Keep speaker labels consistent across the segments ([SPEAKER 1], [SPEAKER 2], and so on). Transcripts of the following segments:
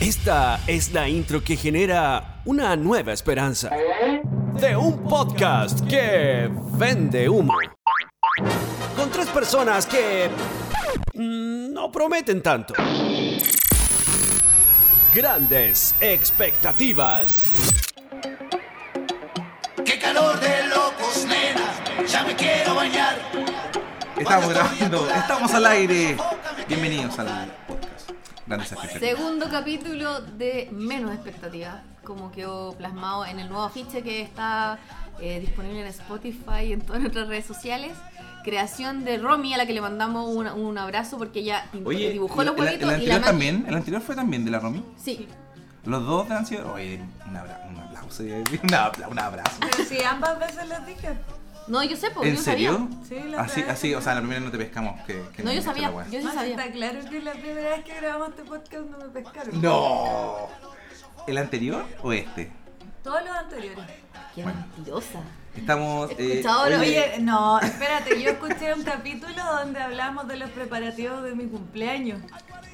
[SPEAKER 1] Esta es la intro que genera una nueva esperanza de un podcast que vende humo. Con tres personas que mm, no prometen tanto. Grandes expectativas.
[SPEAKER 2] ¡Qué calor de locos, nena! Ya me quiero bañar.
[SPEAKER 3] Estamos grabando, estamos al aire. Bienvenidos al podcast. Grandes expectativas.
[SPEAKER 4] Segundo capítulo de Menos Expectativas, como quedó plasmado en el nuevo afiche que está eh, disponible en Spotify y en todas nuestras redes sociales. Creación de Romy, a la que le mandamos un, un abrazo porque ella pintó- dibujó
[SPEAKER 3] el,
[SPEAKER 4] los
[SPEAKER 3] el- el
[SPEAKER 4] huevitos y la
[SPEAKER 3] anterior
[SPEAKER 4] ma-
[SPEAKER 3] también, el anterior fue también de la Romy.
[SPEAKER 4] Sí,
[SPEAKER 3] Los dos han sido. Oye, un abra- un aplauso, iba a decir, un abra- un abrazo.
[SPEAKER 5] Pero si ambas veces les dije.
[SPEAKER 4] no, yo sé, porque
[SPEAKER 3] ¿En
[SPEAKER 4] yo
[SPEAKER 3] serio?
[SPEAKER 4] sabía.
[SPEAKER 5] Sí, la
[SPEAKER 3] Así,
[SPEAKER 5] verdad.
[SPEAKER 3] así, o sea, la primera no te pescamos. Que, que
[SPEAKER 4] No,
[SPEAKER 3] me
[SPEAKER 4] yo
[SPEAKER 3] echa la
[SPEAKER 4] sabía,
[SPEAKER 3] wea.
[SPEAKER 4] yo sí
[SPEAKER 5] Más
[SPEAKER 4] sabía.
[SPEAKER 5] está claro que la primera vez que grabamos este podcast no me pescaron.
[SPEAKER 3] No. ¿El anterior o este?
[SPEAKER 5] Todos los anteriores.
[SPEAKER 4] Qué
[SPEAKER 3] Bueno.
[SPEAKER 4] mentirosa.
[SPEAKER 3] Estamos. eh,
[SPEAKER 4] He escuchado
[SPEAKER 3] oye,
[SPEAKER 4] lo-
[SPEAKER 5] Oye, no, espérate, yo escuché un capítulo donde hablamos de los preparativos de mi cumpleaños.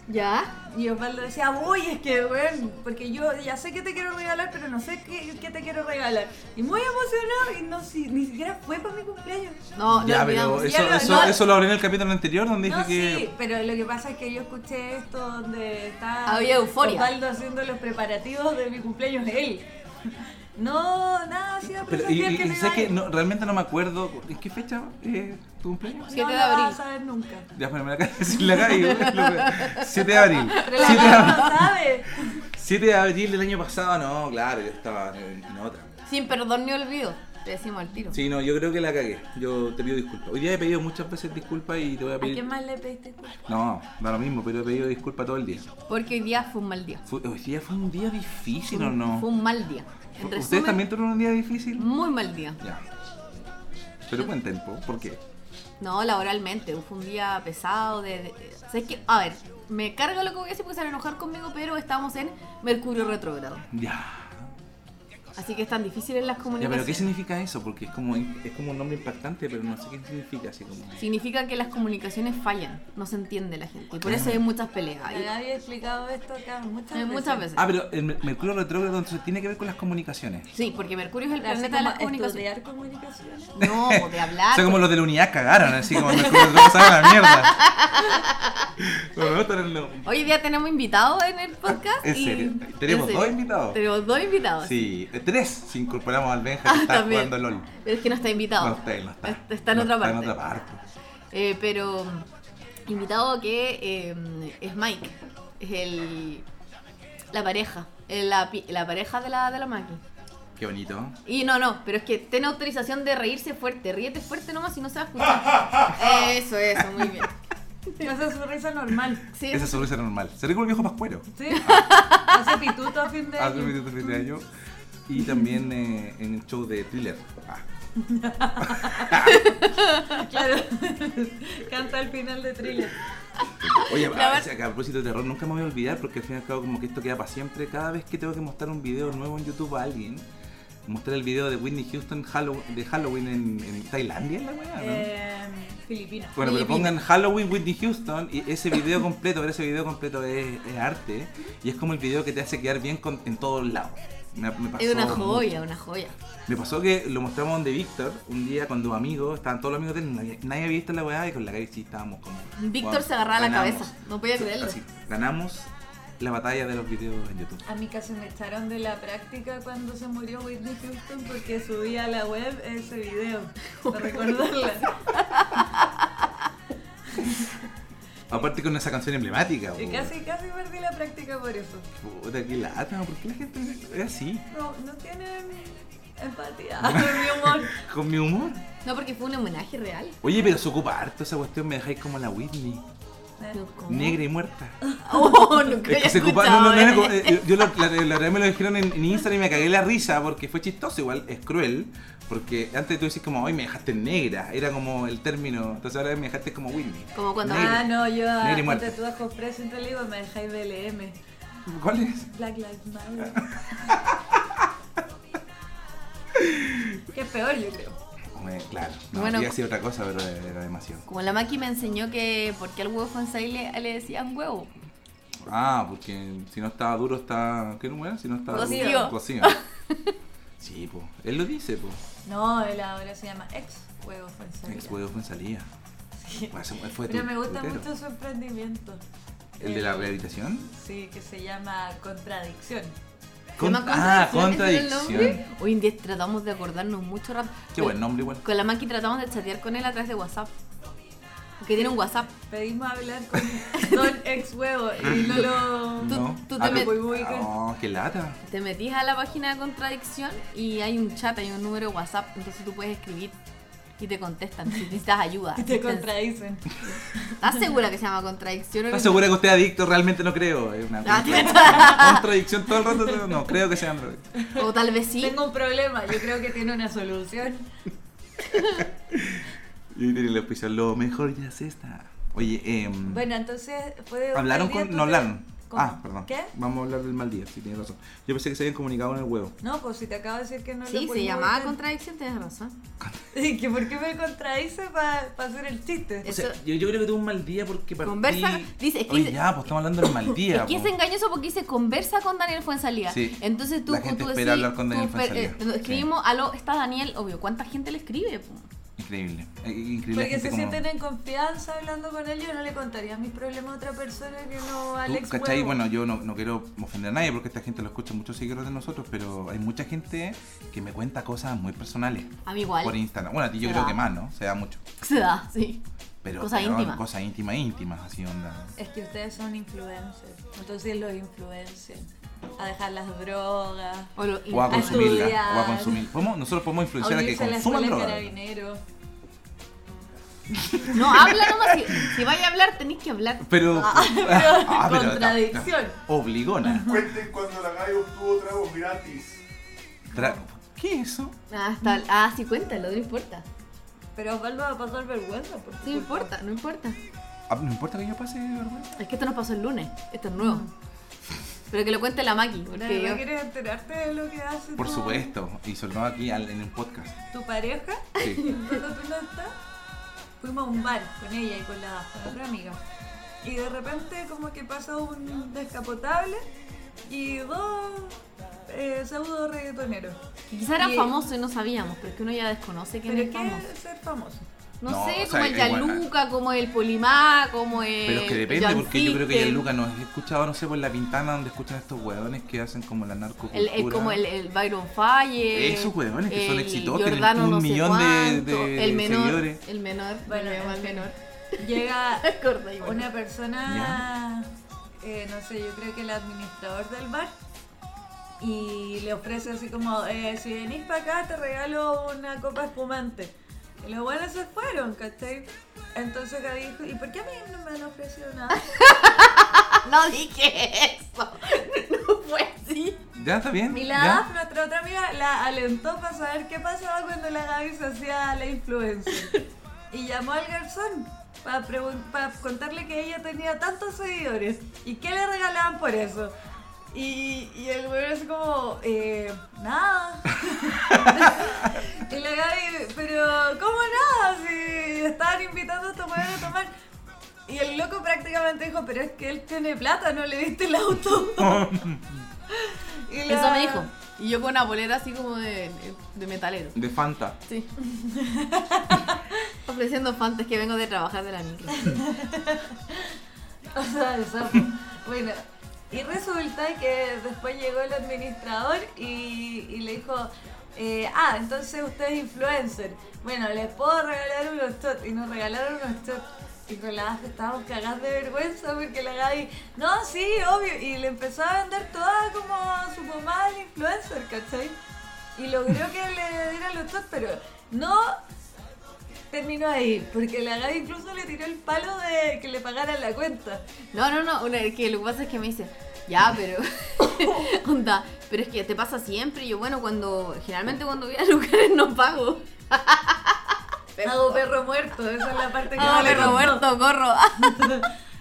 [SPEAKER 4] ¿Ya?
[SPEAKER 5] Y Osvaldo decía, uy, es que, bueno, porque yo ya sé que te quiero regalar, pero no sé qué, qué te quiero regalar. Y muy emocionado, y no, si, ni siquiera fue para mi cumpleaños.
[SPEAKER 4] No, lo
[SPEAKER 3] ya, pero
[SPEAKER 4] olvidamos.
[SPEAKER 3] eso,
[SPEAKER 5] Ya lo-
[SPEAKER 3] eso,
[SPEAKER 5] no-
[SPEAKER 3] eso lo hablé en el capítulo anterior donde dije
[SPEAKER 5] No,
[SPEAKER 3] que.
[SPEAKER 5] sí, pero lo que pasa es que yo escuché esto donde está
[SPEAKER 4] Había euforia.
[SPEAKER 5] Osvaldo haciendo los preparativos de mi cumpleaños él. No, nada, sí,
[SPEAKER 3] Pero,
[SPEAKER 5] que
[SPEAKER 3] y, y-
[SPEAKER 5] que
[SPEAKER 3] y
[SPEAKER 5] no
[SPEAKER 3] sé
[SPEAKER 5] iba a
[SPEAKER 3] que
[SPEAKER 5] ir.
[SPEAKER 3] no- realmente no me acuerdo. ¿En qué fecha es tu cumpleaños?
[SPEAKER 5] no
[SPEAKER 4] 7 de
[SPEAKER 5] lo vas
[SPEAKER 4] abril.
[SPEAKER 5] a saber nunca.
[SPEAKER 3] Ya, pero me la acabo de decir, la acabo de decir. 7 de abril.
[SPEAKER 5] Pero la
[SPEAKER 3] 7 de,
[SPEAKER 5] cara
[SPEAKER 3] abril
[SPEAKER 5] no sabe.
[SPEAKER 3] 7 de abril del año pasado, no, claro, yo estaba en, en otra.
[SPEAKER 4] Sin perdón ni olvido. Te decimos al tiro.
[SPEAKER 3] Sí, no, yo creo que la cagué. Yo te pido disculpas. Hoy día he pedido muchas veces disculpas y te voy a
[SPEAKER 5] ¿A
[SPEAKER 3] pedir.
[SPEAKER 5] quién más le pediste culpa?
[SPEAKER 3] No, da lo mismo, pero he pedido disculpas todo el día.
[SPEAKER 4] Porque hoy día fue un mal día.
[SPEAKER 3] Fue, hoy día fue un día difícil o no.
[SPEAKER 4] Fue un mal día. En
[SPEAKER 3] ¿Ustedes
[SPEAKER 4] resumen,
[SPEAKER 3] también tuvieron un día difícil?
[SPEAKER 4] Muy mal día.
[SPEAKER 3] Ya. Pero cuenten, po, ¿por qué?
[SPEAKER 4] No, laboralmente, fue un día pesado. De, de- ¿sabes qué? A ver, me carga lo que voy a decir porque se van a enojar conmigo, pero estamos en Mercurio retrógrado.
[SPEAKER 3] Ya.
[SPEAKER 4] Así que es tan difícil en las
[SPEAKER 3] Ya, pero ¿qué
[SPEAKER 4] comunicaciones.
[SPEAKER 3] significa eso? Porque es como, es como un nombre impactante, pero no sé qué significa, así como...
[SPEAKER 4] Significa que las comunicaciones fallan, no se entiende la gente. Y por eso hay muchas peleas.
[SPEAKER 5] La
[SPEAKER 4] Y-
[SPEAKER 5] Gaby ha explicado esto acá muchas
[SPEAKER 4] eh,
[SPEAKER 5] veces.
[SPEAKER 4] muchas veces.
[SPEAKER 3] Ah, pero el mer- Mercurio retrógrado entonces tiene que ver con las comunicaciones.
[SPEAKER 4] Sí, porque Mercurio es el planeta
[SPEAKER 5] Así
[SPEAKER 4] de
[SPEAKER 5] como
[SPEAKER 4] las comunicaciones.
[SPEAKER 5] estudiar comunicaciones.
[SPEAKER 4] No, pues, de
[SPEAKER 3] O
[SPEAKER 4] hablar.
[SPEAKER 3] sea, como los de la unidad cagaron, así como el Mercurio retrógrado sabe a la mierda. Bueno, no, pero no.
[SPEAKER 4] Hoy día tenemos invitados en el podcast.
[SPEAKER 3] Ah, ¿En
[SPEAKER 4] y-
[SPEAKER 3] serio? ¿Tenemos
[SPEAKER 4] en serio.
[SPEAKER 3] dos invitados?
[SPEAKER 4] Tenemos dos invitados.
[SPEAKER 3] Sí, eh, tres si incorporamos al Benja que está
[SPEAKER 4] También.
[SPEAKER 3] jugando LOL.
[SPEAKER 4] Es que no está invitado.
[SPEAKER 3] No está, no está.
[SPEAKER 4] Está en
[SPEAKER 3] No
[SPEAKER 4] otra
[SPEAKER 3] Está en
[SPEAKER 4] parte.
[SPEAKER 3] otra parte.
[SPEAKER 4] Eh, pero mm, invitado que eh, es Mike, es el la pareja, eh, la, pi- la pareja de la de la Maki.
[SPEAKER 3] Qué bonito.
[SPEAKER 4] Y no, no, pero es que ten autorización de reírse fuerte, ríete fuerte nomás y no se va a escuchar. eso, eso, muy bien.
[SPEAKER 5] Esa es su risa normal.
[SPEAKER 4] Sí,
[SPEAKER 3] Esa sonrisa normal. Se como el viejo pascuero. Ah,
[SPEAKER 5] Sí. Hace pituto a fin de
[SPEAKER 3] Hace un
[SPEAKER 5] año.
[SPEAKER 3] minuto fin de año. Y también eh, en el show de thriller. Ah,
[SPEAKER 5] Claro. Canta al final de thriller.
[SPEAKER 3] Oye,
[SPEAKER 4] La
[SPEAKER 3] a,
[SPEAKER 4] ver-
[SPEAKER 3] a propósito de terror, nunca me voy a olvidar porque al fin y al cabo como que esto queda para siempre. Cada vez que tengo que mostrar un video nuevo en YouTube a alguien, mostrar el video de Whitney Houston Hallow- de Halloween en, en Tailandia, la weá, ¿no?
[SPEAKER 5] Eh, Filipina.
[SPEAKER 3] bueno, pero
[SPEAKER 4] Filipina.
[SPEAKER 3] pongan Halloween Whitney Houston y ese video completo, pero ese video completo es, es arte y es como el video que te hace quedar bien con- en todos lados. Me, me pasó
[SPEAKER 4] es una
[SPEAKER 3] mucho.
[SPEAKER 4] joya, una joya.
[SPEAKER 3] Me pasó que lo mostramos donde Víctor, un día con dos amigos, estaban todos los amigos de él, nadie, nadie había visto la weá y con la Gaby sí estábamos como.
[SPEAKER 4] Víctor
[SPEAKER 3] "Wow,
[SPEAKER 4] se agarraba la
[SPEAKER 3] ganamos".
[SPEAKER 4] cabeza, no podía creerlo.
[SPEAKER 3] Así, ganamos la batalla de los videos en YouTube.
[SPEAKER 5] A mí casi me echaron de la práctica cuando se murió Whitney Houston porque subí a la web ese video. Para recordarla.
[SPEAKER 3] Aparte con esa canción emblemática,
[SPEAKER 5] Y
[SPEAKER 3] po.
[SPEAKER 5] casi, casi perdí la práctica por eso.
[SPEAKER 3] Puta, qué lata, ¿por qué la gente es así?
[SPEAKER 5] No, no tienen empatía con mi humor.
[SPEAKER 3] Con mi humor.
[SPEAKER 4] No, porque fue un homenaje real.
[SPEAKER 3] Oye, pero se ocupa harto esa cuestión, me dejáis como la Whitney,
[SPEAKER 4] Pero, ¿cómo?
[SPEAKER 3] negra y muerta.
[SPEAKER 4] Oh, nunca
[SPEAKER 3] Es
[SPEAKER 4] había
[SPEAKER 3] que se ocupa,
[SPEAKER 4] escuchado
[SPEAKER 3] no, no, no,
[SPEAKER 4] eso.
[SPEAKER 3] no, eh, yo lo- la, la verdad me lo dijeron en, en Instagram y me cagué la risa porque fue chistoso igual, es cruel, porque antes tú decís como, hoy me dejaste negra, era como el término, entonces ahora me dejaste como Whitney.
[SPEAKER 4] Como cuando-
[SPEAKER 3] Negra.
[SPEAKER 5] Ah, no, yo a
[SPEAKER 3] Negro y
[SPEAKER 5] un
[SPEAKER 3] muerto.
[SPEAKER 5] tatuajo preso siempre le digo, me dejáis BLM.
[SPEAKER 3] ¿Cuál es?
[SPEAKER 5] Black Lives Matter. que es peor, yo creo.
[SPEAKER 3] Bueno, eh, claro, no,
[SPEAKER 4] Bueno.
[SPEAKER 3] iba a decir otra cosa, pero era, era demasiado.
[SPEAKER 4] Como la Maki me enseñó que porque al huevo Fonsai le, le decían huevo.
[SPEAKER 3] Ah, porque si no está duro está... ¿Qué no era? Si no está
[SPEAKER 4] Cocido.
[SPEAKER 3] duro... Cocido. Sí, pues. Él lo dice, pues.
[SPEAKER 5] No, él ahora se llama ex huevo Fuenzalida.
[SPEAKER 3] Ex huevo fue en salida.
[SPEAKER 5] Sí.
[SPEAKER 3] Pues, ese fue
[SPEAKER 5] Pero
[SPEAKER 3] tu-
[SPEAKER 5] me gusta
[SPEAKER 3] tu tero.
[SPEAKER 5] mucho su emprendimiento. Eh,
[SPEAKER 3] ¿El de la rehabilitación?
[SPEAKER 5] Sí, que se llama Contradicción.
[SPEAKER 4] Se llama
[SPEAKER 3] ah,
[SPEAKER 4] Contradicción, ¿ese es el
[SPEAKER 3] contradicción.
[SPEAKER 4] nombre? Hoy en día tratamos de acordarnos mucho rato.
[SPEAKER 3] Qué buen nombre igual.
[SPEAKER 4] Con la Maki tratamos de chatear con él a través de WhatsApp. Porque tiene un WhatsApp.
[SPEAKER 5] Pedimos hablar con Don Ex Huevo y no lo.
[SPEAKER 4] Tú-
[SPEAKER 3] no.
[SPEAKER 4] tú
[SPEAKER 3] Ah, pero-
[SPEAKER 4] te
[SPEAKER 5] met- Voy, voy,
[SPEAKER 3] Oh, qué lata.
[SPEAKER 4] Te metís a la página de contradicción y hay un chat, hay un número de WhatsApp, entonces tú puedes escribir y te contestan si necesitas ayuda.
[SPEAKER 5] Y te
[SPEAKER 4] Estás-
[SPEAKER 5] contradicen.
[SPEAKER 4] ¿Estás segura que se llama contradicción?
[SPEAKER 3] ¿Estás segura que usted es adicto? Realmente no creo. Es una
[SPEAKER 4] Ah,
[SPEAKER 3] contradicción todo el rato. pero No, creo que sea Android.
[SPEAKER 4] O tal vez sí.
[SPEAKER 5] Tengo un problema, yo creo que tiene una solución.
[SPEAKER 3] Y le puso, lo mejor ya se está. Oye, eh,
[SPEAKER 4] Mm.
[SPEAKER 5] Bueno, entonces fue.
[SPEAKER 3] ¿hablaron
[SPEAKER 5] fue el
[SPEAKER 3] con...?
[SPEAKER 5] día
[SPEAKER 3] No
[SPEAKER 5] tú te-
[SPEAKER 3] hablaron.
[SPEAKER 5] ¿Cómo?
[SPEAKER 3] Ah, perdón.
[SPEAKER 5] ¿Qué?
[SPEAKER 3] Vamos a hablar del mal día, sí, tienes razón. Yo pensé que se habían comunicado en el huevo.
[SPEAKER 5] No, pues si te acabo de decir que no lo
[SPEAKER 4] Sí, se
[SPEAKER 5] pudimos
[SPEAKER 4] llamaba
[SPEAKER 5] ver.
[SPEAKER 4] contradicción, tienes razón.
[SPEAKER 5] Sí, que ¿Por qué me contradice para hacer el chiste?
[SPEAKER 4] Es- Eso-
[SPEAKER 3] yo, yo creo que tuvo un mal día porque partí...
[SPEAKER 4] Conversa- dice, es que-
[SPEAKER 3] Oye, ya, pues estamos hablando del mal día. pues.
[SPEAKER 4] Es que es
[SPEAKER 3] po.
[SPEAKER 4] engañoso porque dice conversa con Daniel Fuensalía.
[SPEAKER 3] Sí.
[SPEAKER 4] Entonces tú,
[SPEAKER 3] La gente
[SPEAKER 4] tú
[SPEAKER 3] espera hablar con Daniel
[SPEAKER 4] tú per-
[SPEAKER 3] Fuenzalía.
[SPEAKER 4] eh, nos escribimos, aló, está Daniel, obvio. ¿Cuánta gente le escribe? po?
[SPEAKER 3] Increíble. Eh, Increíble. la
[SPEAKER 5] Porque
[SPEAKER 3] gente
[SPEAKER 5] se
[SPEAKER 3] como-
[SPEAKER 5] sienten en confianza hablando con él, yo no le contaría mis problemas a otra persona que no al
[SPEAKER 3] Tú,
[SPEAKER 5] ex
[SPEAKER 3] ¿Cachai?
[SPEAKER 5] huevo.
[SPEAKER 3] Bueno, yo no, no quiero ofender a nadie porque esta gente lo escucha muchos seguidores de nosotros, pero hay mucha gente que me cuenta cosas muy personales
[SPEAKER 4] A mí igual.
[SPEAKER 3] por Instagram. Bueno, a ti yo
[SPEAKER 4] Se
[SPEAKER 3] creo
[SPEAKER 4] da.
[SPEAKER 3] que más, ¿no? Se da mucho.
[SPEAKER 4] Se da, sí.
[SPEAKER 3] Pero,
[SPEAKER 4] Cosas
[SPEAKER 3] pero,
[SPEAKER 4] íntimas.
[SPEAKER 3] Cosas íntimas, íntimas, así onda.
[SPEAKER 5] Es que ustedes son influencers, entonces los influencien a dejar las drogas,
[SPEAKER 4] O, lo-
[SPEAKER 3] O a
[SPEAKER 5] A
[SPEAKER 3] consumirla,
[SPEAKER 5] estudiar.
[SPEAKER 3] o a consumir. ¿Podemos- nosotros podemos
[SPEAKER 5] a
[SPEAKER 3] influenciar a que
[SPEAKER 5] unirse a la escuela
[SPEAKER 3] consuman
[SPEAKER 5] de
[SPEAKER 3] drogas.
[SPEAKER 5] carabineros.
[SPEAKER 4] No, habla nomás. Si, si vais a hablar, tenéis que hablar.
[SPEAKER 3] Pero. Ah, pero está-
[SPEAKER 5] contradicción.
[SPEAKER 3] está Obligona.
[SPEAKER 6] Cuenten cuando la Gaia obtuvo tragos gratis.
[SPEAKER 3] Tra- ¿Qué es eso?
[SPEAKER 4] Ah, está, ah, sí, cuéntalo, no importa.
[SPEAKER 5] Pero Osvaldo va a pasar vergüenza por tu
[SPEAKER 4] Sí, no
[SPEAKER 5] culpa.
[SPEAKER 4] importa, no importa.
[SPEAKER 3] Ah, No importa que yo pase, ¿verdad?
[SPEAKER 4] Es que esto nos pasó el lunes, esto es nuevo. Pero que lo cuente la Maki,
[SPEAKER 5] ¿De
[SPEAKER 4] Mm. porque
[SPEAKER 5] verdad
[SPEAKER 4] yo-
[SPEAKER 5] quieres enterarte de lo que hace
[SPEAKER 3] Por
[SPEAKER 5] tu-
[SPEAKER 3] supuesto. Y sonó aquí al- en el podcast.
[SPEAKER 5] tu pareja?
[SPEAKER 3] Sí.
[SPEAKER 5] Cuando tú no estás, fuimos a un bar con ella y con la con otra amiga. Y de repente como que pasa un descapotable y dos eh, pseudo reggaetoneros.
[SPEAKER 4] que quizás eran
[SPEAKER 5] Y-
[SPEAKER 4] famosos y no sabíamos, pero es que uno ya desconoce quién
[SPEAKER 5] Pero
[SPEAKER 4] es
[SPEAKER 5] ¿qué
[SPEAKER 4] famoso.
[SPEAKER 5] es ser famoso?
[SPEAKER 4] No,
[SPEAKER 3] No,
[SPEAKER 4] sé,
[SPEAKER 3] o
[SPEAKER 4] como
[SPEAKER 3] sea,
[SPEAKER 4] el
[SPEAKER 3] igual- ah.
[SPEAKER 4] Yaluca, como el Polimá, como el.
[SPEAKER 3] Pero es que depende,
[SPEAKER 4] Joan
[SPEAKER 3] porque yo creo que
[SPEAKER 4] Sixten,
[SPEAKER 3] el Luca no es escuchado, no sé, por la pintana donde escuchan estos huevones que hacen como la narcocultura.
[SPEAKER 4] El, el- como el, el Byron Falle.
[SPEAKER 3] Esos huevones que son
[SPEAKER 4] el
[SPEAKER 3] exitosos, tienen
[SPEAKER 4] Giordano
[SPEAKER 3] un
[SPEAKER 4] no sé
[SPEAKER 3] millón de-
[SPEAKER 4] cuánto,
[SPEAKER 3] de
[SPEAKER 4] el menor,
[SPEAKER 3] seguidores.
[SPEAKER 4] El menor,
[SPEAKER 5] Bueno,
[SPEAKER 4] bueno, el
[SPEAKER 5] en fin.
[SPEAKER 4] menor.
[SPEAKER 5] Llega
[SPEAKER 4] Corta y bueno.
[SPEAKER 5] una persona, eh, no sé, yo creo que el administrador del bar, y le ofrece así como, eh, si venís para acá te regalo una copa espumante. Y los buenos se fueron, ¿cachai? Entonces Gaby dijo, ¿y por qué a mí no me han ofrecido nada?
[SPEAKER 4] No dije eso. No fue así.
[SPEAKER 3] ¿Ya está bien?
[SPEAKER 5] Y la
[SPEAKER 3] ¿Ya?
[SPEAKER 5] Daf, nuestra otra amiga, la alentó para saber qué pasaba cuando la Gaby se hacía la influencer. Y llamó al garzón para, contarle que ella tenía tantos seguidores y qué le regalaban por eso. Y, y el güey es como, eh, nada. y la Gaby, pero ¿cómo nada? Si estaban invitando a estos güeyes a tomar. Y el loco prácticamente dijo, pero es que él tiene plata, no le diste el auto. Y la-
[SPEAKER 4] Eso me dijo. Y yo con una bolera así como de, de metalero.
[SPEAKER 3] De Fanta.
[SPEAKER 4] Sí. Ofreciendo fantas que vengo de trabajar de la micro.
[SPEAKER 5] O sea, el sapo. bueno, y resulta que después llegó el administrador y, y le dijo, eh, ah, entonces usted es influencer. Bueno, les puedo regalar unos shots. Y nos regalaron unos shots. Y con la Gaby estábamos cagadas de vergüenza porque la Gaby, no, sí, obvio. Y le empezó a vender toda como su pomada al influencer, ¿cachai? Y logró que le dieran los shots, pero no terminó ahí, porque la Gaby incluso le tiró el palo de que le pagaran la cuenta.
[SPEAKER 4] No, no, no, una- que lo que pasa es que me dice, ya, pero, onda, pero es que te pasa siempre. Y yo, bueno, cuando, generalmente cuando voy a lugares no pago.
[SPEAKER 5] Hago perro muerto, esa es la parte que
[SPEAKER 4] Ah,
[SPEAKER 5] no le
[SPEAKER 4] pero
[SPEAKER 5] contó.
[SPEAKER 4] Roberto, corro.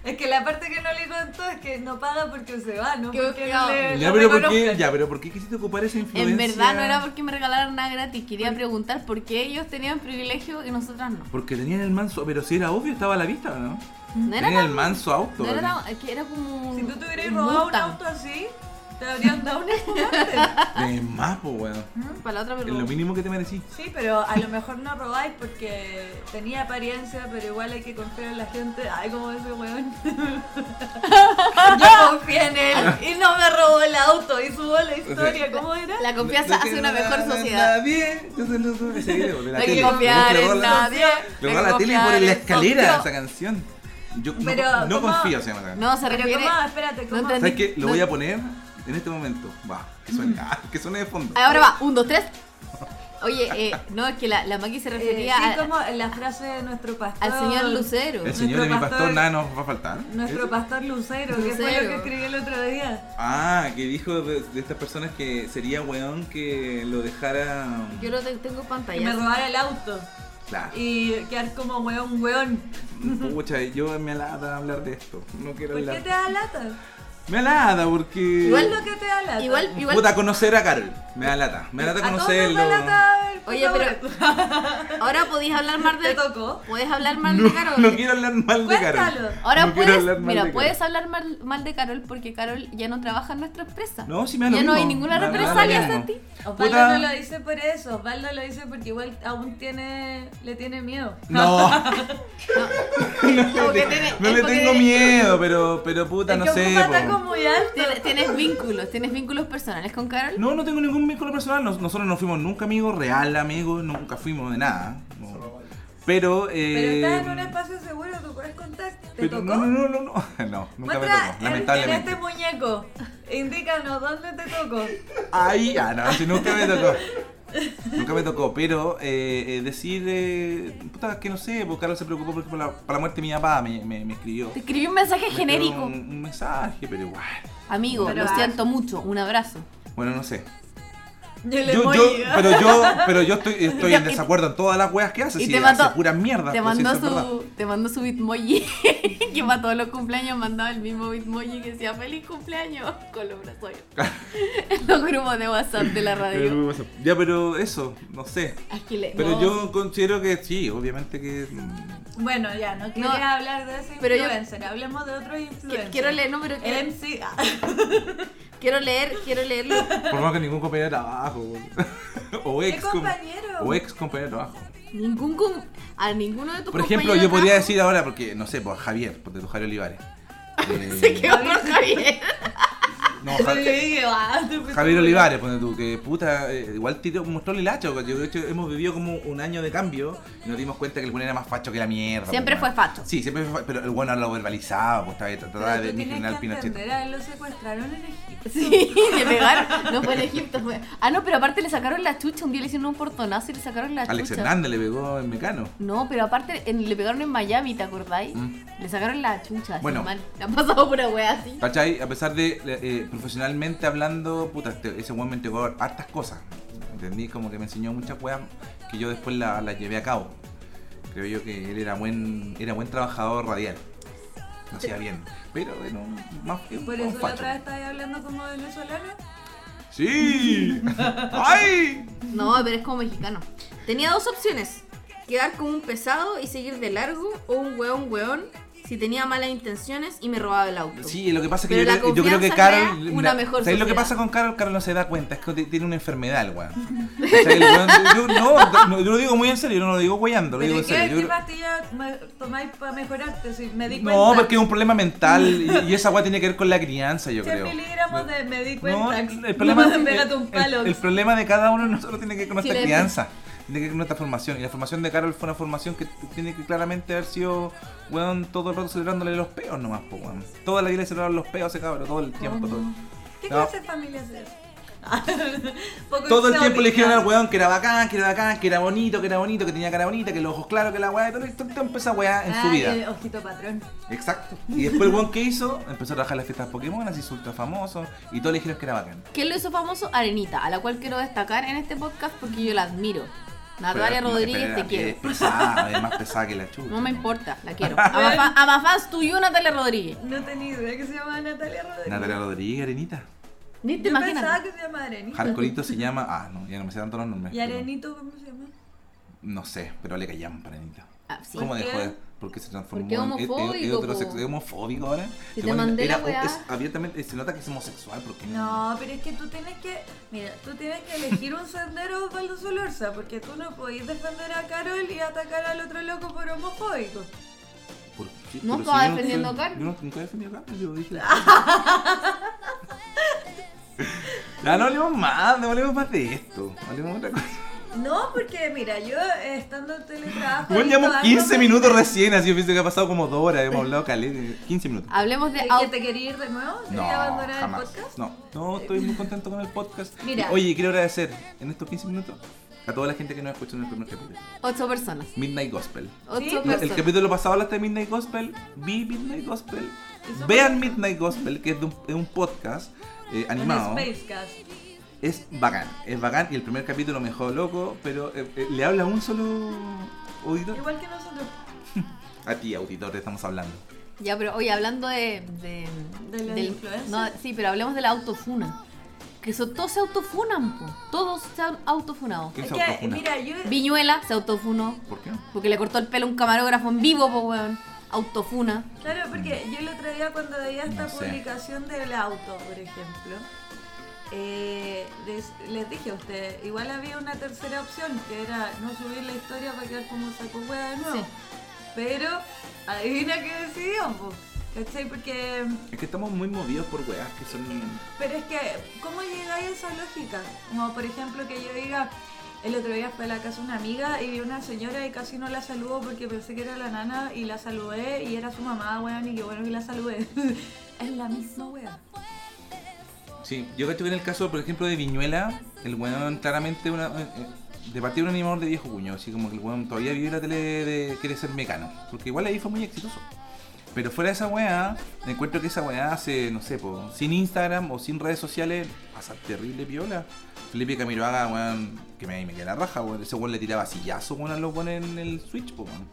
[SPEAKER 5] Es que la parte que no le contó es que no paga porque se va, no
[SPEAKER 4] Qué
[SPEAKER 5] porque
[SPEAKER 4] buscado.
[SPEAKER 5] le,
[SPEAKER 3] Ya, pero
[SPEAKER 5] no le
[SPEAKER 3] ¿por qué?
[SPEAKER 5] conozcan.
[SPEAKER 3] Ya, pero ¿por qué quisiste ocupar esa influencia?
[SPEAKER 4] En verdad no era porque me regalaron nada gratis. Quería preguntar por qué ellos tenían privilegio y nosotras no.
[SPEAKER 3] Porque tenían el manso, pero si era obvio, estaba a la vista, ¿no?
[SPEAKER 5] Mm.
[SPEAKER 4] No era
[SPEAKER 3] Tenía el
[SPEAKER 4] tan-
[SPEAKER 3] manso auto.
[SPEAKER 4] No era,
[SPEAKER 3] weón.
[SPEAKER 4] tan- es que era como un.
[SPEAKER 5] Si tú te hubieras
[SPEAKER 4] un
[SPEAKER 5] robado un
[SPEAKER 4] Mustang.
[SPEAKER 5] auto así, te habrían dado un espumante.
[SPEAKER 3] De más, po, weón.
[SPEAKER 4] Para la otra me
[SPEAKER 3] Es lo
[SPEAKER 4] robó.
[SPEAKER 3] mínimo que te merecí.
[SPEAKER 5] Sí, pero a lo mejor no robáis porque tenía apariencia, pero igual hay que confiar en la gente. Ay, como ese weón. Yo confié en él y no me robó el auto y subo la historia. ¿Cómo era?
[SPEAKER 4] La confianza
[SPEAKER 3] No
[SPEAKER 4] hace
[SPEAKER 3] quiero
[SPEAKER 4] una mejor
[SPEAKER 3] nada de
[SPEAKER 4] sociedad.
[SPEAKER 3] Nadie. Yo se lo sube ese video de la
[SPEAKER 4] No hay
[SPEAKER 3] tele.
[SPEAKER 4] que confiar
[SPEAKER 3] Le
[SPEAKER 4] en
[SPEAKER 3] borra la-
[SPEAKER 4] nadie.
[SPEAKER 3] Le
[SPEAKER 4] no hay
[SPEAKER 3] borra
[SPEAKER 4] que
[SPEAKER 3] la tele y
[SPEAKER 4] confiar
[SPEAKER 3] por la
[SPEAKER 4] en
[SPEAKER 3] escalera
[SPEAKER 4] Dios.
[SPEAKER 3] esa canción. Yo no-
[SPEAKER 5] Pero,
[SPEAKER 3] no,
[SPEAKER 5] ¿cómo?
[SPEAKER 3] confío, se llama esa canción.
[SPEAKER 4] No, se
[SPEAKER 5] Pero
[SPEAKER 4] refiere.
[SPEAKER 5] ¿cómo? Espérate,
[SPEAKER 4] No
[SPEAKER 5] ¿cómo?
[SPEAKER 4] entendí.
[SPEAKER 3] ¿Sabes qué? Lo
[SPEAKER 4] no-
[SPEAKER 3] voy a poner en este momento. Va, que suene, ah, que suene de fondo.
[SPEAKER 4] Ahora va, un, dos, tres. Oye, eh, no, es que la, la Maki se
[SPEAKER 5] Eh,
[SPEAKER 4] refería
[SPEAKER 5] sí,
[SPEAKER 4] a-
[SPEAKER 5] como la frase de nuestro pastor.
[SPEAKER 4] al señor Lucero.
[SPEAKER 3] El señor de mi
[SPEAKER 5] nuestro
[SPEAKER 3] pastor
[SPEAKER 5] pastor-
[SPEAKER 3] nada nos va a faltar. ¿Eh?
[SPEAKER 5] Nuestro
[SPEAKER 3] ¿Ese?
[SPEAKER 5] pastor Lucero, que fue
[SPEAKER 4] Lucero.
[SPEAKER 5] lo que escribí el otro día.
[SPEAKER 3] Ah, que dijo de, de estas personas que sería weón que lo dejara.
[SPEAKER 4] Yo lo te- tengo en
[SPEAKER 5] Que me
[SPEAKER 4] pantalla.
[SPEAKER 5] robara el auto.
[SPEAKER 3] Claro.
[SPEAKER 5] Y quedar como weón, weón.
[SPEAKER 3] Pucha, yo me alada hablar de esto. No quiero
[SPEAKER 5] ¿Por qué
[SPEAKER 3] hablar.
[SPEAKER 5] te da lata?
[SPEAKER 3] Me alada porque.
[SPEAKER 5] Igual lo que te da lata.
[SPEAKER 4] Igual, igual.
[SPEAKER 3] Puta, conocer a Carol. Me da lata. Me da lata
[SPEAKER 5] A todos nos
[SPEAKER 3] conocerlo.
[SPEAKER 5] da lata el
[SPEAKER 4] Oye, pero
[SPEAKER 5] puto
[SPEAKER 4] ahora podéis hablar más
[SPEAKER 5] Te
[SPEAKER 4] de.
[SPEAKER 5] tocó.
[SPEAKER 4] Podés hablar mal
[SPEAKER 3] No,
[SPEAKER 4] de Carol.
[SPEAKER 3] no quiero hablar mal de
[SPEAKER 5] Cuéntalo.
[SPEAKER 3] Carol.
[SPEAKER 4] Ahora
[SPEAKER 3] no quiero
[SPEAKER 4] puedes,
[SPEAKER 3] hablar mal
[SPEAKER 4] mira,
[SPEAKER 3] de
[SPEAKER 4] puedes hablar mal, mal de Carol porque Carol ya no trabaja en nuestra empresa.
[SPEAKER 3] No, si me da lo
[SPEAKER 4] Ya no hay
[SPEAKER 3] mismo.
[SPEAKER 4] ninguna
[SPEAKER 3] Me da lo
[SPEAKER 4] represalia
[SPEAKER 3] mismo.
[SPEAKER 4] hacia ti.
[SPEAKER 5] Osvaldo
[SPEAKER 3] Puta.
[SPEAKER 5] no lo dice por eso, Osvaldo lo dice porque igual aún tiene, le tiene miedo.
[SPEAKER 3] No,
[SPEAKER 4] Como
[SPEAKER 3] no
[SPEAKER 4] que
[SPEAKER 3] le,
[SPEAKER 4] tiene- es
[SPEAKER 3] no le
[SPEAKER 4] porque-
[SPEAKER 3] tengo miedo, pero, pero puta,
[SPEAKER 5] Es
[SPEAKER 3] no
[SPEAKER 5] que
[SPEAKER 3] sé.
[SPEAKER 5] ocupa
[SPEAKER 3] po.
[SPEAKER 5] tacos muy alto.
[SPEAKER 4] Tienes, tienes vínculos, tienes vínculos personales con Carol.
[SPEAKER 3] No, no tengo ningún vínculo personal. Nos- nosotros no fuimos nunca amigos, real amigos, nunca fuimos de nada. No. Pero,
[SPEAKER 5] Pero
[SPEAKER 3] eh.
[SPEAKER 5] estás en un espacio seguro, tú puedes contar. ¿Te
[SPEAKER 3] pero
[SPEAKER 5] tocó?
[SPEAKER 3] no, no, no, no, no, no, nunca me
[SPEAKER 5] Muestra
[SPEAKER 3] tocó,
[SPEAKER 5] en- en
[SPEAKER 3] lamentablemente.
[SPEAKER 5] este muñeco. Indícanos dónde te tocó.
[SPEAKER 3] Ay, ah, no, si nunca me tocó. Nunca me tocó, pero eh, eh, decir, eh, puta, que no sé, porque Carlos se preocupó por, por la, por la muerte de mi papá, me, me, me escribió.
[SPEAKER 4] Te escribí un mensaje
[SPEAKER 3] Me
[SPEAKER 4] genérico.
[SPEAKER 3] escribió Un, un mensaje, pero igual.
[SPEAKER 4] Amigo,
[SPEAKER 5] Pero
[SPEAKER 4] lo
[SPEAKER 5] ah.
[SPEAKER 4] siento mucho. Un abrazo.
[SPEAKER 3] Bueno, no sé.
[SPEAKER 5] Yo le
[SPEAKER 3] Yo, yo, pero yo, pero yo estoy, estoy en
[SPEAKER 4] Y te-
[SPEAKER 3] desacuerdo en todas las weas que hace,
[SPEAKER 4] y
[SPEAKER 3] si
[SPEAKER 4] te
[SPEAKER 3] hace
[SPEAKER 4] mandó-
[SPEAKER 3] puras mierdas.
[SPEAKER 4] Te
[SPEAKER 3] pues, si
[SPEAKER 4] mandó,
[SPEAKER 3] eso es verdad.
[SPEAKER 4] su, te mandó su bitmoji. que para todos los cumpleaños mandaba el mismo bitmoji que decía feliz cumpleaños con los brazos. abiertos". en los grupos de WhatsApp de la radio.
[SPEAKER 3] Ya, pero eso, no sé.
[SPEAKER 4] Es que le-
[SPEAKER 3] Pero
[SPEAKER 4] no,
[SPEAKER 3] yo considero que sí, obviamente que. mm,
[SPEAKER 5] Bueno, ya, no quería hablar de ese
[SPEAKER 4] pero yo-
[SPEAKER 5] influencer, hablemos de otro influencer. Em, ah,
[SPEAKER 4] quiero leer, no, pero
[SPEAKER 5] El
[SPEAKER 4] quiero-
[SPEAKER 5] MC.
[SPEAKER 4] Quiero leer, quiero leerlo.
[SPEAKER 3] Por más que ningún compañero de trabajo. boludo. o
[SPEAKER 5] ¿Qué
[SPEAKER 3] ex com-
[SPEAKER 5] compañero?
[SPEAKER 3] O ex compañero de trabajo.
[SPEAKER 4] Ningún cum- a ninguno de tus
[SPEAKER 3] Por ejemplo,
[SPEAKER 4] compañeros
[SPEAKER 3] yo podría
[SPEAKER 4] acá-
[SPEAKER 3] decir ahora, porque no sé, por Javier, por tu Javier Olivares. Eh,
[SPEAKER 4] Se quedó por Javier.
[SPEAKER 3] no, Ja- Javier Olivares, ponte tú, que puta, eh, igual tiró, mostró el hilacho. Yo creo que hemos vivido como un año de cambio y nos dimos cuenta que el buen era más facho que la mierda.
[SPEAKER 4] Siempre
[SPEAKER 3] pues,
[SPEAKER 4] fue
[SPEAKER 3] weón.
[SPEAKER 4] facho.
[SPEAKER 3] Sí, siempre fue facho, pero el bueno lo verbalizaba, pues estaba- trataba de
[SPEAKER 5] Pero tú tienes
[SPEAKER 3] misionar
[SPEAKER 5] que
[SPEAKER 3] Pinochet.
[SPEAKER 5] entender, a él lo secuestraron en Egipto.
[SPEAKER 4] Sí, le pegaron. No fue en Egipto. fue- Ah, no, pero aparte le sacaron la chucha. Un día le hicieron un portonazo y le sacaron la
[SPEAKER 3] Alex
[SPEAKER 4] chucha.
[SPEAKER 3] Hernández le pegó en Mecano.
[SPEAKER 4] No, pero aparte en- le pegaron en Miami, ¿te acordáis?
[SPEAKER 3] Mm.
[SPEAKER 4] Le sacaron la chucha. así
[SPEAKER 3] Bueno.
[SPEAKER 4] mal. Le han pasado una wea así.
[SPEAKER 3] ¿Cachai? A pesar de, eh, profesionalmente hablando, puta, este- ese weón me entregó hartas cosas. ¿Entendí? Como que me enseñó muchas weas que yo después la- las llevé a cabo. Creo yo que él era buen, era buen trabajador radial. Lo hacía bien. Pero bueno, más que
[SPEAKER 5] Por
[SPEAKER 3] un
[SPEAKER 5] eso la
[SPEAKER 3] facho.
[SPEAKER 5] otra vez estabas hablando como venezolano.
[SPEAKER 3] ¡Sí! ¡Ay!
[SPEAKER 4] No, pero es como mexicano. Tenía dos opciones: quedar como un pesado y seguir de largo, o un weón, weón, si tenía malas intenciones y me robaba el auto.
[SPEAKER 3] Sí, lo que pasa es que
[SPEAKER 4] Pero
[SPEAKER 3] yo,
[SPEAKER 4] la
[SPEAKER 3] creo- yo creo que
[SPEAKER 4] confianza
[SPEAKER 3] Carol.
[SPEAKER 4] crea una
[SPEAKER 3] mira,
[SPEAKER 4] mejor
[SPEAKER 3] ¿Sabes lo que
[SPEAKER 4] sociedad?
[SPEAKER 3] pasa con Carol? Carol no se da cuenta, es que t- tiene una enfermedad, el weón. ¿Cachai? El weón- yo, no, no, yo lo digo muy en serio, yo no lo digo guayando, lo
[SPEAKER 5] Pero
[SPEAKER 3] digo en
[SPEAKER 5] ¿y ¿qué,
[SPEAKER 3] serio. Yo
[SPEAKER 5] qué
[SPEAKER 3] creo-
[SPEAKER 5] pastillas me- tomáis para mejorarte? Si me di cuenta.
[SPEAKER 3] No, porque es un problema mental y, y esa weá tiene que ver con la crianza, yo
[SPEAKER 5] 100
[SPEAKER 3] creo.
[SPEAKER 5] miligramos de me di
[SPEAKER 3] No,
[SPEAKER 5] cuenta.
[SPEAKER 3] el problema,
[SPEAKER 5] No, pégate un
[SPEAKER 3] el-
[SPEAKER 5] palo.
[SPEAKER 3] el problema de cada uno de nosotros tiene que ver con nuestra
[SPEAKER 4] Sí, le-
[SPEAKER 3] crianza, tiene que ver con nuestra formación. Y la formación de Carol fue una formación que tiene que claramente haber sido, weón, todo el rato celebrándole los peos nomás, po, weón. Toda la vida le celebraban los peos a ese cabrón, todo el
[SPEAKER 5] Oh,
[SPEAKER 3] tiempo, todo.
[SPEAKER 5] ¿Qué
[SPEAKER 3] no.
[SPEAKER 5] clase de familia es esa? Poco
[SPEAKER 3] Todo el tiempo le dijeron
[SPEAKER 5] exótica.
[SPEAKER 3] al weón que era bacán, que era bacán, que era bonito, que era bonito, que tenía cara bonita, que los ojos claros, que la weá, y todo el tiempo esa weá en su
[SPEAKER 5] Ah,
[SPEAKER 3] vida.
[SPEAKER 5] el ojito patrón.
[SPEAKER 3] Exacto. Y después el weón que hizo, empezó a trabajar en las fiestas Pokémon, así ultra famoso, y todos le dijeron que era bacán.
[SPEAKER 4] ¿Quién lo hizo famoso? Arenita, a la cual quiero destacar en este podcast porque yo la admiro. Natalia
[SPEAKER 3] Pero-
[SPEAKER 4] Rodríguez,
[SPEAKER 3] pero
[SPEAKER 4] te
[SPEAKER 3] era-
[SPEAKER 4] quiero.
[SPEAKER 3] Es pesada, es más pesada que la chucha.
[SPEAKER 4] No me importa, la quiero. A más fan- a más fans tuyo, Natalia Rodríguez.
[SPEAKER 5] No tenía idea que se llamaba Natalia Rodríguez.
[SPEAKER 3] Natalia Rodríguez, Arenita.
[SPEAKER 4] Ni te
[SPEAKER 5] Yo pensaba
[SPEAKER 4] imaginas.
[SPEAKER 5] que se llamaba Arenito.
[SPEAKER 3] Hardcoreito se llama. Ah, no, ya no me sé tanto los nombres.
[SPEAKER 5] ¿Y
[SPEAKER 3] pero-
[SPEAKER 5] Arenito cómo se llama?
[SPEAKER 3] No sé, pero le callamos para Arenita.
[SPEAKER 4] Ah, sí.
[SPEAKER 3] ¿Cómo
[SPEAKER 5] ¿Por
[SPEAKER 3] dejó
[SPEAKER 5] qué?
[SPEAKER 3] de.? porque se transformó
[SPEAKER 4] Porque es
[SPEAKER 3] en- en- en-
[SPEAKER 4] homofóbico,
[SPEAKER 3] en heterosex-
[SPEAKER 4] po.
[SPEAKER 3] es homofóbico ahora.
[SPEAKER 4] Si
[SPEAKER 3] Se
[SPEAKER 4] te
[SPEAKER 3] pone-
[SPEAKER 4] mandé la
[SPEAKER 3] era-
[SPEAKER 4] weá.
[SPEAKER 3] es abiertamente, se nota que es homosexual porque
[SPEAKER 5] No, pero es que tú tienes que, mira, tú tienes que elegir un sendero Osvaldo Solorza, porque tú no podés defender a Carol y atacar al otro loco por homofóbico.
[SPEAKER 3] ¿Por qué?
[SPEAKER 4] No
[SPEAKER 3] Pero
[SPEAKER 4] estaba
[SPEAKER 3] si yo
[SPEAKER 4] defendiendo
[SPEAKER 3] soy-
[SPEAKER 4] a Carmen.
[SPEAKER 3] Yo no- nunca he defendido a Carmen, yo dije. ya no hablemos más, no hablemos más de esto. Hablemos de otra cosa.
[SPEAKER 5] No, porque mira, yo eh, estando en teletrabajo...
[SPEAKER 3] Bueno,
[SPEAKER 5] he visto
[SPEAKER 3] llevamos
[SPEAKER 5] algo
[SPEAKER 3] 15
[SPEAKER 5] que-
[SPEAKER 3] minutos recién, así yo pienso que ha pasado como dos horas, hemos hablado caleta. 15 minutos.
[SPEAKER 4] Hablemos de
[SPEAKER 5] ¿De que
[SPEAKER 4] auto.
[SPEAKER 5] te quería ir de nuevo? ¿Quería
[SPEAKER 3] No,
[SPEAKER 5] abandonar
[SPEAKER 3] jamás.
[SPEAKER 5] el podcast?
[SPEAKER 3] No, no, estoy muy contento con el podcast.
[SPEAKER 5] Mira.
[SPEAKER 3] Y, Oye, quiero agradecer en estos 15 minutos a toda la gente que nos escuchó en el primer capítulo.
[SPEAKER 4] Ocho personas.
[SPEAKER 3] Midnight Gospel.
[SPEAKER 4] Ocho
[SPEAKER 5] Sí,
[SPEAKER 3] La- el
[SPEAKER 4] personas.
[SPEAKER 3] capítulo pasado hablaste de Midnight Gospel, vi Midnight Gospel,
[SPEAKER 5] Eso
[SPEAKER 3] vean
[SPEAKER 5] fue-
[SPEAKER 3] Midnight Gospel, que es de un, es un podcast eh,
[SPEAKER 5] Un
[SPEAKER 3] animado.
[SPEAKER 5] Spacecast.
[SPEAKER 3] Es bacán, es bacán y el primer capítulo me dejó loco, pero eh, eh, le habla a un solo auditor.
[SPEAKER 5] Igual que nosotros.
[SPEAKER 3] A ti, auditor, te estamos hablando.
[SPEAKER 4] Ya, pero oye, hablando de. de
[SPEAKER 5] De la influencer.
[SPEAKER 4] no, sí, pero hablemos de la autofuna. Que so- todos se autofunan, po. Todos se han autofunado.
[SPEAKER 3] ¿Quién
[SPEAKER 5] Es
[SPEAKER 3] se
[SPEAKER 5] que,
[SPEAKER 3] autofuna?
[SPEAKER 5] mira, yo...
[SPEAKER 4] Viñuela se autofunó
[SPEAKER 3] ¿Por qué?
[SPEAKER 4] porque le cortó el pelo a un camarógrafo en vivo, po, weón. Autofuna.
[SPEAKER 5] Claro, porque yo el otro día cuando veía
[SPEAKER 3] Mm.
[SPEAKER 5] esta
[SPEAKER 3] No sé.
[SPEAKER 5] publicación del auto, por ejemplo, eh, les, les dije a ustedes, igual había una tercera opción, que era no subir la historia para quedar como saco hueá de nuevo.
[SPEAKER 4] Sí.
[SPEAKER 5] Pero, adivina qué decidieron, po, ¿cachai? Porque...
[SPEAKER 3] Es que estamos muy movidos por weas que son...
[SPEAKER 5] Pero es que, ¿cómo llegáis a esa lógica? Como por ejemplo que yo diga, el otro día fue a la casa de una amiga y vi una señora y casi no la saludo porque pensé que era la nana y la saludé y era su mamá, weón, y qué bueno que la saludé. es la misma weón.
[SPEAKER 3] Sí, yo cacho que en el caso, por ejemplo, de Viñuela, el weón claramente una, eh, eh, de partir un animador de viejo cuño, así como que el weón todavía vive la tele de quiere ser mecano, porque igual ahí fue muy exitoso. Pero fuera de esa weá, encuentro que esa weá hace, no sé, po, sin Instagram o sin redes sociales, pasa terrible piola. Felipe Camiroaga, weón, que me, me queda la raja, weón. Ese weón le tiraba sillazo, weón, a los weón en el Switch, po, weón.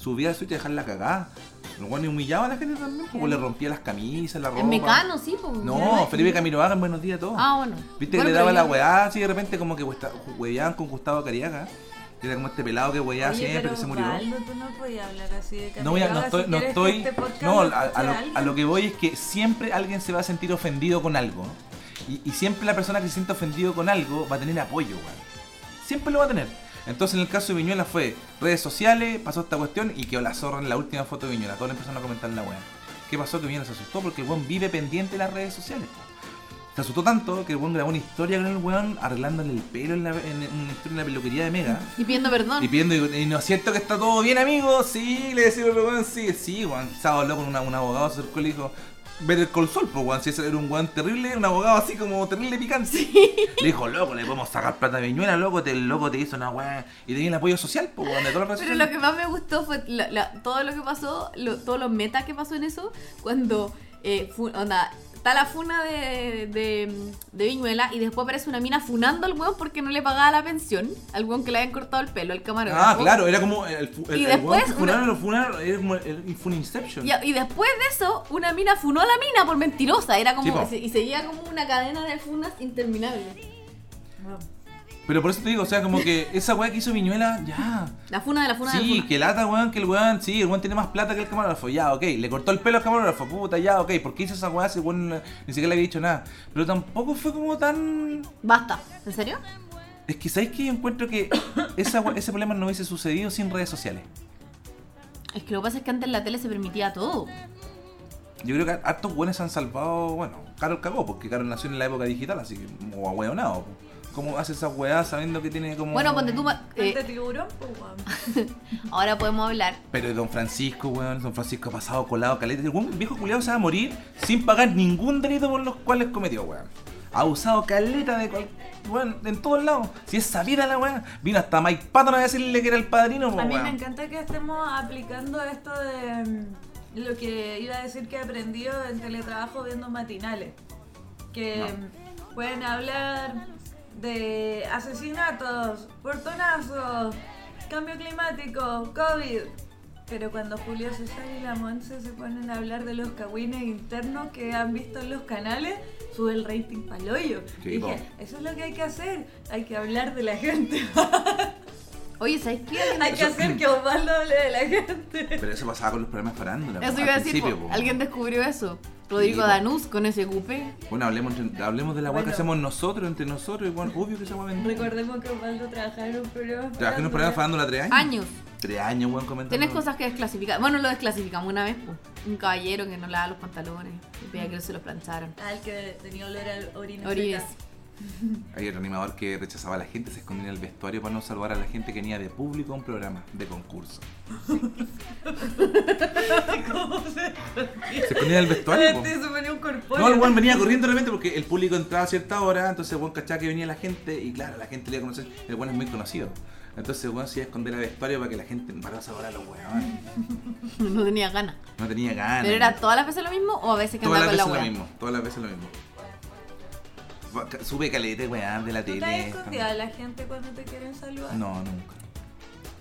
[SPEAKER 3] Subía al Switch a dejar la cagada. Los weones humillaban a la gente también, po, le rompía las camisas, la ropa.
[SPEAKER 4] En Mecano, sí, pues, po.
[SPEAKER 3] No, Felipe Camiroaga, en buenos días a todos.
[SPEAKER 4] Ah, bueno.
[SPEAKER 3] Viste
[SPEAKER 4] Bueno,
[SPEAKER 3] que le
[SPEAKER 4] pero
[SPEAKER 3] daba la
[SPEAKER 4] yo-
[SPEAKER 3] weá así de repente como que huesta- hueveaban con Gustavo Cariaga. que Era como este pelado que weá siempre que se murió.
[SPEAKER 5] tú no podías hablar así de
[SPEAKER 3] No, voy a- no
[SPEAKER 5] Camiroaga,
[SPEAKER 3] estoy,
[SPEAKER 5] si
[SPEAKER 3] no
[SPEAKER 5] quieres
[SPEAKER 3] estoy.
[SPEAKER 5] que este podcast
[SPEAKER 3] no, a,
[SPEAKER 5] lo
[SPEAKER 3] a
[SPEAKER 5] escuche
[SPEAKER 3] lo,
[SPEAKER 5] alguien.
[SPEAKER 3] a lo que voy es que siempre alguien se va a sentir ofendido con algo. Y, y siempre la persona que se siente ofendido con algo va a tener apoyo, weón. Siempre lo va a tener. Entonces en el caso de Viñuela fue redes sociales, pasó esta cuestión y quedó la zorra en la última foto de Viñuela. Todos le empezaron a comentar la weá. ¿Qué pasó? Que Viñuela se asustó porque el weón vive pendiente de las redes sociales. Se asustó tanto que el weón grabó una historia con el weón arreglándole el pelo en, la, en- en una historia en la peluquería de Mega.
[SPEAKER 4] Y pidiendo perdón.
[SPEAKER 3] Y pidiendo, y y no es cierto que está todo bien, amigo. Sí, le decía otro weón, sí, sí, weón. Estaba habló con una- un abogado, se acercó y le dijo, ver el colsol, pues weón. Si ese era un weón terrible, un abogado así como terrible picante. Le dijo, loco, le podemos sacar plata a Viñuela, loco, te, el loco te hizo una weón. Y tenía el apoyo social, pues weón, de todas las redes
[SPEAKER 4] Pero lo
[SPEAKER 3] sociales.
[SPEAKER 4] que más me gustó fue la- la- todo lo que pasó, lo- todos los metas que pasó en eso, cuando eh, fu- onda, está la funa de, de, de Viñuela y después aparece una mina funando al weón porque no le pagaba la pensión, al weón que le habían cortado el pelo, al camarógrafo.
[SPEAKER 3] Ah, claro, era como el, fu- el,
[SPEAKER 4] Y
[SPEAKER 3] el
[SPEAKER 4] después
[SPEAKER 3] weón que
[SPEAKER 4] una-
[SPEAKER 3] funaron, lo funaron, era como el, el fun inception.
[SPEAKER 4] Y, y después de eso, una mina funó a la mina por mentirosa, era
[SPEAKER 3] Sí,
[SPEAKER 4] como
[SPEAKER 3] po.
[SPEAKER 4] se- y seguía como una cadena de funas interminable.
[SPEAKER 3] Pero por eso te digo, o sea, como que esa weá que hizo Viñuela, ya.
[SPEAKER 4] La funa de la funa de la
[SPEAKER 3] Sí,
[SPEAKER 4] funa.
[SPEAKER 3] que lata, weón, que el weón, sí, el weón tiene más plata que el camarógrafo. Ya, ok, le cortó el pelo al camarógrafo, puta, ya, ok, ¿por qué hizo esa weá? Si el weón no- ni siquiera le había dicho nada. Pero tampoco fue como tan.
[SPEAKER 4] Basta, ¿en serio?
[SPEAKER 3] Es que, ¿sabes qué? Yo encuentro que esa we- ese problema no hubiese sucedido sin redes sociales.
[SPEAKER 4] Es que lo que pasa es que antes la tele se permitía todo.
[SPEAKER 3] Yo creo que hartos weones han salvado, bueno, Carol cagó, porque Carol nació en la época digital, así que, como ahueonado. po. ¿Cómo hace esa weá sabiendo que tiene como.
[SPEAKER 4] Bueno, ponte tú... ma- eh,
[SPEAKER 5] Ponte tiburón, po, weón.
[SPEAKER 4] ahora podemos hablar
[SPEAKER 3] Pero Don Francisco, weón, Don Francisco ha pasado colado caleta. Un viejo culiado se va a morir sin pagar ningún delito por los cuales cometió, weón. Ha usado caleta de cual... weón, en todos lados. Si es sabida la weón, vino hasta Mike Patton a decirle que era el padrino, po,
[SPEAKER 5] A mí me
[SPEAKER 3] weón.
[SPEAKER 5] encanta que estemos aplicando esto de mm, lo que iba a decir que he aprendido en teletrabajo viendo matinales. Que mm, pueden hablar de asesinatos, portonazos, cambio climático, COVID. Pero cuando Julio César y la Monse se ponen a hablar de los cagüines internos que han visto en los canales, sube el rating pa'l hoyo.
[SPEAKER 3] Sí,
[SPEAKER 5] Dije,
[SPEAKER 3] po.
[SPEAKER 5] eso es lo que hay que hacer, hay que hablar de la gente.
[SPEAKER 4] Oye, ¿sabes qué? Alguien-
[SPEAKER 5] Hay que hacer que Osvaldo hable de la gente.
[SPEAKER 3] Pero eso pasaba con los programas de farándula.
[SPEAKER 4] Eso
[SPEAKER 3] po,
[SPEAKER 4] iba a
[SPEAKER 3] al
[SPEAKER 4] decir,
[SPEAKER 3] principio,
[SPEAKER 4] po,
[SPEAKER 3] po.
[SPEAKER 4] alguien descubrió eso. Rodrigo
[SPEAKER 3] po.
[SPEAKER 4] Danús con ese cupé.
[SPEAKER 3] Bueno, hablemos, entre- hablemos de la weá que
[SPEAKER 5] Bueno.
[SPEAKER 3] hacemos nosotros, entre nosotros, y bueno, obvio que esa weá vendía.
[SPEAKER 5] Recordemos que Osvaldo trabajaba en un programa.
[SPEAKER 3] Trabajé en un programa de
[SPEAKER 5] farándula.
[SPEAKER 3] farándula tres años.
[SPEAKER 4] Años.
[SPEAKER 3] Tres años, weón, comentando.
[SPEAKER 4] Tienes cosas que desclasificar. Bueno, lo desclasificamos una vez, po. Un caballero que no lava los pantalones. Y
[SPEAKER 3] Mm.
[SPEAKER 4] pedía que no se los plancharan.
[SPEAKER 5] Ah, el que tenía olor al orines.
[SPEAKER 4] Orines.
[SPEAKER 5] seca.
[SPEAKER 3] Hay otro animador que rechazaba a la gente, se escondía en el vestuario para no salvar a la gente que venía de público a un programa de concurso. se escondía en el vestuario. po.
[SPEAKER 5] Este se ponía un corpóreo.
[SPEAKER 3] No, el weón venía corriendo de repente porque el público entraba a cierta hora, entonces el weón cachaba que venía la gente y claro, la gente le iba a conocer, el weón es muy conocido. Entonces el weón se iba a esconder al vestuario para que la gente para no salvar a los weón.
[SPEAKER 4] No tenía ganas.
[SPEAKER 3] Ah, No tenía ganas.
[SPEAKER 4] Pero era todas las veces lo mismo o a veces que
[SPEAKER 3] Todas
[SPEAKER 4] andaba
[SPEAKER 3] las
[SPEAKER 4] con
[SPEAKER 3] veces
[SPEAKER 4] la
[SPEAKER 3] lo
[SPEAKER 4] weá.
[SPEAKER 3] mismo, todas las veces lo mismo. Va- ca- Sube caleta, weón, de la
[SPEAKER 5] ¿Tú
[SPEAKER 3] tele.
[SPEAKER 5] te has
[SPEAKER 3] esta-
[SPEAKER 5] escondido a la gente cuando te quieren saludar?
[SPEAKER 3] No, nunca.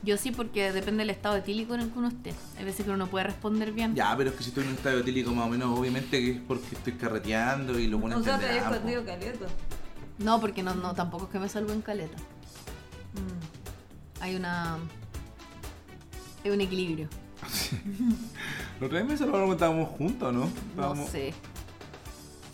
[SPEAKER 4] Yo sí, porque depende del estado etílico en el que uno esté. Hay veces que uno no puede responder bien.
[SPEAKER 3] Ya, pero es que si estoy en un estadio etílico más o menos, obviamente que es porque estoy carreteando y lo bueno
[SPEAKER 5] O sea, te había
[SPEAKER 3] entenderán, po.
[SPEAKER 5] escondido caleta.
[SPEAKER 4] No, porque no, no, tampoco es que me salvo en caleta. Mm. Hay una. Hay un equilibrio.
[SPEAKER 3] La otra vez me saludaron cuando estábamos juntos, ¿no?
[SPEAKER 4] No
[SPEAKER 3] Estábamos-
[SPEAKER 4] sé.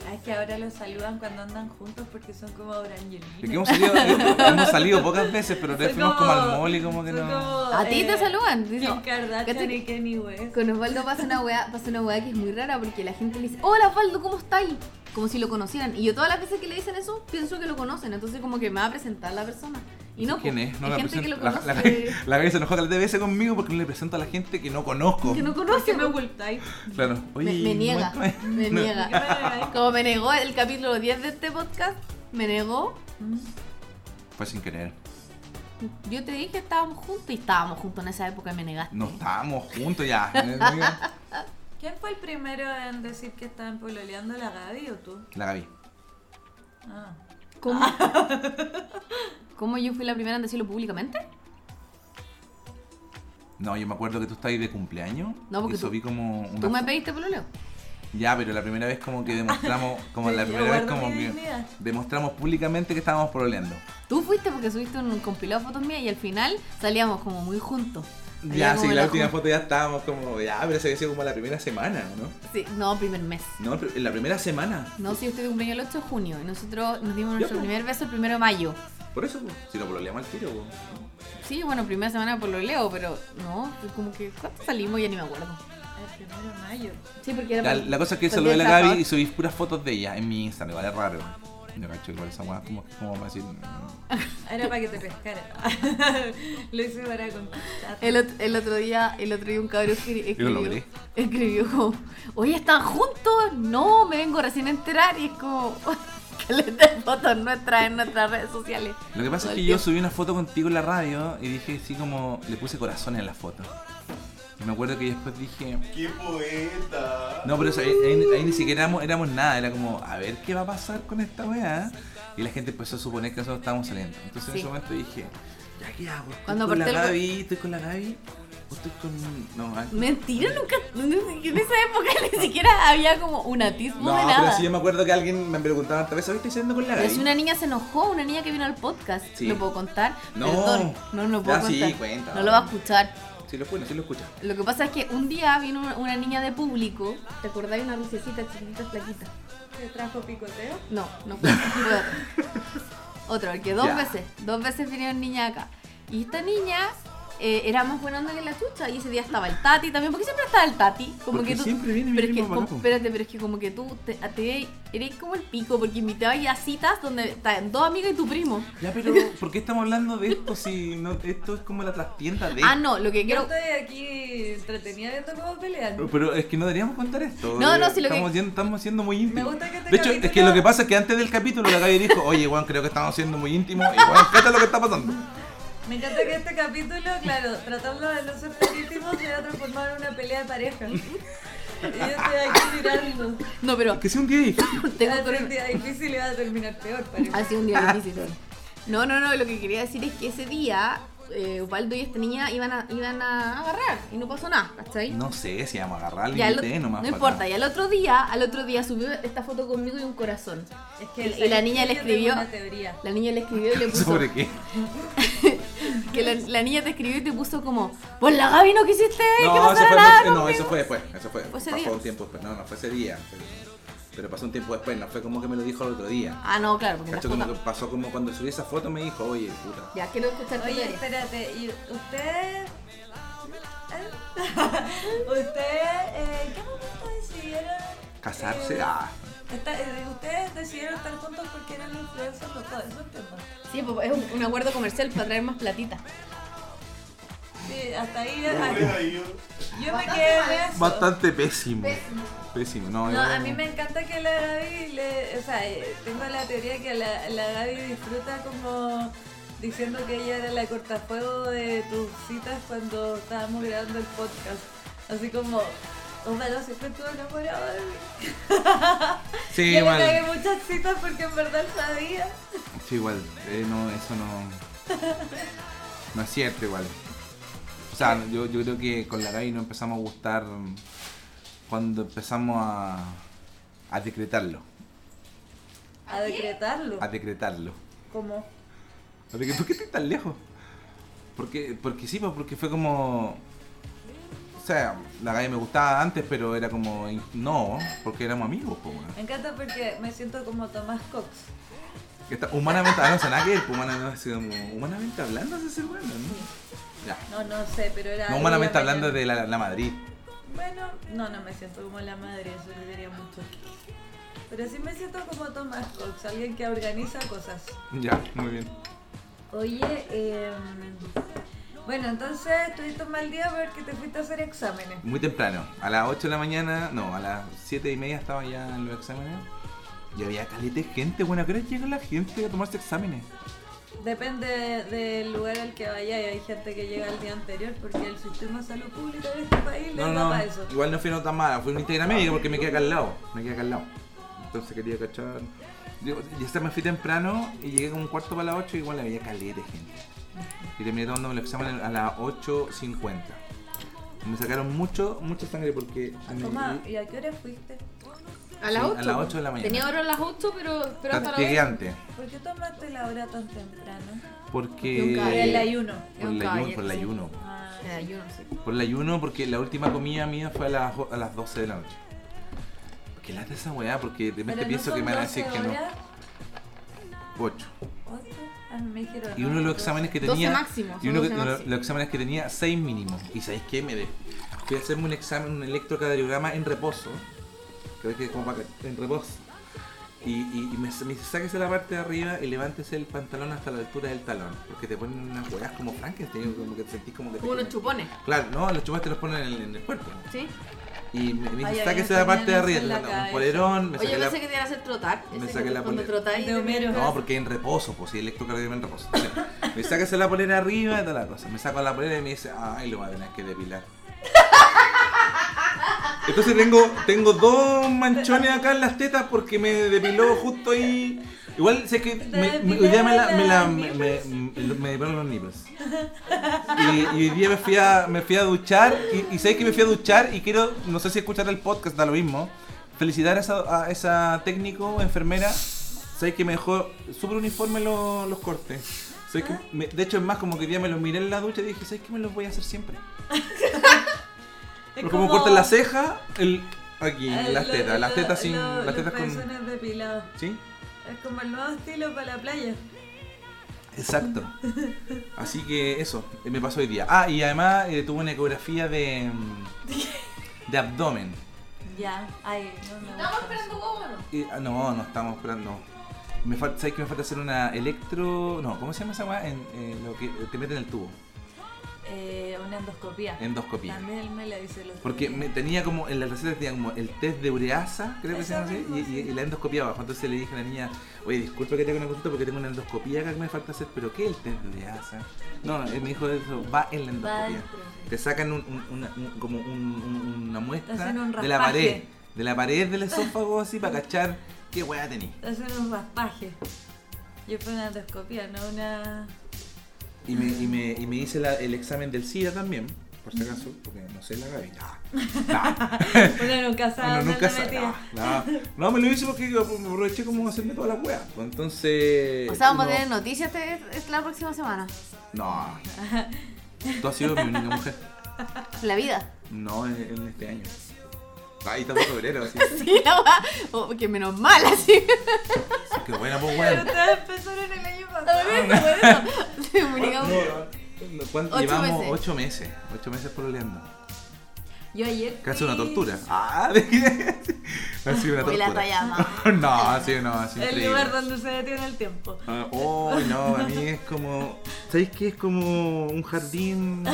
[SPEAKER 5] Ah, Es que ahora los saludan cuando andan juntos porque son como
[SPEAKER 3] Es que
[SPEAKER 5] orangelinos.
[SPEAKER 3] hemos salido, eh, hemos salido pocas veces, pero
[SPEAKER 5] Son
[SPEAKER 3] fuimos como al mall y como que
[SPEAKER 5] son
[SPEAKER 3] no.
[SPEAKER 5] como,
[SPEAKER 4] A ti te
[SPEAKER 5] eh,
[SPEAKER 4] saludan. dice,
[SPEAKER 5] Kim
[SPEAKER 4] ¿qué
[SPEAKER 5] Kardashian
[SPEAKER 4] te-
[SPEAKER 5] y Kenny West.
[SPEAKER 4] Con Osvaldo pasa una weá, pasa una weá que es muy rara porque la gente le dice, hola Osvaldo, ¿cómo estáis? Como si lo conocieran. Y yo todas las veces que le dicen eso, pienso que lo conocen. Entonces como que me va a presentar la persona. Y no,
[SPEAKER 3] ¿Quién
[SPEAKER 4] po,
[SPEAKER 3] es? No
[SPEAKER 4] hay
[SPEAKER 3] la
[SPEAKER 4] gente que
[SPEAKER 3] presento.
[SPEAKER 4] lo
[SPEAKER 3] La-
[SPEAKER 4] conoce.
[SPEAKER 3] La la Gaby se enojó tres veces conmigo porque no le presento a la gente que no conozco.
[SPEAKER 4] que no
[SPEAKER 5] ¿Por
[SPEAKER 4] conoce.
[SPEAKER 5] qué me
[SPEAKER 4] po.
[SPEAKER 5] ocultáis?
[SPEAKER 3] Claro.
[SPEAKER 4] me,
[SPEAKER 3] Oye,
[SPEAKER 4] me niega.
[SPEAKER 3] muéstrame. No.
[SPEAKER 4] Me
[SPEAKER 5] ¿Por qué me
[SPEAKER 4] niega.
[SPEAKER 5] negáis?
[SPEAKER 4] Como me negó el capítulo 10 de este podcast, me negó.
[SPEAKER 3] Fue sin querer.
[SPEAKER 4] Yo te dije que estábamos juntos y estábamos juntos en esa época y me negaste.
[SPEAKER 3] No estábamos juntos ya.
[SPEAKER 5] ¿Quién fue el primero en decir que estaban pololeando la Gaby o tú?
[SPEAKER 3] La Gaby.
[SPEAKER 5] Ah.
[SPEAKER 4] ¿Cómo? ¿Cómo yo fui la primera en decirlo públicamente?
[SPEAKER 3] No, yo me acuerdo que tú estabas de cumpleaños.
[SPEAKER 4] No, porque
[SPEAKER 3] y subí como una
[SPEAKER 4] ¿Tú me
[SPEAKER 3] fo-
[SPEAKER 4] pediste pololeo?
[SPEAKER 3] Ya, pero la primera vez como que demostramos, como la
[SPEAKER 5] Yo
[SPEAKER 3] primera vez
[SPEAKER 5] guardo
[SPEAKER 3] como
[SPEAKER 5] mi
[SPEAKER 3] que
[SPEAKER 5] dignidad.
[SPEAKER 3] demostramos públicamente que estábamos pololeando.
[SPEAKER 4] Tú fuiste porque subiste un compilado de fotos mías y al final salíamos como muy juntos. Salíamos
[SPEAKER 3] Ya, sí,
[SPEAKER 4] como
[SPEAKER 3] la
[SPEAKER 4] la
[SPEAKER 3] última
[SPEAKER 4] jun-
[SPEAKER 3] foto ya estábamos como, ya, pero se sido como la primera semana, ¿no?
[SPEAKER 4] Sí, no, primer mes.
[SPEAKER 3] No, pero en la primera semana.
[SPEAKER 4] No, si yo estoy de cumpleaños el 8 de junio y nosotros nos dimos
[SPEAKER 3] Ya,
[SPEAKER 4] nuestro
[SPEAKER 3] pues.
[SPEAKER 4] primer beso el 1 de mayo.
[SPEAKER 3] Por eso, po, si lo pololeamos al tiro, pues. po.
[SPEAKER 4] Sí, bueno, primera semana por lo leo, pero no, fue como que ¿cuánto salimos? Ya ni me acuerdo.
[SPEAKER 5] El primero de mayo.
[SPEAKER 4] Sí, porque era
[SPEAKER 3] La,
[SPEAKER 4] para-
[SPEAKER 3] la cosa es que
[SPEAKER 4] porque
[SPEAKER 3] saludé a la
[SPEAKER 4] esa
[SPEAKER 3] Gaby y
[SPEAKER 4] foto-
[SPEAKER 3] subí puras fotos de ella en mi Instagram, igual es raro. No cacho, igual esa weá como, como para decir. mm.
[SPEAKER 5] Era para que te pescara. Lo hice para conquistar.
[SPEAKER 4] El, ot- el otro día, el otro día un cabrón escri- escribió,
[SPEAKER 3] logré.
[SPEAKER 4] escribió como, oye, ¿están juntos? No, me vengo recién a enterar y es como, que le den fotos nuestras en nuestras redes sociales.
[SPEAKER 3] Lo que pasa es
[SPEAKER 4] Todo
[SPEAKER 3] que
[SPEAKER 4] el
[SPEAKER 3] yo subí una foto contigo en la radio y dije así como, le puse corazón en la foto. Y me acuerdo que después dije,
[SPEAKER 6] ¡Qué poeta!
[SPEAKER 3] No, pero o sea, ahí, ahí- ahí ni siquiera éramos, éramos nada, era como, a ver qué va a pasar con esta weá. Y la gente empezó a suponer que nosotros estábamos saliendo. Entonces en
[SPEAKER 4] Sí.
[SPEAKER 3] ese momento dije, ya qué hago, estoy
[SPEAKER 4] Cuando
[SPEAKER 3] con la
[SPEAKER 4] aparté el-
[SPEAKER 3] Gaby, estoy con la Gaby, o estoy con. No, ah, ay.
[SPEAKER 4] Mentira, nunca. En esa época ni siquiera había como un atisbo
[SPEAKER 3] no
[SPEAKER 4] de
[SPEAKER 3] pero
[SPEAKER 4] nada.
[SPEAKER 3] sí yo me acuerdo que alguien me preguntaba otra vez, ¿sabes estoy saliendo con la
[SPEAKER 4] Pero
[SPEAKER 3] Gaby?
[SPEAKER 4] si una niña se enojó, una niña que vino al podcast,
[SPEAKER 3] Sí.
[SPEAKER 4] ¿lo puedo contar?
[SPEAKER 3] No.
[SPEAKER 4] Perdón, no, no lo puedo
[SPEAKER 3] Ah, sí,
[SPEAKER 4] contar.
[SPEAKER 3] cuenta.
[SPEAKER 4] no lo va a escuchar.
[SPEAKER 3] Sí, lo bueno, sí lo escucha.
[SPEAKER 4] Lo que pasa es que un día vino una- una niña de público, ¿te acordáis? Una lucecita chiquitita, flaquita.
[SPEAKER 5] ¿Te trajo picoteo?
[SPEAKER 4] No, no fue, fue otra. Otra, porque dos
[SPEAKER 3] Ya.
[SPEAKER 4] veces, dos veces vinieron niñas acá. Y esta niña eh, era más buena onda que la chucha. Y ese día estaba el Tati también, porque siempre estaba el Tati. Como
[SPEAKER 3] Porque
[SPEAKER 4] que tú,
[SPEAKER 3] siempre viene mi
[SPEAKER 4] pero es que,
[SPEAKER 3] primo
[SPEAKER 4] como-
[SPEAKER 3] Paco.
[SPEAKER 4] Espérate, pero es que como que tú te, te- eres como el pico, porque invitabas a citas donde están dos amigas y tu primo.
[SPEAKER 3] Ya, pero ¿por qué estamos hablando de esto si no, esto es como la trastienda de...
[SPEAKER 4] Ah, no, lo que
[SPEAKER 5] Yo
[SPEAKER 4] quiero.
[SPEAKER 5] estoy aquí entretenida viendo cómo pelean.
[SPEAKER 3] Pero es que no deberíamos contar esto.
[SPEAKER 4] No,
[SPEAKER 3] eh,
[SPEAKER 4] no, si lo que-
[SPEAKER 3] estamos, siendo, estamos siendo muy íntimos.
[SPEAKER 5] Me gusta que este
[SPEAKER 3] de hecho, es que
[SPEAKER 5] capítulo-
[SPEAKER 3] lo que pasa es que antes del capítulo la Gaby dijo, oye, Juan, creo que estamos siendo muy íntimos. Y Juan, fíjate lo que está pasando.
[SPEAKER 5] Me encanta que este capítulo, claro, tratando de no ser político, se va a transformar en una pelea de pareja. Y yo estoy aquí mirando.
[SPEAKER 4] No, pero
[SPEAKER 3] Que sea un día difícil.
[SPEAKER 4] tengo
[SPEAKER 5] Va a ser
[SPEAKER 4] corona.
[SPEAKER 5] un día difícil y va a terminar peor, parece.
[SPEAKER 4] Ha sido un día difícil. sí. No, no, no, lo que quería decir es que ese día eh, Ubaldo y esta niña iban a, iban a agarrar y no pasó nada, ¿cachai?
[SPEAKER 3] No sé si vamos a agarrar
[SPEAKER 4] Ya
[SPEAKER 3] el
[SPEAKER 4] al o-
[SPEAKER 3] té nomás. para
[SPEAKER 4] no importa,
[SPEAKER 3] atrás.
[SPEAKER 4] y al otro día, al otro día subió esta foto conmigo y un corazón.
[SPEAKER 5] Es
[SPEAKER 4] Ah, Y- y la
[SPEAKER 5] ¿sabes
[SPEAKER 4] niña
[SPEAKER 5] qué?
[SPEAKER 4] le
[SPEAKER 5] Yo
[SPEAKER 4] escribió-
[SPEAKER 5] tengo Una teoría.
[SPEAKER 4] La niña le escribió y le puso
[SPEAKER 3] ¿Sobre qué?
[SPEAKER 4] que la, la niña te escribió y te puso como, pues la Gaby no quisiste ¿eh? que
[SPEAKER 3] No, eso
[SPEAKER 4] pasara
[SPEAKER 3] fue,
[SPEAKER 4] nada.
[SPEAKER 3] no,
[SPEAKER 4] conmigo".
[SPEAKER 3] eso fue después. Eso fue.
[SPEAKER 4] Fue ese
[SPEAKER 3] pasó
[SPEAKER 4] día.
[SPEAKER 3] un tiempo después. No, no, fue ese día. Pero, pero pasó un tiempo después. No fue como que me lo dijo el otro día.
[SPEAKER 4] Ah, no, claro, porque
[SPEAKER 3] Cacho,
[SPEAKER 4] las
[SPEAKER 3] como que
[SPEAKER 4] fotos-
[SPEAKER 3] pasó como cuando subí esa foto me dijo, oye, puta.
[SPEAKER 4] Ya, quiero escuchar
[SPEAKER 5] Oye,
[SPEAKER 4] Oye,
[SPEAKER 5] espérate, ¿y ustedes? ¿Ustedes eh, qué momento decidieron?
[SPEAKER 3] Casarse.
[SPEAKER 5] eh,
[SPEAKER 3] Ah.
[SPEAKER 5] esta- eh, ustedes decidieron estar juntos porque eran influencers los dos, eso entiendo.
[SPEAKER 4] Sí, pues, es un, un acuerdo comercial para traer más platita.
[SPEAKER 5] Sí, hasta ahí.
[SPEAKER 6] Hubiera
[SPEAKER 5] hasta-
[SPEAKER 6] ido.
[SPEAKER 5] yo me quedé en eso.
[SPEAKER 3] Bastante pésimo. Pésimo. No,
[SPEAKER 5] No,
[SPEAKER 3] yo-
[SPEAKER 5] a mí me encanta que la Gaby, le, o sea, eh, tengo la teoría que la, la Gaby disfruta como diciendo que ella era la cortafuego de tus citas cuando estábamos grabando el podcast. Así como, Osvaldo siempre estuvo enamorado de mí.
[SPEAKER 3] Sí,
[SPEAKER 5] Yo le
[SPEAKER 3] igual.
[SPEAKER 5] cagué muchas citas porque en verdad sabía.
[SPEAKER 3] Sí, igual. Eh, no, eso no. No es cierto, igual. O sea, yo, yo creo que con la Gaby no empezamos a gustar cuando empezamos a, a decretarlo.
[SPEAKER 5] A decretarlo.
[SPEAKER 3] A decretarlo.
[SPEAKER 5] Como,
[SPEAKER 3] Así que, ¿Por qué estás tan lejos? Porque, porque sí, pues, porque fue como. O sea, la Gaby me gustaba antes, pero era como. in- No, porque éramos amigos, pues, weón.
[SPEAKER 5] me encanta porque me siento como Tomás Cox.
[SPEAKER 3] Que está- Humanamente, ah, no, o sea, nada que ver, pues, humanamente, así como- humanamente hablando, ese ser bueno, ¿no? Ya.
[SPEAKER 5] No, no sé, pero era...
[SPEAKER 3] No,
[SPEAKER 5] algo
[SPEAKER 3] humanamente
[SPEAKER 5] de
[SPEAKER 3] hablando
[SPEAKER 5] mañana.
[SPEAKER 3] de la, la Madrid.
[SPEAKER 5] Bueno, no, no me siento como la madre, eso le diría mucho. Pero sí me siento como Thomas Cox, alguien que organiza cosas.
[SPEAKER 3] Ya, muy bien.
[SPEAKER 5] Oye, eh, bueno, entonces tuviste un mal día porque te fuiste a hacer exámenes.
[SPEAKER 3] Muy temprano, a las 8 de la mañana, no, a las 7 y media estaba ya en los exámenes. Y había caleta de gente, bueno, ¿a qué hora llega la gente a tomarse exámenes?
[SPEAKER 5] Depende del lugar al que vaya y hay gente que llega el día anterior porque el sistema de salud pública de este país le
[SPEAKER 3] No,
[SPEAKER 5] da
[SPEAKER 3] no,
[SPEAKER 5] para eso.
[SPEAKER 3] igual no fui a nota mala, fui a una integra médica porque me quedé acá al lado, me quedé acá al lado. Entonces quería cachar. Yo, ya se me fui temprano y llegué como un cuarto para las 8 y igual había caleta de gente. Y terminé tomando el examen a las 8.50. Me sacaron mucho, mucha sangre porque...
[SPEAKER 5] Tomás, ¿y a qué hora fuiste?
[SPEAKER 4] A las
[SPEAKER 3] Sí, a
[SPEAKER 4] 8.
[SPEAKER 3] las ocho de la mañana.
[SPEAKER 4] Tenía ahora a las 8, pero, pero hasta
[SPEAKER 3] Llegué
[SPEAKER 4] las 8.
[SPEAKER 3] antes.
[SPEAKER 5] ¿Por qué tomaste la hora tan temprano?
[SPEAKER 3] Porque.
[SPEAKER 4] Nunca
[SPEAKER 5] Por el ayuno.
[SPEAKER 3] Por el
[SPEAKER 4] Nunca
[SPEAKER 3] ayuno,
[SPEAKER 4] ayer,
[SPEAKER 3] por el
[SPEAKER 4] sí.
[SPEAKER 3] ayuno.
[SPEAKER 5] Ah,
[SPEAKER 3] eh,
[SPEAKER 4] Eh, yo no sé.
[SPEAKER 3] Por el ayuno, porque la última comida mía fue a las, a las 12 de la noche. Qué lata esa weá, porque de
[SPEAKER 5] pero
[SPEAKER 3] repente
[SPEAKER 5] no
[SPEAKER 3] pienso
[SPEAKER 5] son
[SPEAKER 3] que me van a
[SPEAKER 5] 12
[SPEAKER 3] decir que no.
[SPEAKER 5] horas.
[SPEAKER 3] 8.
[SPEAKER 5] Ocho. Ah, me dijeron,
[SPEAKER 3] Y uno de
[SPEAKER 5] no,
[SPEAKER 3] los
[SPEAKER 5] doce.
[SPEAKER 3] exámenes que
[SPEAKER 4] 12
[SPEAKER 3] tenía.
[SPEAKER 4] máximo, son
[SPEAKER 3] y uno de
[SPEAKER 4] 12
[SPEAKER 3] los
[SPEAKER 4] máximo.
[SPEAKER 3] los exámenes que tenía, 6 mínimos. ¿Y sabéis qué? Me de, fui a hacerme un examen, un electrocardiograma en reposo. Creo que es como para que- en reposo. Y, y- y me, me dice, sáquese la parte de arriba y levántese el pantalón hasta la altura del talón. Porque te ponen unas weas como Frankenstein, como que te sentís como que te
[SPEAKER 4] Como unos
[SPEAKER 3] comen.
[SPEAKER 4] chupones,
[SPEAKER 3] Claro, no, los chupas te los ponen en el, en el cuerpo.
[SPEAKER 4] ¿sí?
[SPEAKER 3] Y me, me
[SPEAKER 5] Ay,
[SPEAKER 3] dice,
[SPEAKER 5] ay,
[SPEAKER 3] sáquese
[SPEAKER 5] ay,
[SPEAKER 3] la parte de
[SPEAKER 5] tenían eso
[SPEAKER 3] arriba,
[SPEAKER 5] en la
[SPEAKER 3] no, no, un
[SPEAKER 5] cabeza.
[SPEAKER 3] polerón, me
[SPEAKER 4] Oye,
[SPEAKER 3] saqué
[SPEAKER 4] yo
[SPEAKER 3] la...
[SPEAKER 4] pensé que te iban a hacer trotar.
[SPEAKER 3] me
[SPEAKER 4] Ese
[SPEAKER 3] saqué
[SPEAKER 4] que
[SPEAKER 3] la
[SPEAKER 4] Cuando
[SPEAKER 3] polera.
[SPEAKER 4] trotáis.
[SPEAKER 5] De
[SPEAKER 4] te
[SPEAKER 5] Homero.
[SPEAKER 4] miran.
[SPEAKER 3] No, porque en reposo, pues si electrocardiograma en reposo. Sí. Me sáquese la polera arriba y toda la cosa. Me saco la polera y me dice, ay, lo voy a tener que depilar. Entonces tengo, tengo dos manchones acá en las tetas porque me depiló justo ahí. Igual sé que me, me- hoy día me la, me la- me- me- me- me depilaron los nipples. Y, y hoy día me fui a, me fui a duchar y, y sé que me fui a duchar y quiero, no sé si escuchar el podcast, da lo mismo. Felicitar a esa, a esa técnico, enfermera. Sabes que me dejó súper uniforme lo- los cortes. Sabes que me- de hecho, es más, como que hoy día me los miré en la ducha y dije, ¿sabes que me los voy a hacer siempre?
[SPEAKER 5] Es
[SPEAKER 3] Porque como cortan la ceja, el, aquí,
[SPEAKER 5] eh,
[SPEAKER 3] las
[SPEAKER 5] lo-
[SPEAKER 3] tetas, las
[SPEAKER 5] lo-
[SPEAKER 3] tetas sin.
[SPEAKER 5] lo-
[SPEAKER 3] las tetas
[SPEAKER 5] los
[SPEAKER 3] con.
[SPEAKER 5] pezones depilados.
[SPEAKER 3] ¿Sí?
[SPEAKER 5] Es como el nuevo estilo para la playa.
[SPEAKER 3] Exacto. Así que eso, eh, me pasó hoy día. Ah, y además eh, tuve una ecografía de. mm, de abdomen.
[SPEAKER 5] Ya, ay, no
[SPEAKER 4] Estamos
[SPEAKER 5] me gusta eso.
[SPEAKER 4] esperando cómo, ¿no?
[SPEAKER 3] Y- ah, no, no estamos esperando. Me falta, ¿Sabes que me falta hacer una electro. No, ¿cómo se llama esa weá? En, eh, lo que te meten el tubo.
[SPEAKER 5] Eh, una endoscopía.
[SPEAKER 3] Endoscopía.
[SPEAKER 5] También me la dice los
[SPEAKER 3] Porque me tenía como, en las recetas tenía como el test de ureasa, creo que se llama así,
[SPEAKER 5] Eso
[SPEAKER 3] y,
[SPEAKER 5] mismo,
[SPEAKER 3] y-
[SPEAKER 5] sí.
[SPEAKER 3] y la endoscopía abajo. Entonces le dije a la niña, oye, disculpa que tenga una consulta porque tengo una endoscopía acá que me falta hacer, pero ¿qué es el test de ureasa? No, no, él me dijo eso, va en la endoscopía.
[SPEAKER 5] dentro, sí.
[SPEAKER 3] Te sacan un- un- una, un- como un- un- una
[SPEAKER 5] Te
[SPEAKER 3] muestra
[SPEAKER 5] hacen un
[SPEAKER 3] de la
[SPEAKER 5] raspaje.
[SPEAKER 3] pared, de la pared del esófago así para cachar qué hueá tenés.
[SPEAKER 5] Hacen un raspaje. Yo fue una endoscopía, no una.
[SPEAKER 3] Y me, y me, y me hice la- el examen del SIDA también. por si acaso, porque no sé la Ah, Gaby. No,
[SPEAKER 5] Uno nunca sabe.
[SPEAKER 3] uno
[SPEAKER 5] dónde
[SPEAKER 3] nunca
[SPEAKER 5] anda
[SPEAKER 3] sabe.
[SPEAKER 5] metida.
[SPEAKER 3] No, no. No, me lo hice porque yo aproveché como hacerme todas las weas. Pues entonces.
[SPEAKER 4] O sea, vamos a
[SPEAKER 3] uno-
[SPEAKER 4] tener noticias te- es la próxima semana.
[SPEAKER 3] No. Tú has sido mi única mujer.
[SPEAKER 4] La vida.
[SPEAKER 3] No, en, en este año. Ay, estamos en febrero, así.
[SPEAKER 4] Sí, la va. Oh, que menos mal, así.
[SPEAKER 3] Qué buena, pues,
[SPEAKER 5] Pero
[SPEAKER 3] weón.
[SPEAKER 5] ustedes empezaron el año
[SPEAKER 4] Por
[SPEAKER 5] pasado.
[SPEAKER 4] eso, Ah, por eso. Sí, comunicamos.
[SPEAKER 3] No, ¿Cuánto
[SPEAKER 4] Ocho
[SPEAKER 3] llevamos?
[SPEAKER 4] meses.
[SPEAKER 3] Ocho meses. Ocho meses pololeando.
[SPEAKER 5] Yo ayer.
[SPEAKER 3] Casi una
[SPEAKER 5] fui-
[SPEAKER 3] tortura. Ah, ha sido una
[SPEAKER 4] Uy, la
[SPEAKER 3] tortura.
[SPEAKER 4] tallamos.
[SPEAKER 3] No, ha sido no, ha sido
[SPEAKER 5] El
[SPEAKER 3] increíble.
[SPEAKER 5] lugar donde se detiene el tiempo.
[SPEAKER 3] Ah, oh, no, a mí es como. ¿Sabéis qué? Es como un jardín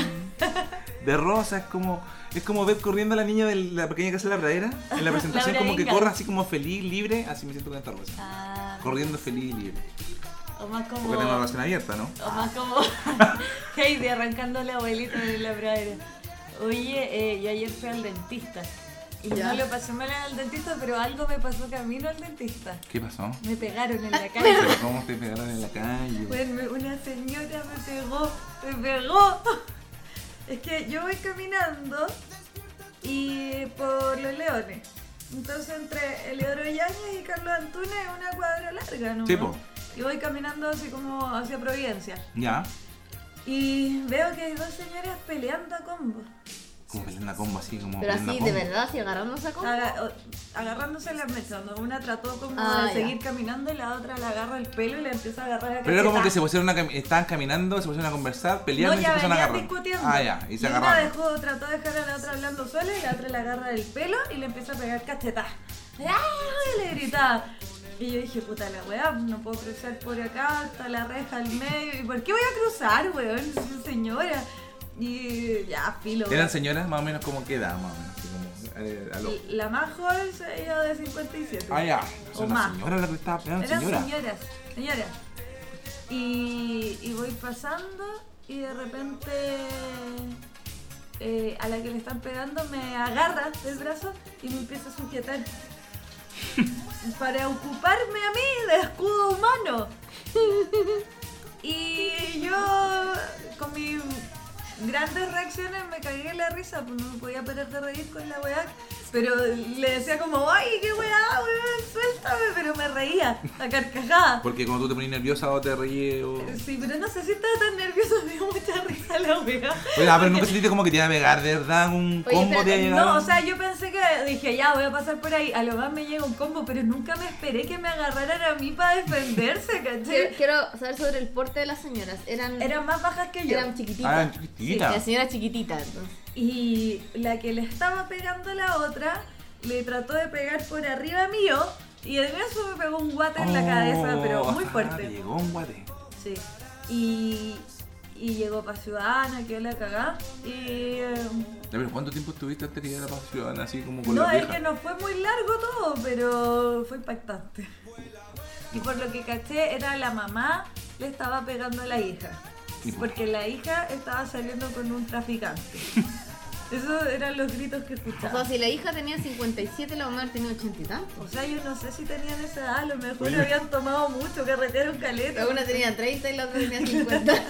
[SPEAKER 3] de rosas, es como. Es como ver corriendo a la niña de la pequeña casa de la pradera. En la presentación
[SPEAKER 5] Laura
[SPEAKER 3] como que
[SPEAKER 5] Ingalls.
[SPEAKER 3] corra así como feliz, libre, así me siento con esta rosa.
[SPEAKER 5] Ah,
[SPEAKER 3] Corriendo feliz y libre.
[SPEAKER 5] o más como.
[SPEAKER 3] Porque tengo la relación abierta, ¿no?
[SPEAKER 5] O más como Heidi arrancando a la abuelita de la pradera. Oye, eh, yo ayer fui al dentista. Y
[SPEAKER 4] Ya.
[SPEAKER 5] no lo pasé mal al dentista, pero algo me pasó camino al dentista.
[SPEAKER 3] ¿Qué pasó?
[SPEAKER 5] Me pegaron en la
[SPEAKER 3] Pero
[SPEAKER 5] calle.
[SPEAKER 3] cómo te pegaron en la calle.
[SPEAKER 5] Bueno, me- una señora me pegó, me pegó. Es que yo voy caminando y por los leones. Entonces entre Eleodoro Yáñez y Carlos Antunes es una cuadra larga, ¿no?
[SPEAKER 3] Sí, po.
[SPEAKER 5] Y voy caminando así como hacia Providencia.
[SPEAKER 3] Ya.
[SPEAKER 5] Y veo que hay dos señoras peleando a combo.
[SPEAKER 3] Como peleando a combo así, como.
[SPEAKER 4] Pero
[SPEAKER 3] peleando a
[SPEAKER 4] así, de
[SPEAKER 3] combo.
[SPEAKER 4] verdad, si agarrándose a combo.
[SPEAKER 5] Aga- o- agarrándose las mesas. ¿no? Una trató como
[SPEAKER 4] Ah,
[SPEAKER 5] de
[SPEAKER 4] ya.
[SPEAKER 5] seguir caminando y la otra la agarra el pelo y le empieza a agarrar la
[SPEAKER 3] Pero era como que se
[SPEAKER 5] cacheta.
[SPEAKER 3] pusieron a cami- estaban caminando, se pusieron a conversar, pelearon
[SPEAKER 5] no,
[SPEAKER 3] y se
[SPEAKER 5] ya
[SPEAKER 3] pusieron a
[SPEAKER 5] venían
[SPEAKER 3] agarrar.
[SPEAKER 5] discutiendo.
[SPEAKER 3] Ah, ya, y se
[SPEAKER 5] una
[SPEAKER 3] agarraron.
[SPEAKER 5] dejó, trató de dejar a la otra hablando sola y la otra la agarra del pelo y le empieza a pegar cachetada. ¡Ay! Le gritaba. Y yo dije, puta la weá, no puedo cruzar por acá, hasta la reja al medio. ¿Y por qué voy a cruzar, weón? Señora. Y ya, filo.
[SPEAKER 3] Eran
[SPEAKER 5] weón.
[SPEAKER 3] señoras más o menos como que edad, más o menos. así como, eh, a lo-
[SPEAKER 5] La más joven era de 57.
[SPEAKER 3] Ah, ya. Es
[SPEAKER 5] O
[SPEAKER 3] una
[SPEAKER 5] más.
[SPEAKER 3] señora la que estaba peleando,
[SPEAKER 5] Eran
[SPEAKER 3] señora.
[SPEAKER 5] señoras, señoras. Y, y voy pasando y de repente eh, a la que le están pegando me agarra del brazo y me empieza a sujetar. para ocuparme a mí de escudo humano. y yo con mis grandes reacciones me cagué en la risa, pues no me podía parar de reír con la weá. Pero le decía como, ay, qué weá, weón, suéltame, pero me reía a carcajada.
[SPEAKER 3] Porque cuando tú te pones nerviosa o te reíes o.
[SPEAKER 5] Sí, pero no sé si estaba tan nerviosa, me dio mucha risa la weá.
[SPEAKER 3] Oye, ah, pero nunca sentiste como que te iba a pegar, de verdad, un
[SPEAKER 4] Oye,
[SPEAKER 3] combo
[SPEAKER 4] pero-
[SPEAKER 3] te iba Eh, a llegar.
[SPEAKER 5] No, o sea, yo pensé que dije, ya voy a pasar por ahí, a lo más me llega un combo, pero nunca me esperé que me agarraran a mí para defenderse,
[SPEAKER 4] Quiero,
[SPEAKER 5] ¿cachai?
[SPEAKER 4] quiero saber sobre el porte de las señoras. Eran,
[SPEAKER 5] Eran más bajas que yo.
[SPEAKER 4] eran chiquititas.
[SPEAKER 3] Ah,
[SPEAKER 4] Sí,
[SPEAKER 3] chiquitita.
[SPEAKER 4] la señora chiquitita. entonces.
[SPEAKER 5] Y la que le estaba pegando a la otra le trató de pegar por arriba mío y en eso me pegó un guate en la
[SPEAKER 3] Oh,
[SPEAKER 5] cabeza, pero muy
[SPEAKER 3] ah, te
[SPEAKER 5] fuerte.
[SPEAKER 3] llegó un guate.
[SPEAKER 5] Sí. Y, y llegó para Ciudadana, quedó la cagada. Y. eh,
[SPEAKER 3] Ya, pero ¿cuánto tiempo estuviste hasta que llegara la ciudadana así como con
[SPEAKER 5] No,
[SPEAKER 3] la
[SPEAKER 5] es
[SPEAKER 3] vieja?
[SPEAKER 5] que no fue muy largo todo, pero fue impactante. Y por lo que caché, era la mamá le estaba pegando a la hija.
[SPEAKER 3] ¿Y por
[SPEAKER 5] Porque la hija estaba saliendo con un traficante. Esos eran los gritos que
[SPEAKER 4] O sea,
[SPEAKER 5] escuchaba.
[SPEAKER 4] si la hija tenía 57, la mamá tenía 80 y tantos.
[SPEAKER 5] O sea, yo no sé si tenían esa edad, a lo mejor habían tomado mucho, carretearon caleta.
[SPEAKER 4] La una tenía 30 y la otra tenía 50.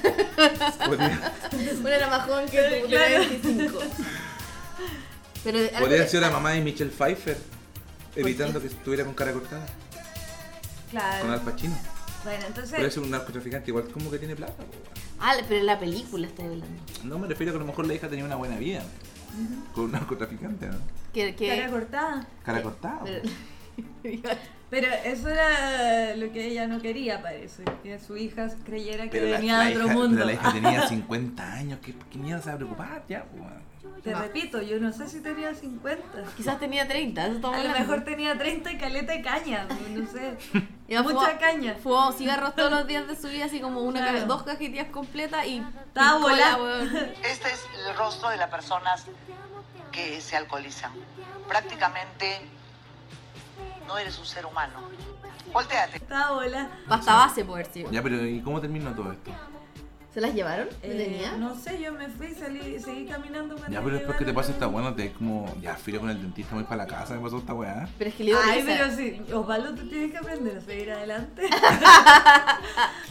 [SPEAKER 4] una era más joven que tú, que era
[SPEAKER 5] Claro.
[SPEAKER 4] 25. Pero algo
[SPEAKER 3] Podría
[SPEAKER 4] de-
[SPEAKER 3] ser la mamá de Michelle Pfeiffer, evitando que estuviera con cara cortada, con Al
[SPEAKER 5] Claro.
[SPEAKER 3] Pacino.
[SPEAKER 5] Bueno, entonces.
[SPEAKER 3] Puede ser un narcotraficante, igual como que tiene plata. po, weón.
[SPEAKER 4] Ah, pero en la película estoy hablando.
[SPEAKER 3] No me refiero a que a lo mejor la hija tenía una buena vida con un narcotraficante, ¿no?
[SPEAKER 4] Que, que-
[SPEAKER 5] Cara cortada.
[SPEAKER 3] Cara cortada. pues. po.
[SPEAKER 4] pero-
[SPEAKER 5] Pero eso era lo que ella no quería, parece. Que su hija creyera que
[SPEAKER 3] la,
[SPEAKER 5] venía
[SPEAKER 3] la
[SPEAKER 5] de otro
[SPEAKER 3] hija,
[SPEAKER 5] mundo.
[SPEAKER 3] pero la hija tenía 50 años, ¿qué, qué mierda se va a preocupar ya? pues, po, weón?
[SPEAKER 5] Te
[SPEAKER 4] No.
[SPEAKER 5] repito, yo no sé si tenía 50.
[SPEAKER 4] Quizás tenía 30, eso estamos
[SPEAKER 5] A lo
[SPEAKER 4] hablando.
[SPEAKER 5] mejor tenía 30 y caleta de caña, pues, no sé.
[SPEAKER 4] Y ella
[SPEAKER 5] Mucha
[SPEAKER 4] fumaba-
[SPEAKER 5] caña.
[SPEAKER 4] Fumó cigarros todos los días de su vida, así como una
[SPEAKER 5] Claro.
[SPEAKER 4] ca- dos cajetillas completas y.
[SPEAKER 5] Estaba
[SPEAKER 4] y cola,
[SPEAKER 5] volando.
[SPEAKER 4] weón.
[SPEAKER 7] Este es el rostro de las personas que se alcoholizan. Prácticamente no eres un ser humano. Volteate.
[SPEAKER 5] Estaba bola.
[SPEAKER 4] Pasta base, por si.
[SPEAKER 3] Ya, pero ¿y cómo terminó todo esto?
[SPEAKER 4] ¿Se las llevaron? ¿No
[SPEAKER 5] Eh,
[SPEAKER 4] tenía?
[SPEAKER 5] no sé, yo me fui, salí, seguí caminando. cuando
[SPEAKER 3] Ya, pero después que te
[SPEAKER 5] llegaron
[SPEAKER 3] pasa esta
[SPEAKER 5] a-
[SPEAKER 3] bueno, te como, ya, filo con el dentista, me voy para la casa, me pasó esta weá.
[SPEAKER 4] Pero es que le dio
[SPEAKER 5] Ay,
[SPEAKER 4] risa.
[SPEAKER 5] pero sí, Osvaldo, tú tienes que aprender a seguir adelante.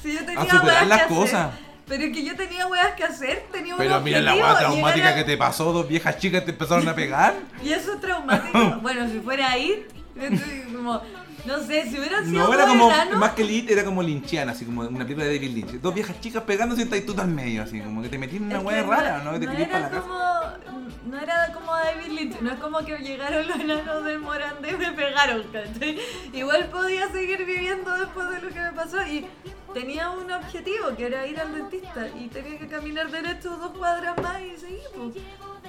[SPEAKER 5] si yo tenía
[SPEAKER 3] A superar
[SPEAKER 5] weas
[SPEAKER 3] las
[SPEAKER 5] que hacer.
[SPEAKER 3] cosas.
[SPEAKER 5] Pero es que yo tenía weas que hacer, tenía un
[SPEAKER 3] Pero mira la
[SPEAKER 5] objetivo,
[SPEAKER 3] weá
[SPEAKER 5] llegar
[SPEAKER 3] traumática
[SPEAKER 5] a-
[SPEAKER 3] que te pasó, dos viejas chicas te empezaron a pegar.
[SPEAKER 5] Y eso es traumático. bueno, si fuera ahí, entonces, como, no sé, si hubiera sido
[SPEAKER 3] No, era como,
[SPEAKER 5] buena, ¿no?
[SPEAKER 3] más que Elite, era como linchiana, así como una película de David Lynch. Dos viejas chicas pegándose y tú estás en medio, así como que te metí en una
[SPEAKER 5] Es
[SPEAKER 3] weá
[SPEAKER 5] que
[SPEAKER 3] rara, ¿no? Que te querías para
[SPEAKER 5] era
[SPEAKER 3] la casa.
[SPEAKER 5] como, no era como David Lynch, no es como que llegaron los enanos del Morande y me pegaron, ¿cachai? Igual podía seguir viviendo después de lo que me pasó y tenía un objetivo que era ir al dentista y tenía que caminar derecho dos cuadras más y seguir, pues.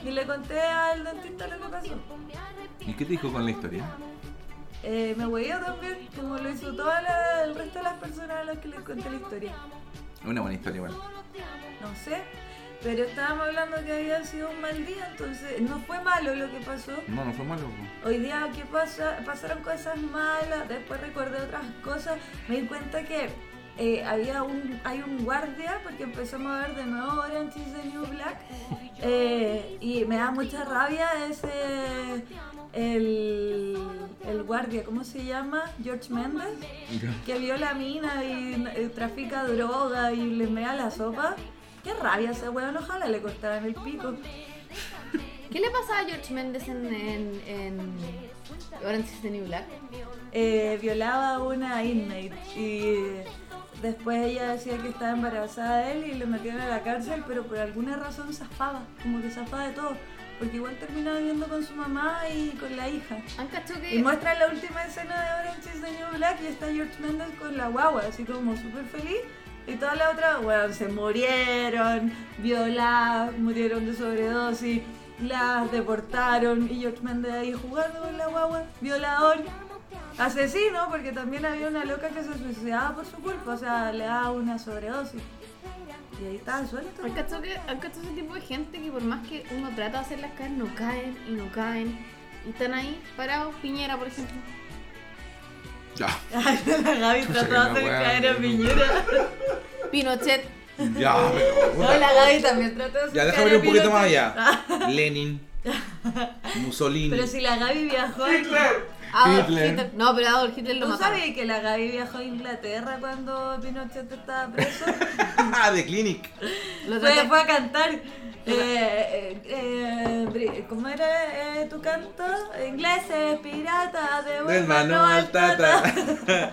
[SPEAKER 5] Y le conté al dentista lo que pasó.
[SPEAKER 3] ¿Y qué te dijo con la historia?
[SPEAKER 5] Eh, me huevió también, como lo hizo todo la- el resto de las personas a las que les conté la historia.
[SPEAKER 3] Una buena historia, bueno.
[SPEAKER 5] no sé. Pero estábamos hablando que había sido un mal día, entonces no fue malo lo que pasó.
[SPEAKER 3] No, no fue malo. po.
[SPEAKER 5] Hoy día que pasa, pasaron cosas malas, después recordé otras cosas, me di cuenta que eh, había un, hay un guardia, porque empezamos a ver de nuevo Orange is the New Black, eh, y me da mucha rabia ese, el, el guardia, ¿cómo se llama? George Mendes que vio la mina y eh, trafica droga y le mea la sopa. Qué rabia ese weón, ojalá le cortaran el pico.
[SPEAKER 4] ¿Qué le pasa a George Méndez en, en, en Orange is the New Black?
[SPEAKER 5] Eh, violaba a una inmate y después ella decía que estaba embarazada de él y lo metieron a la cárcel, pero por alguna razón zafaba, como que zafaba de todo. Porque igual terminaba viviendo con su mamá y con la hija.
[SPEAKER 4] ¿Han cachado que
[SPEAKER 5] Y muestra la última escena de Orange is the New Black y está George Mendes con la guagua, así como súper feliz. Y toda la otra, bueno, se murieron, violadas, murieron de sobredosis, las deportaron y George Mendes ahí jugando con la guagua, violador, asesino, porque también había una loca que se suicidaba por su culpa, o sea, le daba una sobredosis. Y ahí estaba suelto.
[SPEAKER 4] ¿Han cachado que han cachado ese tipo de gente que por más que uno trata de hacerlas caer, no caen y no caen? Y están ahí parados, Piñera, por ejemplo.
[SPEAKER 3] Ya,
[SPEAKER 5] la Gaby
[SPEAKER 3] Chucha, que
[SPEAKER 5] trató de
[SPEAKER 3] la
[SPEAKER 5] hacer
[SPEAKER 3] wea,
[SPEAKER 5] caer a
[SPEAKER 3] weón.
[SPEAKER 5] Piñera.
[SPEAKER 4] Pinochet.
[SPEAKER 3] ya, pero.
[SPEAKER 5] No, la Gaby también trató de hacer
[SPEAKER 3] Ya,
[SPEAKER 5] caer
[SPEAKER 3] déjame
[SPEAKER 5] a
[SPEAKER 3] ir un poquito más
[SPEAKER 5] Pinochet.
[SPEAKER 3] allá. Lenin, Mussolini.
[SPEAKER 5] Pero si la Gaby viajó. a
[SPEAKER 4] Adolf
[SPEAKER 3] Hitler.
[SPEAKER 4] Hitler. No, pero Adolf Hitler lo
[SPEAKER 5] ¿Tú
[SPEAKER 4] mataron.
[SPEAKER 5] sabes que la Gaby viajó a Inglaterra cuando Pinochet estaba preso?
[SPEAKER 3] Ah, de Clinic.
[SPEAKER 4] Lo
[SPEAKER 5] fue,
[SPEAKER 4] trataron-
[SPEAKER 5] fue a cantar. Eh, eh, eh, bri- ¿Cómo era eh, tu canto? Ingleses, piratas, de
[SPEAKER 3] Del mano al tata.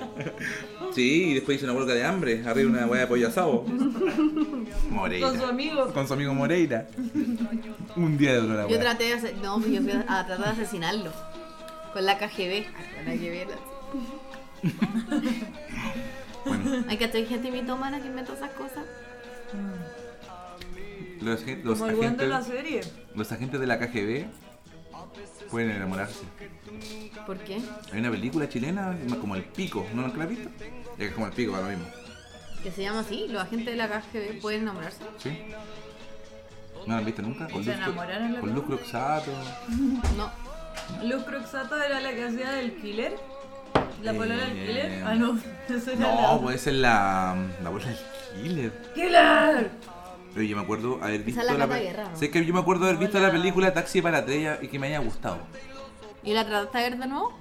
[SPEAKER 3] Sí, y después hizo una huelga de hambre, arriba una hueá de pollo asado.
[SPEAKER 5] Con su
[SPEAKER 3] Moreira.
[SPEAKER 5] amigo.
[SPEAKER 3] Con su amigo Moreira. Un día de dolor a
[SPEAKER 4] Yo
[SPEAKER 3] hueá.
[SPEAKER 4] traté de hacer. No, pues yo fui a, a tratar de asesinarlo. Con la KGB. Con la KGB.
[SPEAKER 3] Bueno,
[SPEAKER 4] Hay que hay gente mitómana que inventa esas cosas.
[SPEAKER 3] los, agen- los
[SPEAKER 5] Como el buen de la
[SPEAKER 3] agentes,
[SPEAKER 5] serie.
[SPEAKER 3] los agentes de la KGB pueden enamorarse.
[SPEAKER 4] ¿Por qué?
[SPEAKER 3] Hay una película chilena como El Pico, ¿no nunca la has visto? Ya que es como El Pico, ahora mismo.
[SPEAKER 4] Que se llama así. Los agentes de la KGB pueden enamorarse.
[SPEAKER 3] ¿Sí? ¿No la has visto nunca? Con
[SPEAKER 5] ¿Se
[SPEAKER 3] Luz Cro-
[SPEAKER 5] enamoraron en la
[SPEAKER 3] Con Luz Croxato.
[SPEAKER 4] No.
[SPEAKER 5] Luz Cruxato era la que hacía del killer. ¿La
[SPEAKER 3] Eh,
[SPEAKER 5] polola del killer? Ah, no. Esa era
[SPEAKER 3] No, pues.
[SPEAKER 5] la...
[SPEAKER 3] puede ser la. La abuela del killer.
[SPEAKER 5] ¡Killer!
[SPEAKER 3] Pero yo me acuerdo haber visto
[SPEAKER 4] es la Cata
[SPEAKER 3] pe-
[SPEAKER 4] Guerra, ¿no?
[SPEAKER 3] Sé que yo me acuerdo haber visto la película Taxi para Estrella y que me haya gustado.
[SPEAKER 4] ¿Y la trataste de ver de nuevo?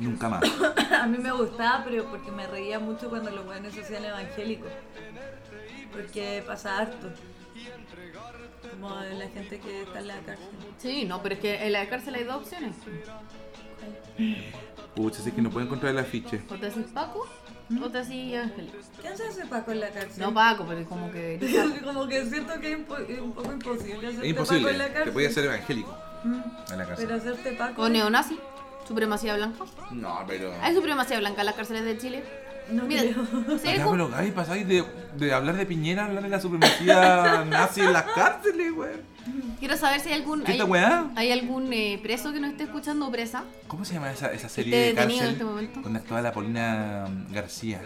[SPEAKER 3] Nunca más.
[SPEAKER 5] A mí me gustaba, pero porque me reía mucho cuando los buenos hacían evangélicos. Porque pasa harto. Como de la gente que está en la cárcel.
[SPEAKER 4] Sí, no, pero es que en la cárcel hay dos opciones.
[SPEAKER 3] Pucha, sé que no puedo encontrar el afiche.
[SPEAKER 4] O te haces Paco, o te haces Angélica.
[SPEAKER 5] ¿Qué se hace Paco en la cárcel?
[SPEAKER 4] No Paco, pero como que.
[SPEAKER 5] Como que siento que es impo- es un poco imposible hacerte
[SPEAKER 3] Es imposible.
[SPEAKER 5] Paco en la
[SPEAKER 3] Te
[SPEAKER 5] cárcel.
[SPEAKER 3] podía hacer evangélico
[SPEAKER 5] Mm,
[SPEAKER 3] en la
[SPEAKER 5] Pero
[SPEAKER 3] cárcel.
[SPEAKER 5] hacerte Paco.
[SPEAKER 4] O neonazi, supremacía blanca.
[SPEAKER 3] No, pero.
[SPEAKER 4] Hay supremacía blanca en las cárceles de Chile.
[SPEAKER 5] No
[SPEAKER 4] Mira,
[SPEAKER 5] creo.
[SPEAKER 4] sí,
[SPEAKER 3] Ya,
[SPEAKER 4] como-
[SPEAKER 3] pero Gaby, pasáis de, de hablar de Piñera a hablar de la supremacía nazi en las cárceles, güey.
[SPEAKER 4] quiero saber si hay algún.
[SPEAKER 3] ¿Qué
[SPEAKER 4] hay-
[SPEAKER 3] esta weá?
[SPEAKER 4] ¿Hay algún eh, preso que no esté escuchando o presa?
[SPEAKER 3] ¿Cómo se llama esa, esa serie
[SPEAKER 4] Esté
[SPEAKER 3] de
[SPEAKER 4] detenido en
[SPEAKER 3] cárcel?
[SPEAKER 4] este momento.
[SPEAKER 3] Donde actuaba la Paulina mm, García.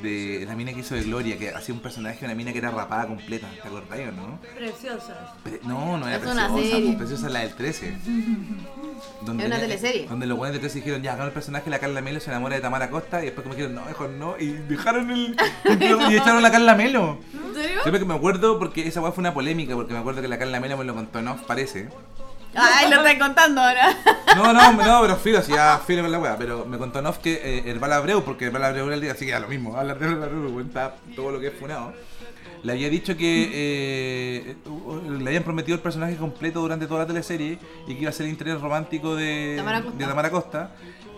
[SPEAKER 3] De la mina que hizo de Gloria, que hacía un personaje, una mina que era rapada completa. ¿Te acordáis o no?
[SPEAKER 5] Preciosa.
[SPEAKER 3] Pre- No, no era
[SPEAKER 4] Es
[SPEAKER 3] preciosa,
[SPEAKER 4] una serie.
[SPEAKER 3] po, preciosa la del 13. Donde
[SPEAKER 4] Es una
[SPEAKER 3] ya-
[SPEAKER 4] teleserie.
[SPEAKER 3] Donde los buenos del 13 dijeron, ya, hagamos el personaje, la Carla Melo se enamora de Tamara Costa, y después como dijeron, no, mejor no, y dejaron el... y echaron a la Carla Melo.
[SPEAKER 4] ¿En serio?
[SPEAKER 3] Siempre que me acuerdo, porque esa weá fue una polémica, porque me acuerdo que la Carla Melo me lo contó, no, parece,
[SPEAKER 4] Ay, lo están contando ahora.
[SPEAKER 3] No, no, no, pero filo, si ya filo con la weá. Pero me contó Nof que eh, Herbal Abreu, porque Herbal Abreu era el día, así que da lo mismo. Hablar de Herbal Abreu, cuenta todo lo que es funado. Le había dicho que eh, le habían prometido el personaje completo durante toda la teleserie y que iba a ser el interés romántico de
[SPEAKER 4] Tamara Costa.
[SPEAKER 3] de Tamara Costa.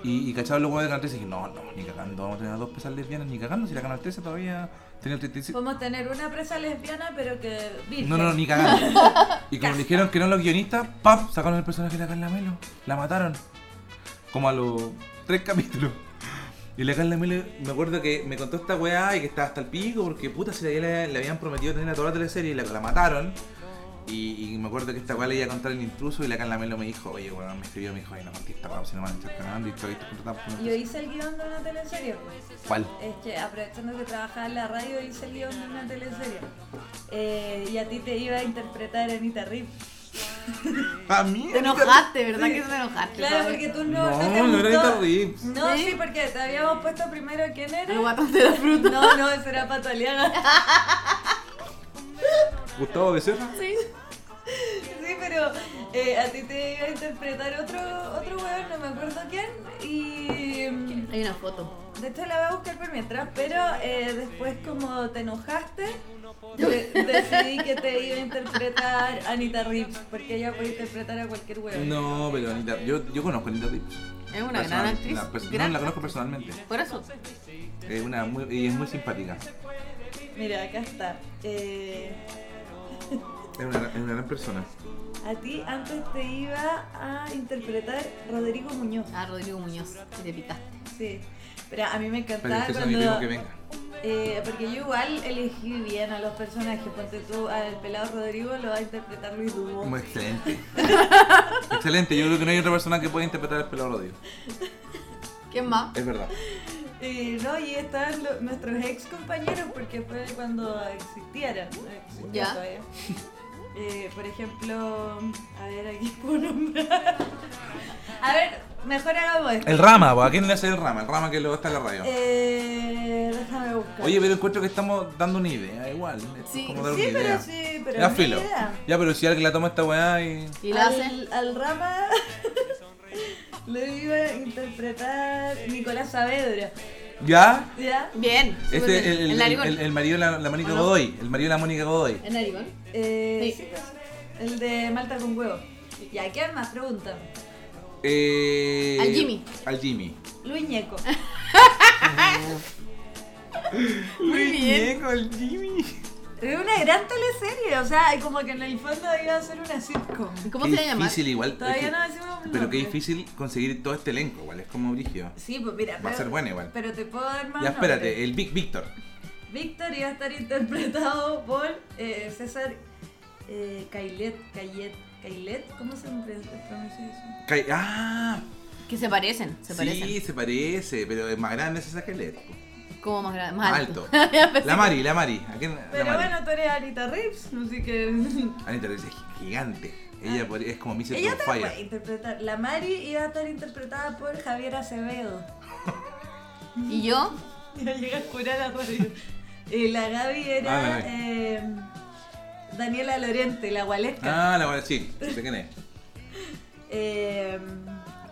[SPEAKER 3] Y, y cacharon los huevos de Canal 13 y dije, no, no, ni cagando, vamos a tener a dos pesas lesbianas, ni cagando, si la Canal 13 todavía tenía el 35.
[SPEAKER 5] Podemos tener una presa lesbiana, pero que. virgen.
[SPEAKER 3] No, no, ni cagando. Y como le dijeron que no los guionistas, ¡pam! Sacaron el personaje de la Carla Melo. La mataron. Como a los tres capítulos. Y la Carla Melo, me acuerdo que me contó esta weá y que estaba hasta el pico porque puta, si le, le habían prometido tener a toda la teleserie y la, la mataron. Y, y me acuerdo que esta weá le iba a contar el intruso y la Carla Melo me dijo, oye, weón, me escribió, me dijo, ay, no, porque esta weá, si no me van a echar cagando y estoy estoy contratado por una
[SPEAKER 5] Yo
[SPEAKER 3] empresa".
[SPEAKER 5] hice el guión de una teleserie. pues.
[SPEAKER 3] ¿Cuál?
[SPEAKER 5] Es que aprovechando que trabajaba en la radio, hice el guión de una teleserie. Eh, y a ti te iba a interpretar Anita Rip.
[SPEAKER 3] ¡A mí!
[SPEAKER 4] Te enojaste, ¿verdad que te enojaste?
[SPEAKER 5] Claro, porque tú
[SPEAKER 3] No,
[SPEAKER 5] no. No, te
[SPEAKER 3] no era
[SPEAKER 5] gustó.
[SPEAKER 3] Anita Rips.
[SPEAKER 5] No,
[SPEAKER 4] ¿Sí?
[SPEAKER 5] sí, porque te habíamos puesto primero quién era.
[SPEAKER 4] El guatón de la fruta.
[SPEAKER 5] No, no, ese era Pato Aliaga.
[SPEAKER 3] ¿Gustavo Becerra?
[SPEAKER 5] Sí, pero eh, a ti te iba a interpretar otro, otro weón, no me acuerdo quién. Y. mm,
[SPEAKER 4] Hay una foto.
[SPEAKER 5] De hecho la voy a buscar por mientras, pero eh, después como te enojaste, de- decidí que te iba a interpretar Anita Rips, porque ella puede interpretar a cualquier huevo.
[SPEAKER 3] No, pero Anita, yo, yo conozco a Anita Rips.
[SPEAKER 4] Es una gran
[SPEAKER 3] Personal-
[SPEAKER 4] actriz.
[SPEAKER 3] la pers-
[SPEAKER 4] gran
[SPEAKER 3] Pues no, la conozco personalmente.
[SPEAKER 4] Por eso.
[SPEAKER 3] Es una muy, y es muy simpática.
[SPEAKER 5] Mira, acá está. Eh,
[SPEAKER 3] Es una, es una gran persona.
[SPEAKER 5] a ti antes te iba a interpretar Rodrigo Muñoz.
[SPEAKER 4] Ah, Rodrigo Muñoz. Y te pitaste.
[SPEAKER 5] Sí. Pero a mí me
[SPEAKER 3] Pero
[SPEAKER 5] encantaba
[SPEAKER 3] es que eso no
[SPEAKER 5] cuando...
[SPEAKER 3] digo que venga.
[SPEAKER 5] Eh, porque yo igual elegí bien a los personajes. Ponte tú al pelado Rodrigo, lo va a interpretar Luis Dubón.
[SPEAKER 3] Muy excelente. excelente, yo creo que no hay otra persona que pueda interpretar el pelado rodio.
[SPEAKER 4] ¿Quién más?
[SPEAKER 3] Es verdad.
[SPEAKER 5] Eh, no, y estaban lo- nuestros ex compañeros porque fue cuando existieron. no existía
[SPEAKER 4] Ya.
[SPEAKER 5] todavía. Eh, por ejemplo, a ver, aquí puedo nombrar. A ver, mejor hagamos esto.
[SPEAKER 3] El rama, ¿a quién le hace el rama? El rama que luego está en la radio.
[SPEAKER 5] Eh, déjame buscar.
[SPEAKER 3] Oye, pero encuentro que estamos dando una idea, igual. Es
[SPEAKER 4] Sí,
[SPEAKER 3] como dar
[SPEAKER 5] sí,
[SPEAKER 3] una
[SPEAKER 5] pero
[SPEAKER 3] idea.
[SPEAKER 5] sí, pero
[SPEAKER 3] ya
[SPEAKER 5] es mi
[SPEAKER 3] filo.
[SPEAKER 5] idea.
[SPEAKER 3] Ya, pero si alguien la toma esta weá y.
[SPEAKER 4] Y la hace.
[SPEAKER 5] al, al Rama le iba a interpretar Nicolás Saavedra.
[SPEAKER 3] ¿Ya?
[SPEAKER 5] ¿Ya?
[SPEAKER 4] Bien.
[SPEAKER 3] Este es el, el,
[SPEAKER 4] narigón.
[SPEAKER 3] el- el marido de la, la Mónica
[SPEAKER 4] ¿O no?
[SPEAKER 3] Godoy. El marido de la Mónica Godoy.
[SPEAKER 4] El narigón.
[SPEAKER 5] Eh,
[SPEAKER 4] Sí.
[SPEAKER 5] sí, pues, El de Malta con huevo. ¿Y a quién más? Pregúntame.
[SPEAKER 3] Eh,
[SPEAKER 4] Al Jimmy.
[SPEAKER 3] Al Jimmy.
[SPEAKER 5] Luis Ñeco.
[SPEAKER 4] Muy bien.
[SPEAKER 3] Diego, el Jimmy.
[SPEAKER 5] Es una gran teleserie, o sea, como que en el fondo iba a ser una sitcom.
[SPEAKER 4] ¿Cómo
[SPEAKER 3] Qué
[SPEAKER 4] se llama?
[SPEAKER 3] Difícil igual.
[SPEAKER 5] Todavía
[SPEAKER 3] es que-
[SPEAKER 5] no decimos el
[SPEAKER 3] Pero qué
[SPEAKER 5] nombre.
[SPEAKER 3] difícil conseguir todo este elenco, igual. Es como brígido.
[SPEAKER 5] Sí, pues mira.
[SPEAKER 3] Va a
[SPEAKER 5] pero-
[SPEAKER 3] ser buena igual.
[SPEAKER 5] Pero te puedo dar más.
[SPEAKER 3] Ya,
[SPEAKER 5] nombres.
[SPEAKER 3] espérate. eh. El Big Víctor.
[SPEAKER 5] Víctor iba a estar interpretado por eh, César eh, Cailet. Cailet. Cailet, ¿cómo se pre- pronuncia eso?
[SPEAKER 3] Ca- Ah,
[SPEAKER 4] Que se parecen. Se
[SPEAKER 3] sí,
[SPEAKER 4] parecen.
[SPEAKER 3] se parece. Pero es más grande ese esqueleto.
[SPEAKER 4] Como más grande. Más
[SPEAKER 3] Más
[SPEAKER 4] alto.
[SPEAKER 3] alto. la Mari, la Mari. ¿A quién- la
[SPEAKER 5] Pero
[SPEAKER 3] Mari.
[SPEAKER 5] bueno, tú eres Anita Rips, así que.
[SPEAKER 3] Anita Ruiz es gigante. Ella podría- es como Mrs.
[SPEAKER 5] Ella
[SPEAKER 3] Ella
[SPEAKER 5] te puede
[SPEAKER 3] Fire.
[SPEAKER 5] interpretar. La Mari iba a estar interpretada por Javier Acevedo.
[SPEAKER 4] Y yo.
[SPEAKER 5] Ya llega a curar a Rodrigo. Eh, la Gaby era
[SPEAKER 3] Ah, la Gaby.
[SPEAKER 5] eh, Daniela Lorente, la Gualesca.
[SPEAKER 3] Ah, la Mari, sí. Sé quién es.
[SPEAKER 5] Eh,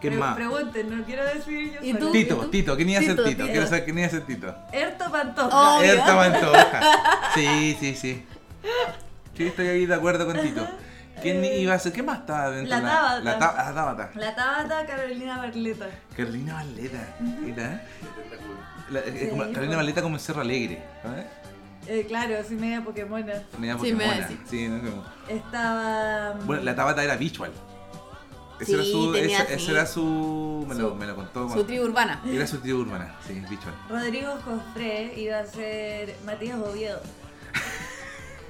[SPEAKER 3] ¿Qué más?
[SPEAKER 5] Pregunten, no quiero decir yo
[SPEAKER 4] ¿Y
[SPEAKER 5] sola.
[SPEAKER 4] tú?
[SPEAKER 3] Tito, Tito. ¿Quién iba a ser
[SPEAKER 4] Tito,
[SPEAKER 3] Tito?
[SPEAKER 4] Tito.
[SPEAKER 3] Quiero saber quién iba a ser Tito.
[SPEAKER 5] Erto Pantoja.
[SPEAKER 4] Oh. Obvio.
[SPEAKER 3] Erta Pantoja. Sí, sí, sí. Sí, estoy ahí de acuerdo con Tito. ¿Quién iba a ser? ¿Qué más estaba dentro?
[SPEAKER 5] la
[SPEAKER 3] de
[SPEAKER 5] Tabata.
[SPEAKER 3] La, ta- la Tabata.
[SPEAKER 5] La Tabata Carolina Barleta.
[SPEAKER 3] Carolina Valeta. Mira. ¿eh? La- es como- Carolina Valeta como en Cerro Alegre. ¿eh?
[SPEAKER 5] Eh, claro, así media Pokémona.
[SPEAKER 3] Media
[SPEAKER 4] Sí, me
[SPEAKER 3] Pokémona.
[SPEAKER 4] sí.
[SPEAKER 3] Sí, ¿no? Como-
[SPEAKER 5] Estaba. mm,
[SPEAKER 3] Bueno, la Tabata era Visual. Ese
[SPEAKER 4] Sí,
[SPEAKER 3] era su.
[SPEAKER 4] tenía
[SPEAKER 3] ese,
[SPEAKER 4] así.
[SPEAKER 3] ese era su. Me lo,
[SPEAKER 4] Su-
[SPEAKER 3] me lo contó.
[SPEAKER 4] Su tribu urbana.
[SPEAKER 3] Era su tribu urbana. Sí, Visual.
[SPEAKER 5] Rodrigo Jofré iba a ser Matías Oviedo.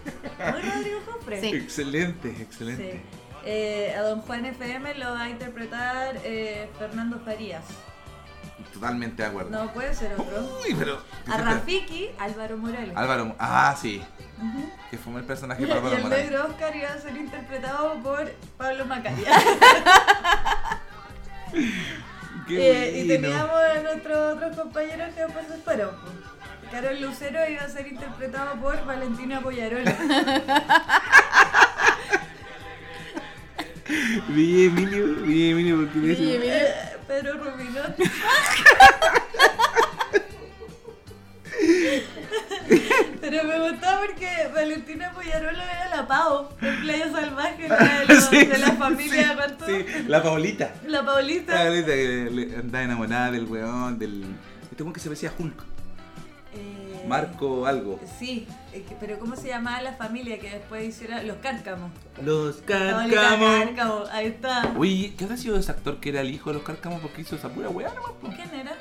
[SPEAKER 5] ¿No es Rodrigo Jofré?
[SPEAKER 4] Sí.
[SPEAKER 3] Excelente,
[SPEAKER 5] Sí.
[SPEAKER 3] excelente.
[SPEAKER 5] Eh, a Don Juan FM lo va a interpretar eh, Fernando Farías.
[SPEAKER 3] Totalmente de acuerdo.
[SPEAKER 5] No puede ser otro.
[SPEAKER 3] Uy, pero.
[SPEAKER 5] A Rafiki, Álvaro Morales.
[SPEAKER 3] Álvaro, ah, sí. Que fue el personaje para
[SPEAKER 5] Y
[SPEAKER 3] Álvaro
[SPEAKER 5] el
[SPEAKER 3] Morales.
[SPEAKER 5] negro Oscar iba a ser interpretado por Pablo Macaya. Eh, y teníamos a nuestros otros compañeros que después se fueron. pues. Carol Lucero iba a ser interpretado por Valentina Pollarola.
[SPEAKER 3] Villa Emilio, Villa Emilio, ¿por qué me
[SPEAKER 4] Oye,
[SPEAKER 3] dice?
[SPEAKER 4] mire,
[SPEAKER 5] Pedro Rubinot. Pero me gustó porque Valentina Poyarolo era la Pau, en Playa Salvaje, la de, los-
[SPEAKER 3] Sí,
[SPEAKER 5] de la
[SPEAKER 3] sí,
[SPEAKER 5] familia
[SPEAKER 3] sí,
[SPEAKER 5] ¿cuánto?
[SPEAKER 3] sí, Ah, la Paulita.
[SPEAKER 5] La
[SPEAKER 3] La
[SPEAKER 5] Paulita.
[SPEAKER 3] Paulita que le- andaba enamorada del weón, del. Este weón que se parecía a Hulk.
[SPEAKER 5] Eh,
[SPEAKER 3] Marco algo.
[SPEAKER 5] Sí, eh, que- pero ¿cómo se llamaba la familia que después hicieron? Los Cárcamos.
[SPEAKER 3] Los
[SPEAKER 5] Paulita
[SPEAKER 3] cárcamos.
[SPEAKER 5] Cárcamo, ahí está.
[SPEAKER 3] Oye, ¿qué habrá sido ese actor que era el hijo de los cárcamos porque hizo esa pura weá nomás? po?
[SPEAKER 5] ¿Quién era?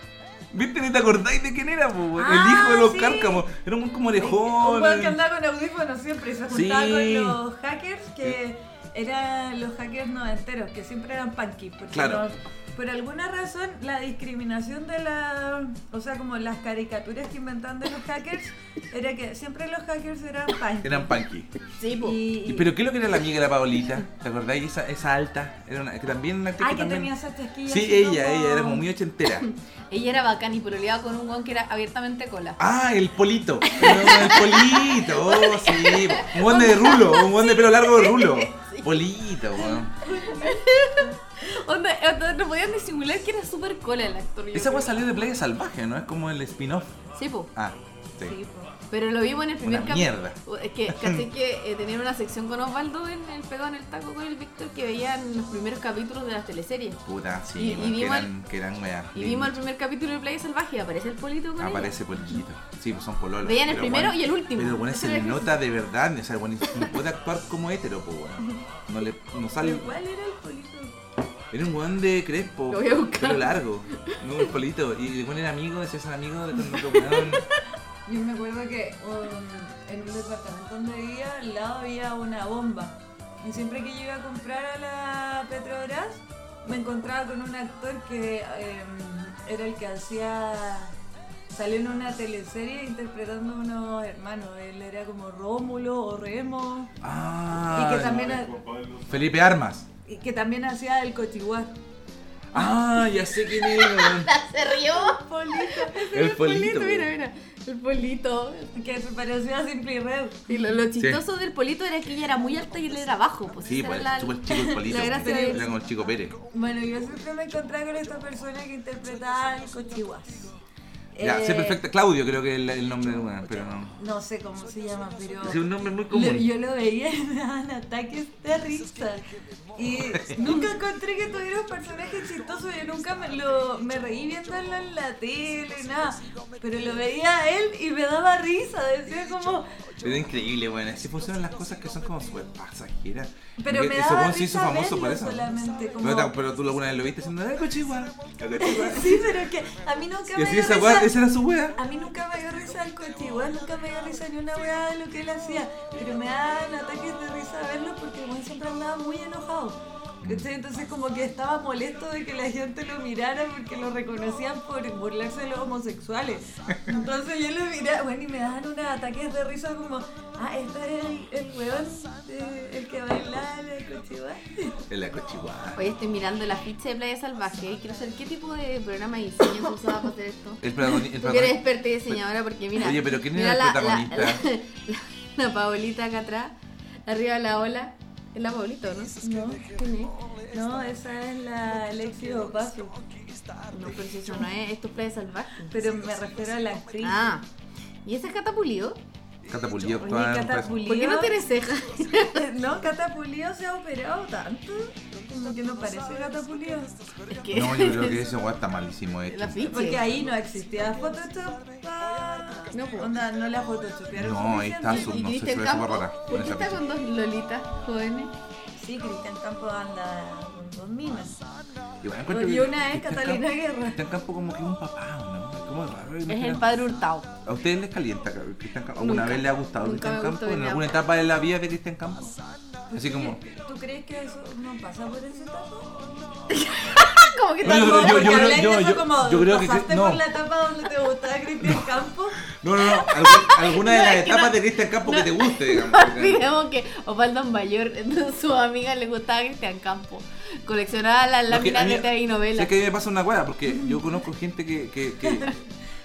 [SPEAKER 3] ¿Viste? ¿Ni te acordáis de quién era? po, weón?
[SPEAKER 5] Ah,
[SPEAKER 3] el hijo de los
[SPEAKER 5] sí.
[SPEAKER 3] cárcamos. Era un como orejón.
[SPEAKER 5] Un weón que andaba con audífonos siempre y se juntaba
[SPEAKER 3] Sí.
[SPEAKER 5] con los hackers que eran los hackers noventeros, que siempre eran punky. Porque
[SPEAKER 3] Claro.
[SPEAKER 5] no- por alguna razón, la discriminación de la. O sea, como las caricaturas que inventaban de los hackers, era que siempre los hackers eran punky.
[SPEAKER 3] Eran punky.
[SPEAKER 4] Sí, po.
[SPEAKER 5] Y,
[SPEAKER 3] ¿Y pero qué es lo que era la amiga de la Paulita? ¿Te acordáis? Esa, esa alta. Era una, que también una actriz
[SPEAKER 5] Ah, que
[SPEAKER 3] también-
[SPEAKER 5] tenía esas chasquillas.
[SPEAKER 3] Sí,
[SPEAKER 5] así
[SPEAKER 3] ella,
[SPEAKER 5] como-
[SPEAKER 3] ella era como muy ochentera.
[SPEAKER 4] Ella era bacán y pololeaba con un guan que era abiertamente cola.
[SPEAKER 3] Ah, el polito. El polito, oh, sí. Un buen de rulo, un buen de pelo largo de rulo. Polito, weón.
[SPEAKER 4] Onda, onda, no podían disimular que era súper cola el actor. yo
[SPEAKER 3] Esa
[SPEAKER 4] creo.
[SPEAKER 3] weá salió de Playa Salvaje, ¿no? Es como el spin-off.
[SPEAKER 4] Sí, po.
[SPEAKER 3] Ah, sí.
[SPEAKER 5] Sí, po.
[SPEAKER 4] Pero lo vimos en el primer
[SPEAKER 3] Una
[SPEAKER 4] capi-
[SPEAKER 3] mierda.
[SPEAKER 4] Es que, caché que eh, tenían una sección con Osvaldo en el pegado en el taco con el Víctor que veían los primeros capítulos de las teleseries.
[SPEAKER 3] Puta, sí,
[SPEAKER 4] Y- y
[SPEAKER 3] weón, que,
[SPEAKER 4] vimos el-
[SPEAKER 3] eran, que eran weá.
[SPEAKER 4] Y vimos el primer capítulo de Playa Salvaje, aparece el polito con ella.
[SPEAKER 3] Aparece polito. Sí, pues son pololos.
[SPEAKER 4] Veían el
[SPEAKER 3] Pero,
[SPEAKER 4] primero
[SPEAKER 3] weón,
[SPEAKER 4] y el último.
[SPEAKER 3] Pero bueno,
[SPEAKER 4] Ese
[SPEAKER 3] se
[SPEAKER 4] era
[SPEAKER 3] le
[SPEAKER 4] el
[SPEAKER 3] nota de verdad, o sea, bueno, no puede actuar como hétero, pues, weón. No le no sale.
[SPEAKER 5] ¿Pero ¿Cuál era el polito?
[SPEAKER 3] Era un weón de crespo,
[SPEAKER 4] Lo voy a buscar.
[SPEAKER 3] pelo largo, no un polito. Y el weón era amigo, ese es amigo de cuando weón.
[SPEAKER 5] Yo me acuerdo que um, en un departamento donde vivía, al lado había una bomba. Y siempre que yo iba a comprar a la Petrobras, me encontraba con un actor que em, era el que hacía. Salió en una teleserie interpretando a unos hermanos. Él era como Rómulo o Remo.
[SPEAKER 3] Ah,
[SPEAKER 5] y, que también, ha-
[SPEAKER 3] Felipe Armas.
[SPEAKER 5] y que también hacía el cochiguar.
[SPEAKER 3] Ah, ya sé quién es, weón.
[SPEAKER 4] Se rió. Polito.
[SPEAKER 3] El polito.
[SPEAKER 4] Mira,
[SPEAKER 3] weón.
[SPEAKER 4] mira. El polito.
[SPEAKER 5] Que se parecía a Simple Red.
[SPEAKER 4] Y lo, lo chistoso del polito era que ella era muy alta y él era bajo. Pues
[SPEAKER 3] Sí,
[SPEAKER 4] esa
[SPEAKER 3] pues,
[SPEAKER 4] era la-
[SPEAKER 3] súper chico el polito. pues,
[SPEAKER 4] la gracia de-
[SPEAKER 3] Era como el chico Pérez.
[SPEAKER 5] Bueno, yo siempre me encontraba con esta persona que interpretaba el cochiguar.
[SPEAKER 3] Ya, sé
[SPEAKER 5] Eh,
[SPEAKER 3] perfecto. Claudio creo que es el, el nombre del weón, pero no.
[SPEAKER 5] No sé cómo se llama, pero.
[SPEAKER 3] Es un nombre muy
[SPEAKER 5] lo-
[SPEAKER 3] común.
[SPEAKER 5] yo lo veía y me daban ataques de risa. Y nunca encontré que tuviera un personaje chistoso. Yo nunca me, lo, me reí viéndolo en la tele, nada. Pero lo veía a él y me daba risa. Decía como.
[SPEAKER 3] Era increíble, weón. Así funcionan las cosas que son como súper pasajeras.
[SPEAKER 5] Pero
[SPEAKER 3] Porque
[SPEAKER 5] me
[SPEAKER 3] ese
[SPEAKER 5] daba
[SPEAKER 3] weón se hizo
[SPEAKER 5] risa
[SPEAKER 3] famoso
[SPEAKER 5] verlo
[SPEAKER 3] por eso.
[SPEAKER 5] solamente. Como,
[SPEAKER 3] Pero, ta- pero tú alguna vez lo viste haciendo el cochiguar. el cochiguar".
[SPEAKER 5] sí, pero que a mí nunca
[SPEAKER 3] Y
[SPEAKER 5] me
[SPEAKER 3] así
[SPEAKER 5] dio
[SPEAKER 3] esa
[SPEAKER 5] risa.
[SPEAKER 3] weá, esa era su weá.
[SPEAKER 5] A mí nunca me dio risa el cochiguar, nunca me dio risa ni una weá de lo que él hacía, pero me daban ataques de risa verlo porque el weón siempre andaba muy enojado. ¿Cachai? Entonces como que estaba molesto de que la gente lo mirara porque lo reconocían por burlarse de los homosexuales. Entonces yo lo miraba, bueno, y me daban unos ataques de risa como, ah, este era el, el weón, eh, el que bailaba el cochiguar.
[SPEAKER 3] El cochiguar.
[SPEAKER 4] Hoy estoy mirando la ficha de Playa Salvaje y quiero saber qué tipo de programa de diseño se usaba para hacer esto.
[SPEAKER 3] El protagonista. El
[SPEAKER 4] Tú que
[SPEAKER 3] protagoni-
[SPEAKER 4] eres experta y diseñadora porque mira.
[SPEAKER 3] Oye, pero ¿quién era
[SPEAKER 4] mira
[SPEAKER 3] el
[SPEAKER 4] la-
[SPEAKER 3] protagonista?
[SPEAKER 4] La, la- la Paolita acá atrás, arriba de la ola. Es la Paolita, ¿o ¿no?
[SPEAKER 5] No,
[SPEAKER 4] ¿Quién
[SPEAKER 5] no, esa es la Alexis Opaso,
[SPEAKER 4] es? No, pero si eso no es, esto es Playa Salvaje.
[SPEAKER 5] pero me refiero a la actriz.
[SPEAKER 4] Ah, ¿y esa es Catapulido?
[SPEAKER 3] Catapultió,
[SPEAKER 5] Oye,
[SPEAKER 3] toda-
[SPEAKER 5] Catapultió.
[SPEAKER 4] ¿Por qué no tiene cejas?
[SPEAKER 5] No, Cata Pulido se ha operado tanto. Como que no parece Cata Pulido.
[SPEAKER 4] Es que
[SPEAKER 3] No, yo creo que ese weá está malísimo hecho.
[SPEAKER 4] la ficha.
[SPEAKER 5] Porque ahí no existía Photoshop. Ah,
[SPEAKER 4] No, pues.
[SPEAKER 5] onda, no la photoshopearon.
[SPEAKER 3] No, ahí está
[SPEAKER 5] suficiente.
[SPEAKER 3] su-
[SPEAKER 4] y
[SPEAKER 3] no sé, se
[SPEAKER 4] Cristian
[SPEAKER 3] ve
[SPEAKER 4] Campo,
[SPEAKER 3] súper rara con
[SPEAKER 4] ¿por qué
[SPEAKER 3] esa
[SPEAKER 4] está
[SPEAKER 3] ficha.
[SPEAKER 4] con dos lolitas jóvenes?
[SPEAKER 5] Sí, Cristian Campo anda con dos minas.
[SPEAKER 3] Igual encuentro
[SPEAKER 5] Y
[SPEAKER 3] que-
[SPEAKER 5] una
[SPEAKER 3] que
[SPEAKER 5] es
[SPEAKER 3] está en
[SPEAKER 5] Catalina
[SPEAKER 3] campo-
[SPEAKER 5] Guerra.
[SPEAKER 3] Cristian Campo como que es un papá, ¿no? Es como raro.
[SPEAKER 4] Es el
[SPEAKER 3] imagínate.
[SPEAKER 4] padre Hurtado.
[SPEAKER 3] ¿A ustedes les calienta Cristian Campo? ¿Alguna
[SPEAKER 4] Nunca.
[SPEAKER 3] vez les ha gustado
[SPEAKER 4] Nunca me
[SPEAKER 3] Cristian
[SPEAKER 4] gustó
[SPEAKER 3] Campo? ¿En
[SPEAKER 4] ni
[SPEAKER 3] alguna
[SPEAKER 4] nada.
[SPEAKER 3] etapa de la vida de Cristian Campo? Así como...
[SPEAKER 5] ¿Tú crees que eso no pasa por ese etapa?
[SPEAKER 4] Como que
[SPEAKER 3] No,
[SPEAKER 4] tan
[SPEAKER 3] yo-
[SPEAKER 4] rara.
[SPEAKER 5] Porque
[SPEAKER 3] yo-
[SPEAKER 5] habláis de
[SPEAKER 3] yo-
[SPEAKER 5] eso
[SPEAKER 3] yo-
[SPEAKER 5] como,
[SPEAKER 3] yo creo que-
[SPEAKER 5] ¿Pasaste
[SPEAKER 3] no.
[SPEAKER 5] por la etapa donde te gustaba Cristian Campo?
[SPEAKER 3] No, no, no. algún- Alguna de
[SPEAKER 4] No,
[SPEAKER 3] las
[SPEAKER 4] es que
[SPEAKER 3] etapas
[SPEAKER 4] no-
[SPEAKER 3] de Cristian Campo que te guste, digamos.
[SPEAKER 4] Digamos que Osvaldo Mayor, su amiga le gustaba Cristian Campo. Coleccionaba las
[SPEAKER 3] Lo que a
[SPEAKER 4] láminas
[SPEAKER 3] mí-
[SPEAKER 4] de TV y novelas.
[SPEAKER 3] Sé que a mí me pasa una weá, porque yo conozco gente que, que, que,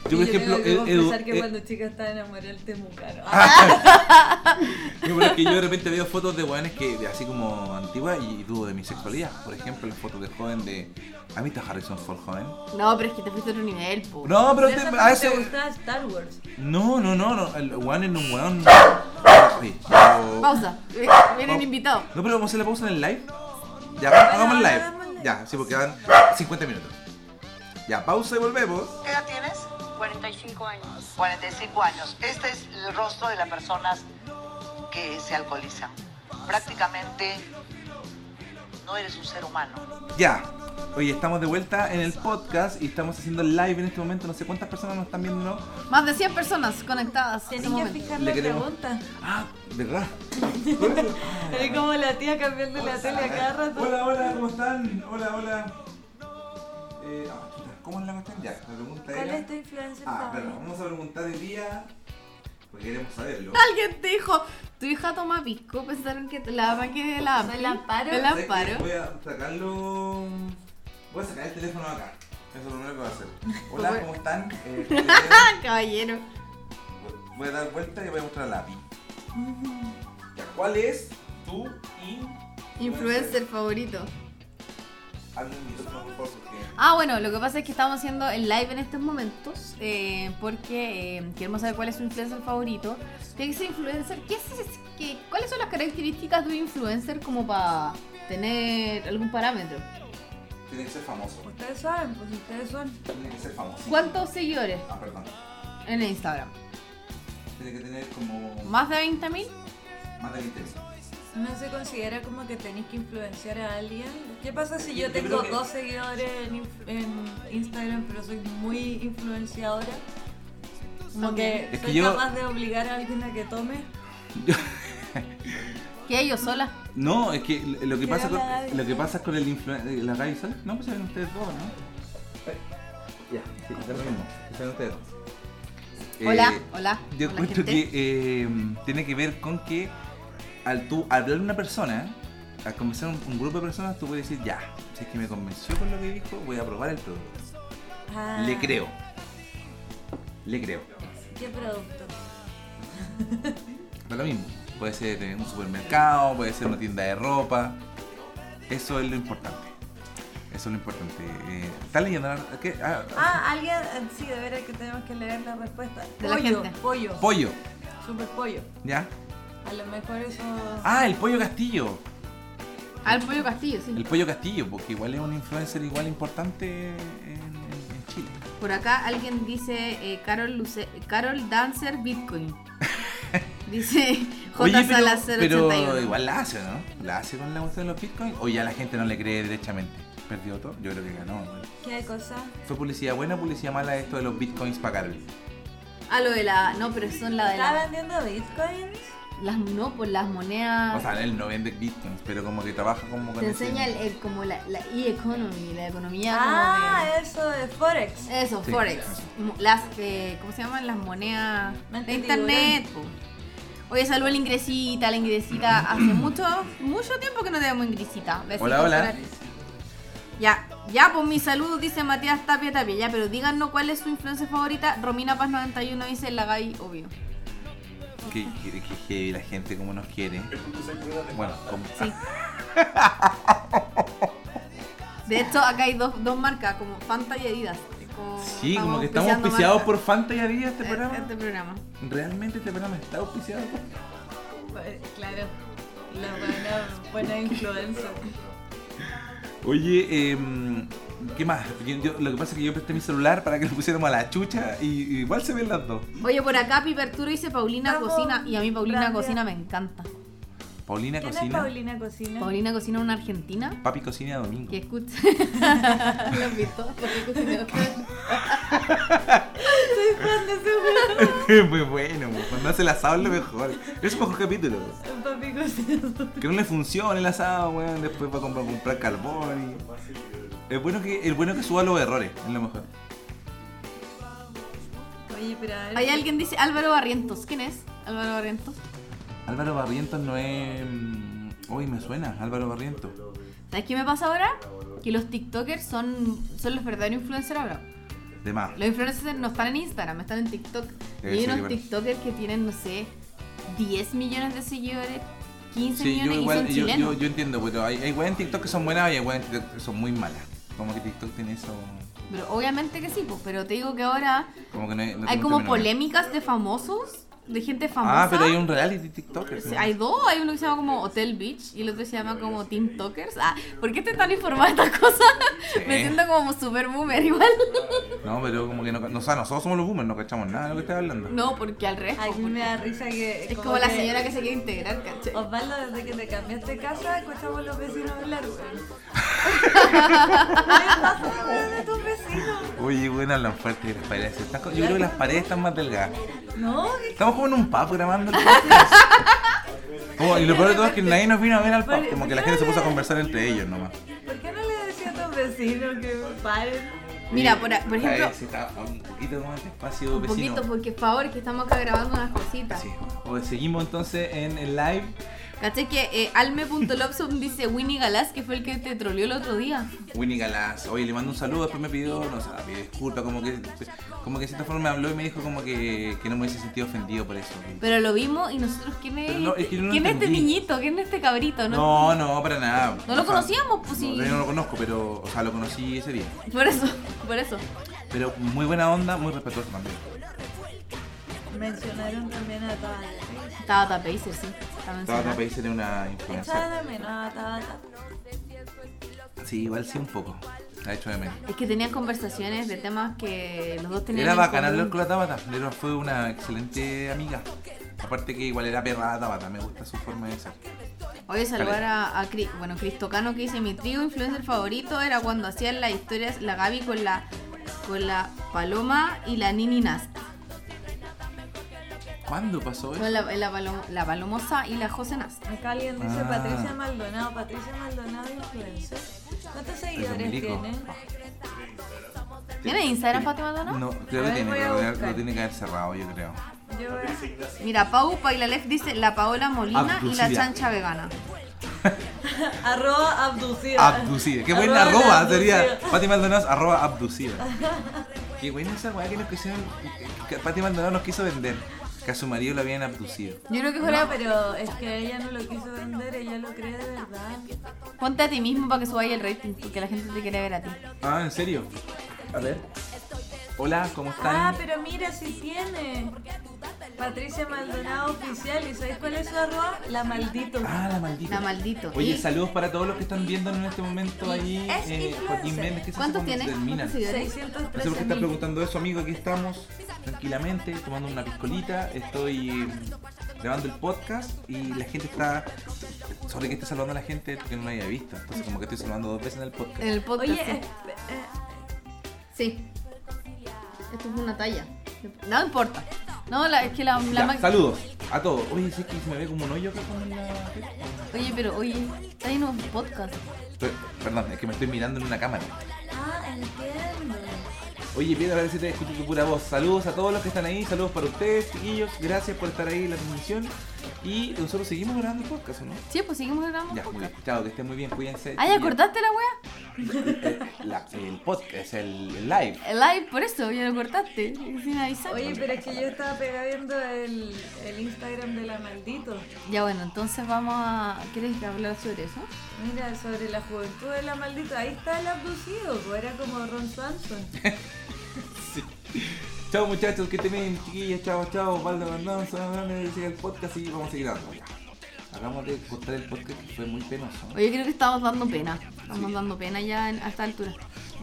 [SPEAKER 3] Yo, por ejemplo,
[SPEAKER 5] tengo
[SPEAKER 3] Edu-
[SPEAKER 5] que
[SPEAKER 3] Edu- Ah,
[SPEAKER 5] confesar que
[SPEAKER 3] eh,
[SPEAKER 5] cuando chica estaba enamorada del Ah, temucano.
[SPEAKER 3] Yo, pero es que yo de repente veo fotos de weones que de así como antiguas y dudo de mi sexualidad. Por ejemplo, las fotos de joven de. ¿A mí está Harrison Ford joven?
[SPEAKER 4] No, pero es que te fuiste a otro nivel, po.
[SPEAKER 3] No, pero te-
[SPEAKER 5] Esa
[SPEAKER 3] a
[SPEAKER 5] parte
[SPEAKER 3] ese.
[SPEAKER 5] te gustaba Star Wars.
[SPEAKER 3] No, no, no, no. El weón en un weón. Oye, pero-
[SPEAKER 4] Pausa. Vienen
[SPEAKER 3] Vamos.
[SPEAKER 4] invitados.
[SPEAKER 3] No, pero vamos a hacer la pausa en el live. Ya, hagamos el
[SPEAKER 5] hagamos el
[SPEAKER 3] live.
[SPEAKER 5] live.
[SPEAKER 3] Ya, sí, porque dan 50 minutos. Ya, pausa y volvemos.
[SPEAKER 7] ¿Qué edad tienes?
[SPEAKER 8] 45 años.
[SPEAKER 7] 45 años. Este es el rostro de las personas que se alcoholizan. Prácticamente no eres un ser humano.
[SPEAKER 3] Ya. Oye, estamos de vuelta en el podcast y estamos haciendo el live en este momento. No sé cuántas personas nos están viendo, ¿no?
[SPEAKER 4] Más de 100 personas conectadas. en este
[SPEAKER 5] Tenía que
[SPEAKER 4] momento.
[SPEAKER 5] fijar
[SPEAKER 3] Le
[SPEAKER 5] la
[SPEAKER 3] queremos-
[SPEAKER 5] pregunta.
[SPEAKER 3] Ah, ¿verdad?
[SPEAKER 5] Era como la tía cambiando la tele a cada rato.
[SPEAKER 3] Hola, hola, ¿cómo están? Hola, hola. Eh, ah, chuta, ¿Cómo es la cuestión? Ya, la pregunta
[SPEAKER 5] ¿Cuál
[SPEAKER 3] era...
[SPEAKER 5] es tu influencer
[SPEAKER 3] Ah, pero
[SPEAKER 5] favorita?
[SPEAKER 3] vamos a preguntar el día... Porque queremos saberlo.
[SPEAKER 4] Alguien te dijo, tu hija toma pisco, pensaron que te la máquina de la
[SPEAKER 5] ¿Se la paro?
[SPEAKER 4] ¿Te
[SPEAKER 3] ¿Sabes
[SPEAKER 4] la
[SPEAKER 3] qué?
[SPEAKER 4] paro?
[SPEAKER 3] Voy a sacarlo... Voy a sacar el teléfono acá. Eso es lo primero que voy a hacer. Hola, ¿cómo están? Eh,
[SPEAKER 4] Ah, caballero.
[SPEAKER 3] Voy a dar vuelta y voy a mostrar la lápiz. Ya, ¿Cuál es tu in-
[SPEAKER 4] Influencer favorito.
[SPEAKER 3] Hazme un micrófono, por favor, porque-
[SPEAKER 4] Ah, bueno, lo que pasa es que estamos haciendo el live en estos momentos eh, porque eh, queremos saber cuál es su influencer favorito. Tiene que ser influencer. ¿Qué es, es- qué- ¿Cuáles son las características de un influencer como para tener algún parámetro?
[SPEAKER 3] Tiene que ser famoso.
[SPEAKER 5] Ustedes saben, pues ustedes son.
[SPEAKER 3] Tiene que ser famoso.
[SPEAKER 4] ¿Cuántos seguidores
[SPEAKER 3] Ah, perdón.
[SPEAKER 4] en Instagram?
[SPEAKER 3] Tiene que tener como
[SPEAKER 4] ¿Más de 20.000?
[SPEAKER 3] más de 20 pesos.
[SPEAKER 5] No se considera como que tenéis que influenciar a alguien. ¿Qué pasa si
[SPEAKER 3] Yo
[SPEAKER 5] yo tengo
[SPEAKER 3] creo que-
[SPEAKER 5] dos seguidores en, inf- en Instagram, pero soy muy influenciadora? Como que
[SPEAKER 3] Es que
[SPEAKER 5] soy
[SPEAKER 3] yo-
[SPEAKER 5] capaz de obligar a alguien a que tome.
[SPEAKER 4] ¿Qué yo sola?
[SPEAKER 3] No, es que lo que
[SPEAKER 5] Quiero
[SPEAKER 3] pasa con,
[SPEAKER 5] la Gaby.
[SPEAKER 3] lo que pasa con el influencer. ¿La Gaby Sol? No, pues saben ustedes dos, ¿no? Eh, Ya, sí, es lo mismo. que saben ustedes dos.
[SPEAKER 4] Hola,
[SPEAKER 3] Eh,
[SPEAKER 4] hola.
[SPEAKER 3] Yo
[SPEAKER 4] hola,
[SPEAKER 3] encuentro
[SPEAKER 4] gente.
[SPEAKER 3] que eh, tiene que ver con que al tú hablar a una persona, al convencer a un, un grupo de personas, tú puedes decir, ya, si es que me convenció con lo que dijo, voy a probar el producto.
[SPEAKER 5] Ah,
[SPEAKER 3] Le creo. Le creo.
[SPEAKER 5] ¿Qué producto?
[SPEAKER 3] Da lo mismo. Puede ser eh, un supermercado, puede ser una tienda de ropa. Eso es lo importante. Eso es lo importante. Eh, ¿Estás leyendo? la- ¿Qué? Ah,
[SPEAKER 5] Ah, alguien. eh, Sí, de veras que tenemos que leer la respuesta.
[SPEAKER 4] De la
[SPEAKER 5] pollo,
[SPEAKER 4] gente.
[SPEAKER 5] pollo.
[SPEAKER 3] Pollo,
[SPEAKER 5] Super pollo.
[SPEAKER 3] ¿ya?
[SPEAKER 5] A lo mejor eso.
[SPEAKER 3] Ah, el pollo castillo.
[SPEAKER 4] Al Pollo Castillo, sí.
[SPEAKER 3] El pollo castillo, porque igual es un influencer igual importante en, en- en Chile.
[SPEAKER 4] Por acá alguien dice eh, Carol, Luce- Carol Dancer Bitcoin. Dice J.
[SPEAKER 3] pero-
[SPEAKER 4] Salas
[SPEAKER 3] pero,
[SPEAKER 4] 081.
[SPEAKER 3] igual la hace, ¿no? La hace con la cuestión de los bitcoins. O ya la gente no le cree derechamente. Perdió todo. Yo creo que ganó.
[SPEAKER 5] ¿Qué cosa?
[SPEAKER 3] Fue publicidad buena, publicidad mala esto de los bitcoins para Carol.
[SPEAKER 4] Ah, lo de la. No, pero son la de
[SPEAKER 5] ¿Está
[SPEAKER 4] la,
[SPEAKER 5] vendiendo bitcoins?
[SPEAKER 4] las. No, pues las monedas.
[SPEAKER 3] O sea, él no vende bitcoins, pero como que trabaja como con
[SPEAKER 4] te
[SPEAKER 3] ese-
[SPEAKER 4] enseña el, el- como la, la e-economy, la economía.
[SPEAKER 5] Ah,
[SPEAKER 4] como
[SPEAKER 5] eso de Forex.
[SPEAKER 4] de- eso,
[SPEAKER 3] Sí,
[SPEAKER 4] Forex.
[SPEAKER 3] eso.
[SPEAKER 4] Mo- Las. eh, ¿Cómo se llaman? Las monedas
[SPEAKER 5] Me
[SPEAKER 4] de
[SPEAKER 5] entendí,
[SPEAKER 4] internet. po. Oye, saludo a la ingresita. La ingresita hace mucho mucho tiempo que no tenemos ingresita. Besitos
[SPEAKER 3] Mm. Hola, hola.
[SPEAKER 4] para- Ya, ya, pues mi saludos, dice Matías Tapia Tapia. Ya, pero díganos cuál es su influencia favorita. Romina Paz 91 dice la Gaby, obvio.
[SPEAKER 3] Que, que, que heavy la gente como nos quiere. Bueno, como-
[SPEAKER 4] Sí. De hecho, acá hay dos, dos marcas, como Fanta y Adidas. Como
[SPEAKER 3] sí, como que estamos auspiciados por Fanta y Adidas este
[SPEAKER 4] este
[SPEAKER 3] programa.
[SPEAKER 4] programa. Este programa.
[SPEAKER 3] Realmente este programa está auspiciado por
[SPEAKER 5] Pues, Claro, la buena, buena influencer.
[SPEAKER 3] Oye, em, ¿qué más? Yo- yo- lo que pasa es que yo presté mi celular para que lo pusiéramos a la chucha y, y igual se ven las dos.
[SPEAKER 4] Oye, por acá Pipe Arturo dice Paulina
[SPEAKER 5] Vamos,
[SPEAKER 4] Cocina. Y a mí Paulina
[SPEAKER 5] Fran,
[SPEAKER 4] Cocina me encanta.
[SPEAKER 3] Paulina
[SPEAKER 5] ¿Quién es
[SPEAKER 3] cocina.
[SPEAKER 5] Paulina Cocina?
[SPEAKER 4] Paulina Cocina es una argentina
[SPEAKER 3] Papi cocina domingo.
[SPEAKER 4] que escucha. ¿Lo has visto? Paulina Cocina.
[SPEAKER 5] Soy fan de ese weón.
[SPEAKER 3] Es muy bueno, po. cuando hace el asado es lo mejor. Es el mejor capítulo.
[SPEAKER 5] Papi Cocina.
[SPEAKER 3] Que no le funciona el asado, weón. Después va a comprar, comprar carbón. y- Es bueno que, es bueno que suba los errores, es lo mejor.
[SPEAKER 5] Oye, pero a ver.
[SPEAKER 4] Ahí alguien dice Álvaro Barrientos. ¿Quién es? Álvaro Barrientos.
[SPEAKER 3] Álvaro Barrientos no es. mm, Uy, me suena, Álvaro Barrientos.
[SPEAKER 4] ¿Sabes qué me pasa ahora? Que los TikTokers son, son los verdaderos influencers ahora.
[SPEAKER 3] De más.
[SPEAKER 4] Los influencers no están en Instagram, están en TikTok. Y
[SPEAKER 3] Debe
[SPEAKER 4] hay
[SPEAKER 3] ser
[SPEAKER 4] unos
[SPEAKER 3] igual.
[SPEAKER 4] TikTokers que tienen, no sé, 10 millones de seguidores, 15
[SPEAKER 3] Sí, yo
[SPEAKER 4] millones
[SPEAKER 3] igual,
[SPEAKER 4] y son
[SPEAKER 3] yo,
[SPEAKER 4] chilenos.
[SPEAKER 3] yo- yo entiendo, pero hay, hay weas en TikTok que son buenas y hay weas en TikTok que son muy malas. Como que TikTok tiene eso.
[SPEAKER 4] Pero obviamente que sí, pues, pero te digo que ahora
[SPEAKER 3] Como que no hay, no
[SPEAKER 4] hay
[SPEAKER 3] tiene un
[SPEAKER 4] como
[SPEAKER 3] término medio.
[SPEAKER 4] polémicas de famosos, de gente famosa.
[SPEAKER 3] Ah, pero hay un reality TikTok.
[SPEAKER 4] Sí, Hay dos, hay uno que se llama como Hotel Beach y el otro se llama como Team Talkers. Ah, ¿por qué te tan informada de estas cosas?
[SPEAKER 3] Sí.
[SPEAKER 4] Me siento como super boomer igual.
[SPEAKER 3] No, pero como que no, no, o sea, nosotros somos los boomers, no cachamos nada de lo que estás hablando.
[SPEAKER 4] No, porque al revés.
[SPEAKER 5] A mí me da risa que.
[SPEAKER 4] Es como la
[SPEAKER 5] que-
[SPEAKER 4] señora que se quiere integrar, ¿cachai?
[SPEAKER 5] Osvaldo, desde que te cambiaste de casa, escuchamos los vecinos hablar, weón. ¿Qué pasa, weón, de tus vecinos?
[SPEAKER 3] Oye, bueno, hablan fuerte de las paredes. Estas co- Yo creo que las paredes están más delgadas.
[SPEAKER 5] No, que-
[SPEAKER 3] Estamos como en un pub grabando. el podcast. Como, y lo peor de todo es que nadie nos vino a ver al pub.
[SPEAKER 5] Pero-
[SPEAKER 3] Como que la gente se puso a conversar entre ellos nomás.
[SPEAKER 5] ¿por qué no le decía a tus vecinos que paren?
[SPEAKER 4] Mira, por, por ejemplo,
[SPEAKER 3] Ay, sí, está un poquito más despacio,
[SPEAKER 4] un
[SPEAKER 3] vecino.
[SPEAKER 4] poquito, porque por favor, que estamos acá grabando unas cositas.
[SPEAKER 3] Sí. O seguimos entonces en el live.
[SPEAKER 4] ¿Cachai? Que eh, Alme.Lobson dice Winnie Galás, que fue el que te troleó el otro día.
[SPEAKER 3] Winnie Galás, oye, le mando un saludo, después me pidió, no sé, pidió disculpas, como que, como que de cierta forma me habló y me dijo como que, que no me hubiese sentido ofendido por eso.
[SPEAKER 4] Pero lo vimos y nosotros, ¿quién es,
[SPEAKER 3] Pero no, es que yo no
[SPEAKER 4] ¿quién es este
[SPEAKER 3] entendí.
[SPEAKER 4] niñito? ¿Quién es este cabrito? No,
[SPEAKER 3] No, no, para nada.
[SPEAKER 4] No lo
[SPEAKER 3] O sea,
[SPEAKER 4] conocíamos, pues, sí.
[SPEAKER 3] No, yo no lo conozco, pero, o sea, lo conocí ese día.
[SPEAKER 4] Por eso, por eso.
[SPEAKER 3] Pero muy buena onda, muy respetuoso también.
[SPEAKER 5] Mencionaron también a Tabata.
[SPEAKER 4] Estaba Tapacer, sí. Estaba
[SPEAKER 3] Estaba
[SPEAKER 4] mencionada.
[SPEAKER 3] para país era una influencer.
[SPEAKER 5] Echaba de menos a Tabata.
[SPEAKER 3] Sí, igual sí un poco. La he hecho de menos.
[SPEAKER 4] Es que tenían conversaciones de temas que los dos tenían.
[SPEAKER 3] Era
[SPEAKER 4] en
[SPEAKER 3] bacán
[SPEAKER 4] común.
[SPEAKER 3] hablar con la Tabata, pero fue una excelente amiga. Aparte que igual era perra la Tabata, me gusta su forma de ser.
[SPEAKER 4] Oye, saludar
[SPEAKER 3] Caleta.
[SPEAKER 4] a, a Cri- bueno, Cristocano que dice: Mi trío influencer favorito era cuando hacían las historias la Gaby con la, con la Paloma y la Nini Nas.
[SPEAKER 3] ¿Cuándo pasó eso?
[SPEAKER 4] No, la, la, Palom- la Palomosa y la José Nas.
[SPEAKER 5] Acá alguien dice
[SPEAKER 3] Ah.
[SPEAKER 5] Patricia Maldonado. Patricia Maldonado influencer. ¿Cuántos seguidores
[SPEAKER 3] milico.
[SPEAKER 5] tiene?
[SPEAKER 4] ¿Tiene Instagram, Fátima Dono?
[SPEAKER 3] Ah, No, creo
[SPEAKER 5] A
[SPEAKER 3] que
[SPEAKER 5] ver,
[SPEAKER 3] tiene,
[SPEAKER 5] voy a
[SPEAKER 3] pero lo-
[SPEAKER 5] buscar.
[SPEAKER 3] lo tiene que haber cerrado, yo creo.
[SPEAKER 5] Yo
[SPEAKER 4] Mira, Pau Pailalef dice la Paola Molina y la
[SPEAKER 3] Abducida.
[SPEAKER 4] chancha vegana.
[SPEAKER 5] Arroba abducida.
[SPEAKER 3] Abducida. Qué buena
[SPEAKER 5] la
[SPEAKER 3] arroba,
[SPEAKER 5] abducida.
[SPEAKER 3] sería. Pati Maldonado, arroba abducida. Qué buena esa weá que nos quisieron. que Pati Maldonado nos quiso vender. Que a su marido lo habían abducido.
[SPEAKER 4] Yo creo que fuera.
[SPEAKER 5] No, pero es que ella no lo quiso vender, ella lo cree de verdad.
[SPEAKER 4] Ponte a ti mismo para que suba ahí el rating, porque la gente te quiere ver a ti.
[SPEAKER 3] Ah, ¿en serio? A ver. Hola, ¿cómo
[SPEAKER 5] Ah,
[SPEAKER 3] están?
[SPEAKER 5] pero mira, si tiene. Patricia Maldonado oficial, ¿y sabéis cuál es su arroba? La maldito.
[SPEAKER 3] Ah, la maldita.
[SPEAKER 4] La maldito.
[SPEAKER 3] Oye,
[SPEAKER 4] Y-
[SPEAKER 3] saludos para todos los que están viendo en este momento ahí.
[SPEAKER 5] Es
[SPEAKER 3] Joaquín
[SPEAKER 5] influencer.
[SPEAKER 3] Méndez, que se hace
[SPEAKER 4] ¿Cuántos
[SPEAKER 3] cuando se
[SPEAKER 4] tiene?
[SPEAKER 3] termina.
[SPEAKER 4] ¿Cuántos seguidores?
[SPEAKER 3] No sé por qué
[SPEAKER 5] 613
[SPEAKER 3] estás
[SPEAKER 5] mil.
[SPEAKER 3] preguntando eso, amigo. Aquí estamos tranquilamente tomando una piscolita. Estoy mm, grabando el podcast y la gente está. Sobre que esté saludando a la gente que no la haya visto. Entonces, como que estoy saludando dos veces en el podcast.
[SPEAKER 4] En el podcast.
[SPEAKER 5] Oye,
[SPEAKER 4] sí.
[SPEAKER 5] eh, eh,
[SPEAKER 4] Sí. Esto es una talla. No importa. No, la- es que la, la
[SPEAKER 3] Ya,
[SPEAKER 4] ma-
[SPEAKER 3] Saludos a todos. Oye, sí que se me ve como un hoyo acá con la.
[SPEAKER 4] Oye, pero oye, está en un podcast.
[SPEAKER 3] Estoy- Perdón, es que me estoy mirando en una cámara.
[SPEAKER 5] ah, entiendo.
[SPEAKER 3] Oye, Piedra, parece que te escucho tu pura voz. Saludos a todos los que están ahí, saludos para ustedes, chiquillos. Gracias por estar ahí en la transmisión. Y nosotros seguimos grabando el podcast, ¿o ¿no?
[SPEAKER 4] Sí, pues seguimos grabando.
[SPEAKER 3] Ya, muy bien. Chao, que estén muy bien, cuídense.
[SPEAKER 4] Ah, ya
[SPEAKER 3] chiquillos.
[SPEAKER 4] cortaste la wea.
[SPEAKER 3] Eh, la- el podcast, el, el live.
[SPEAKER 4] El live, por eso, ya lo cortaste. Sin avisar.
[SPEAKER 5] Oye, pero es que yo estaba pegada viendo el, el Instagram de la maldito.
[SPEAKER 4] Ya bueno, entonces vamos a. ¿Quieres hablar sobre eso?
[SPEAKER 5] Mira, sobre la juventud de la maldita, ahí está el abducido, pues, era como Ron Swanson.
[SPEAKER 3] Chao, muchachos, que estén bien, chiquillos. Chao, chao. Valdo Mendoza, vamos a el podcast y vamos a seguir grabando. Ya. Acabamos de cortar el podcast que fue muy penoso.
[SPEAKER 4] Oye, creo que estamos dando pena. Estamos dando pena ya en- a esta altura.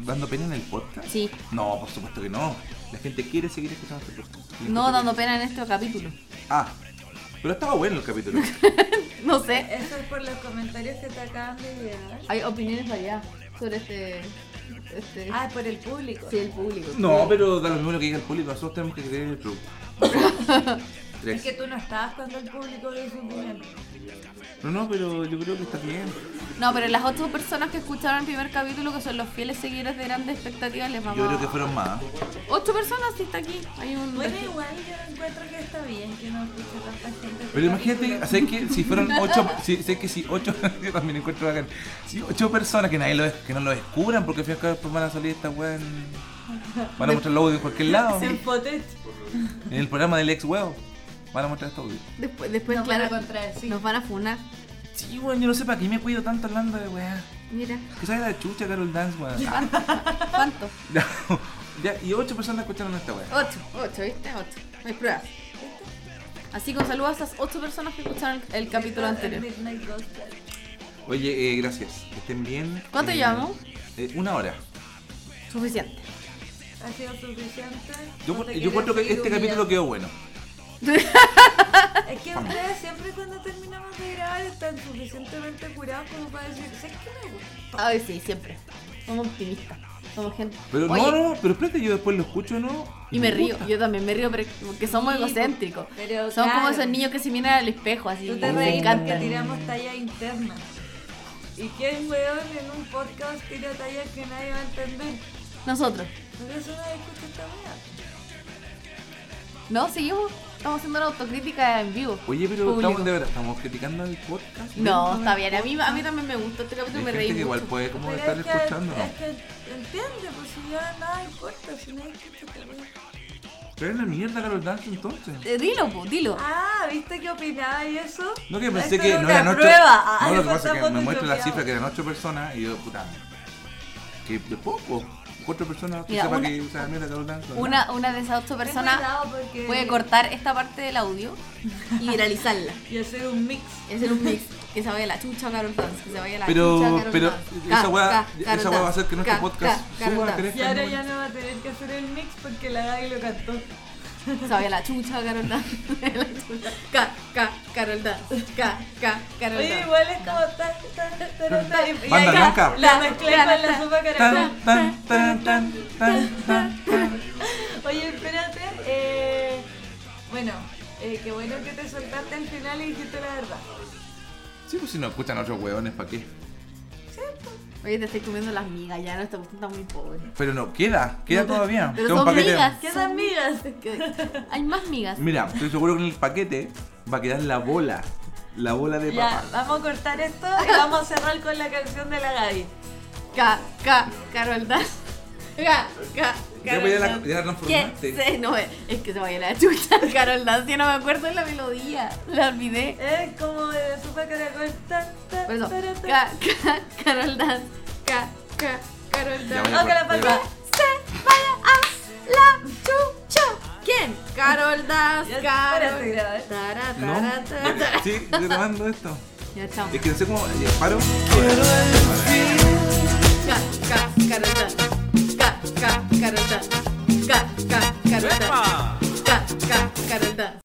[SPEAKER 3] ¿Dando pena en el podcast?
[SPEAKER 4] Sí.
[SPEAKER 3] No, por supuesto que no. La gente quiere seguir escuchando este podcast. La
[SPEAKER 4] No
[SPEAKER 3] gente-
[SPEAKER 4] dando pena en este capítulo.
[SPEAKER 3] Ah, pero estaba bueno el capítulo.
[SPEAKER 4] No sé.
[SPEAKER 5] Eso es por los comentarios que te acaban de llegar.
[SPEAKER 4] Hay opiniones variadas sobre este. este
[SPEAKER 5] Ah, por el público.
[SPEAKER 4] sí, el público.
[SPEAKER 3] No, pero da lo mismo lo que diga el público, nosotros tenemos que creer en el producto. Tres.
[SPEAKER 5] Es que tú no estabas cuando el público dio su opinión.
[SPEAKER 3] No, no, pero yo creo que está bien.
[SPEAKER 4] No, pero las ocho personas que escucharon el primer capítulo, que son los fieles seguidores de grandes expectativas, les vamos
[SPEAKER 3] Yo creo
[SPEAKER 4] a-
[SPEAKER 3] que fueron más.
[SPEAKER 4] Ocho personas, sí, está aquí. Hay un...
[SPEAKER 5] Bueno, igual yo encuentro que está bien que no escuche tanta gente.
[SPEAKER 3] Pero imagínate, o sea, es que si fueron ocho, si, sé que si ocho, yo también encuentro bacán, si ocho personas que nadie lo, que no lo descubran, porque al fin y al cabo después van a salir esta weá en, Van a mostrar el audio en cualquier lado.
[SPEAKER 5] Se empotet.
[SPEAKER 3] En el programa del ex huevo. Van a mostrar este audio.
[SPEAKER 4] Después, después
[SPEAKER 5] Nos van
[SPEAKER 4] claro,
[SPEAKER 5] a contradecir.
[SPEAKER 4] nos van a funar.
[SPEAKER 3] Sí, weón, yo no sé para qué me cuido tanto hablando de weá.
[SPEAKER 4] Mira,
[SPEAKER 3] Que sabe la chucha, Carol Dance, weón.
[SPEAKER 4] ¿cuánto?
[SPEAKER 3] Ya, y ocho personas escucharon esta weá.
[SPEAKER 4] Ocho, ocho, ¿viste? Ocho. No hay pruebas. Así que un saludo a esas ocho personas que escucharon el, el capítulo anterior.
[SPEAKER 5] Midnight Gospel.
[SPEAKER 3] Oye, eh, gracias. Que estén bien.
[SPEAKER 4] ¿Cuánto
[SPEAKER 3] Eh,
[SPEAKER 4] llevamos?
[SPEAKER 3] eh, una hora.
[SPEAKER 4] Suficiente.
[SPEAKER 5] Ha sido suficiente.
[SPEAKER 3] Yo,
[SPEAKER 5] No
[SPEAKER 3] cu-
[SPEAKER 5] te
[SPEAKER 3] yo
[SPEAKER 5] quiero
[SPEAKER 3] encuentro que
[SPEAKER 5] seguir
[SPEAKER 3] este capítulo
[SPEAKER 5] humillando.
[SPEAKER 3] quedó bueno.
[SPEAKER 5] Es que ustedes siempre cuando terminamos de grabar están suficientemente curados como para decir, ¿sabes qué me gusta?
[SPEAKER 4] Ay, sí, siempre. Somos optimistas. Somos gente.
[SPEAKER 3] Pero
[SPEAKER 4] Oye,
[SPEAKER 3] no, no, pero espérate, yo después lo escucho, ¿no?
[SPEAKER 4] Y me río, yo también me río pero porque somos
[SPEAKER 5] Sí,
[SPEAKER 4] egocéntricos.
[SPEAKER 5] pero
[SPEAKER 4] Son como
[SPEAKER 5] claro.
[SPEAKER 4] esos niños que se miran al espejo, así
[SPEAKER 5] Tú
[SPEAKER 4] se
[SPEAKER 5] te reís porque
[SPEAKER 4] encantan.
[SPEAKER 5] tiramos talla interna. ¿Y quién weón en un podcast tira tallas que nadie va a entender?
[SPEAKER 4] Nosotros.
[SPEAKER 5] Por eso no escucha esta weá.
[SPEAKER 4] No, seguimos. Estamos haciendo una autocrítica en vivo.
[SPEAKER 3] Oye, pero
[SPEAKER 4] Público.
[SPEAKER 3] estamos de verdad, estamos criticando el podcast.
[SPEAKER 4] No, está bien. A mí, a mí también me gusta este
[SPEAKER 3] Hay
[SPEAKER 4] capítulo, me
[SPEAKER 3] gente
[SPEAKER 4] reí
[SPEAKER 3] que igual
[SPEAKER 4] mucho.
[SPEAKER 3] puede como
[SPEAKER 5] Pero
[SPEAKER 3] estar
[SPEAKER 5] es que-
[SPEAKER 3] escuchando,
[SPEAKER 5] Es que entiende, pues si ya nada importa, si nadie escucha esta weá.
[SPEAKER 3] Pero es la mierda Carol Dance entonces.
[SPEAKER 4] Eh, Dilo, po, dilo.
[SPEAKER 5] Ah, ¿viste que opinaba y eso?
[SPEAKER 3] No, que pensé
[SPEAKER 5] Esto
[SPEAKER 3] que
[SPEAKER 5] era
[SPEAKER 3] no
[SPEAKER 5] una
[SPEAKER 3] eran ocho.
[SPEAKER 5] prueba. Ah,
[SPEAKER 3] No, lo que
[SPEAKER 5] eso
[SPEAKER 3] pasa es que
[SPEAKER 5] estamos
[SPEAKER 3] me muestra la
[SPEAKER 5] desbloqueados.
[SPEAKER 3] cifra que eran ocho personas y yo, puta. Que de poco. Cuatro personas, tú
[SPEAKER 4] Mira,
[SPEAKER 3] sepas
[SPEAKER 4] una-
[SPEAKER 3] que usa la mierda Carol Dance. ¿no?
[SPEAKER 4] Una, una de esas ocho
[SPEAKER 5] Ten
[SPEAKER 4] personas
[SPEAKER 5] cuidado porque-
[SPEAKER 4] puede cortar esta parte del audio y viralizarla.
[SPEAKER 5] Y hacer un mix.
[SPEAKER 4] Es un mix. Que se vaya la chucha Carol Dance, que se vaya la
[SPEAKER 3] Pero-
[SPEAKER 4] chucha Carol
[SPEAKER 3] pero
[SPEAKER 4] Dance.
[SPEAKER 3] esa
[SPEAKER 4] Ca,
[SPEAKER 3] weá-
[SPEAKER 4] ca,
[SPEAKER 3] esa
[SPEAKER 4] Carol
[SPEAKER 3] weá va a
[SPEAKER 4] Dance.
[SPEAKER 3] hacer que nuestro
[SPEAKER 4] Ca,
[SPEAKER 3] podcast
[SPEAKER 4] ca, Carol
[SPEAKER 3] suba,
[SPEAKER 4] Dance.
[SPEAKER 3] ¿crees?
[SPEAKER 5] Y ahora ya no va a tener que hacer el mix porque la Gaby lo cantó.
[SPEAKER 4] Se vaya la chucha Carol Dance. la chucha. Ca, ca, Carol Dance. Ca, ca, Carol
[SPEAKER 5] Oye,
[SPEAKER 4] Dance.
[SPEAKER 5] igual es como ta, ta, ta, ta, ta, y- y
[SPEAKER 3] Banda
[SPEAKER 5] ahí
[SPEAKER 3] blanca.
[SPEAKER 5] La mezclé
[SPEAKER 4] Blanca.
[SPEAKER 5] con la sopa caracol.
[SPEAKER 3] Tan, tan, tan, tan, tan, tan, tan.
[SPEAKER 5] Oye, espérate. eh, bueno, eh, qué bueno que te soltaste al final y dijiste la verdad.
[SPEAKER 3] Sí, pues si no escuchan otros hueones, ¿para qué?
[SPEAKER 4] Oye, te estoy comiendo las migas ya, no, esta cuestión está muy pobre.
[SPEAKER 3] Pero no, queda, queda todavía.
[SPEAKER 4] Pero
[SPEAKER 3] Tengo un
[SPEAKER 4] son
[SPEAKER 3] paquete-
[SPEAKER 4] migas.
[SPEAKER 5] ¿Qué
[SPEAKER 4] son
[SPEAKER 5] amigas?
[SPEAKER 4] migas. Hay más migas.
[SPEAKER 3] Mira, estoy seguro que en el paquete va a quedar la bola. La bola de
[SPEAKER 5] Ya,
[SPEAKER 3] papá.
[SPEAKER 5] vamos a cortar esto y vamos a cerrar con la canción de la Gaby.
[SPEAKER 4] Ca, ca, Carol Dance. Ca, ca,
[SPEAKER 3] Ya,
[SPEAKER 4] Carol
[SPEAKER 3] pues, ya la-
[SPEAKER 4] Dance.
[SPEAKER 3] ya la transformaste.
[SPEAKER 4] ¿Qué? Sí, no, es que se vaya la chucha Carol Dance, yo no me acuerdo de la melodía, la olvidé.
[SPEAKER 5] Es como de la sopa caracol. ta, ta,
[SPEAKER 4] Por eso,
[SPEAKER 5] ta, ta.
[SPEAKER 4] ca, ca, Carol Dance. Ca, ca, Carol
[SPEAKER 3] Ya
[SPEAKER 4] Dance.
[SPEAKER 3] voy a
[SPEAKER 5] Ok,
[SPEAKER 3] voy
[SPEAKER 5] la
[SPEAKER 3] a-
[SPEAKER 5] palma.
[SPEAKER 4] Se vaya a la chucha. ¿Quién? Carol Dance,
[SPEAKER 5] Ya,
[SPEAKER 4] Carol.
[SPEAKER 5] espérate, graba, eh.
[SPEAKER 4] Tara,
[SPEAKER 3] ¿No?
[SPEAKER 4] tara, tara.
[SPEAKER 3] Sí, grabando esto.
[SPEAKER 4] Ya estamos.
[SPEAKER 3] Es que no sé cómo. ya, ¿Paro?
[SPEAKER 4] Ca, ca, Carol Dance. Ca, ca, Carol Dance. Ca, ca, Carol Dance. Ca, ca, Carol Dance.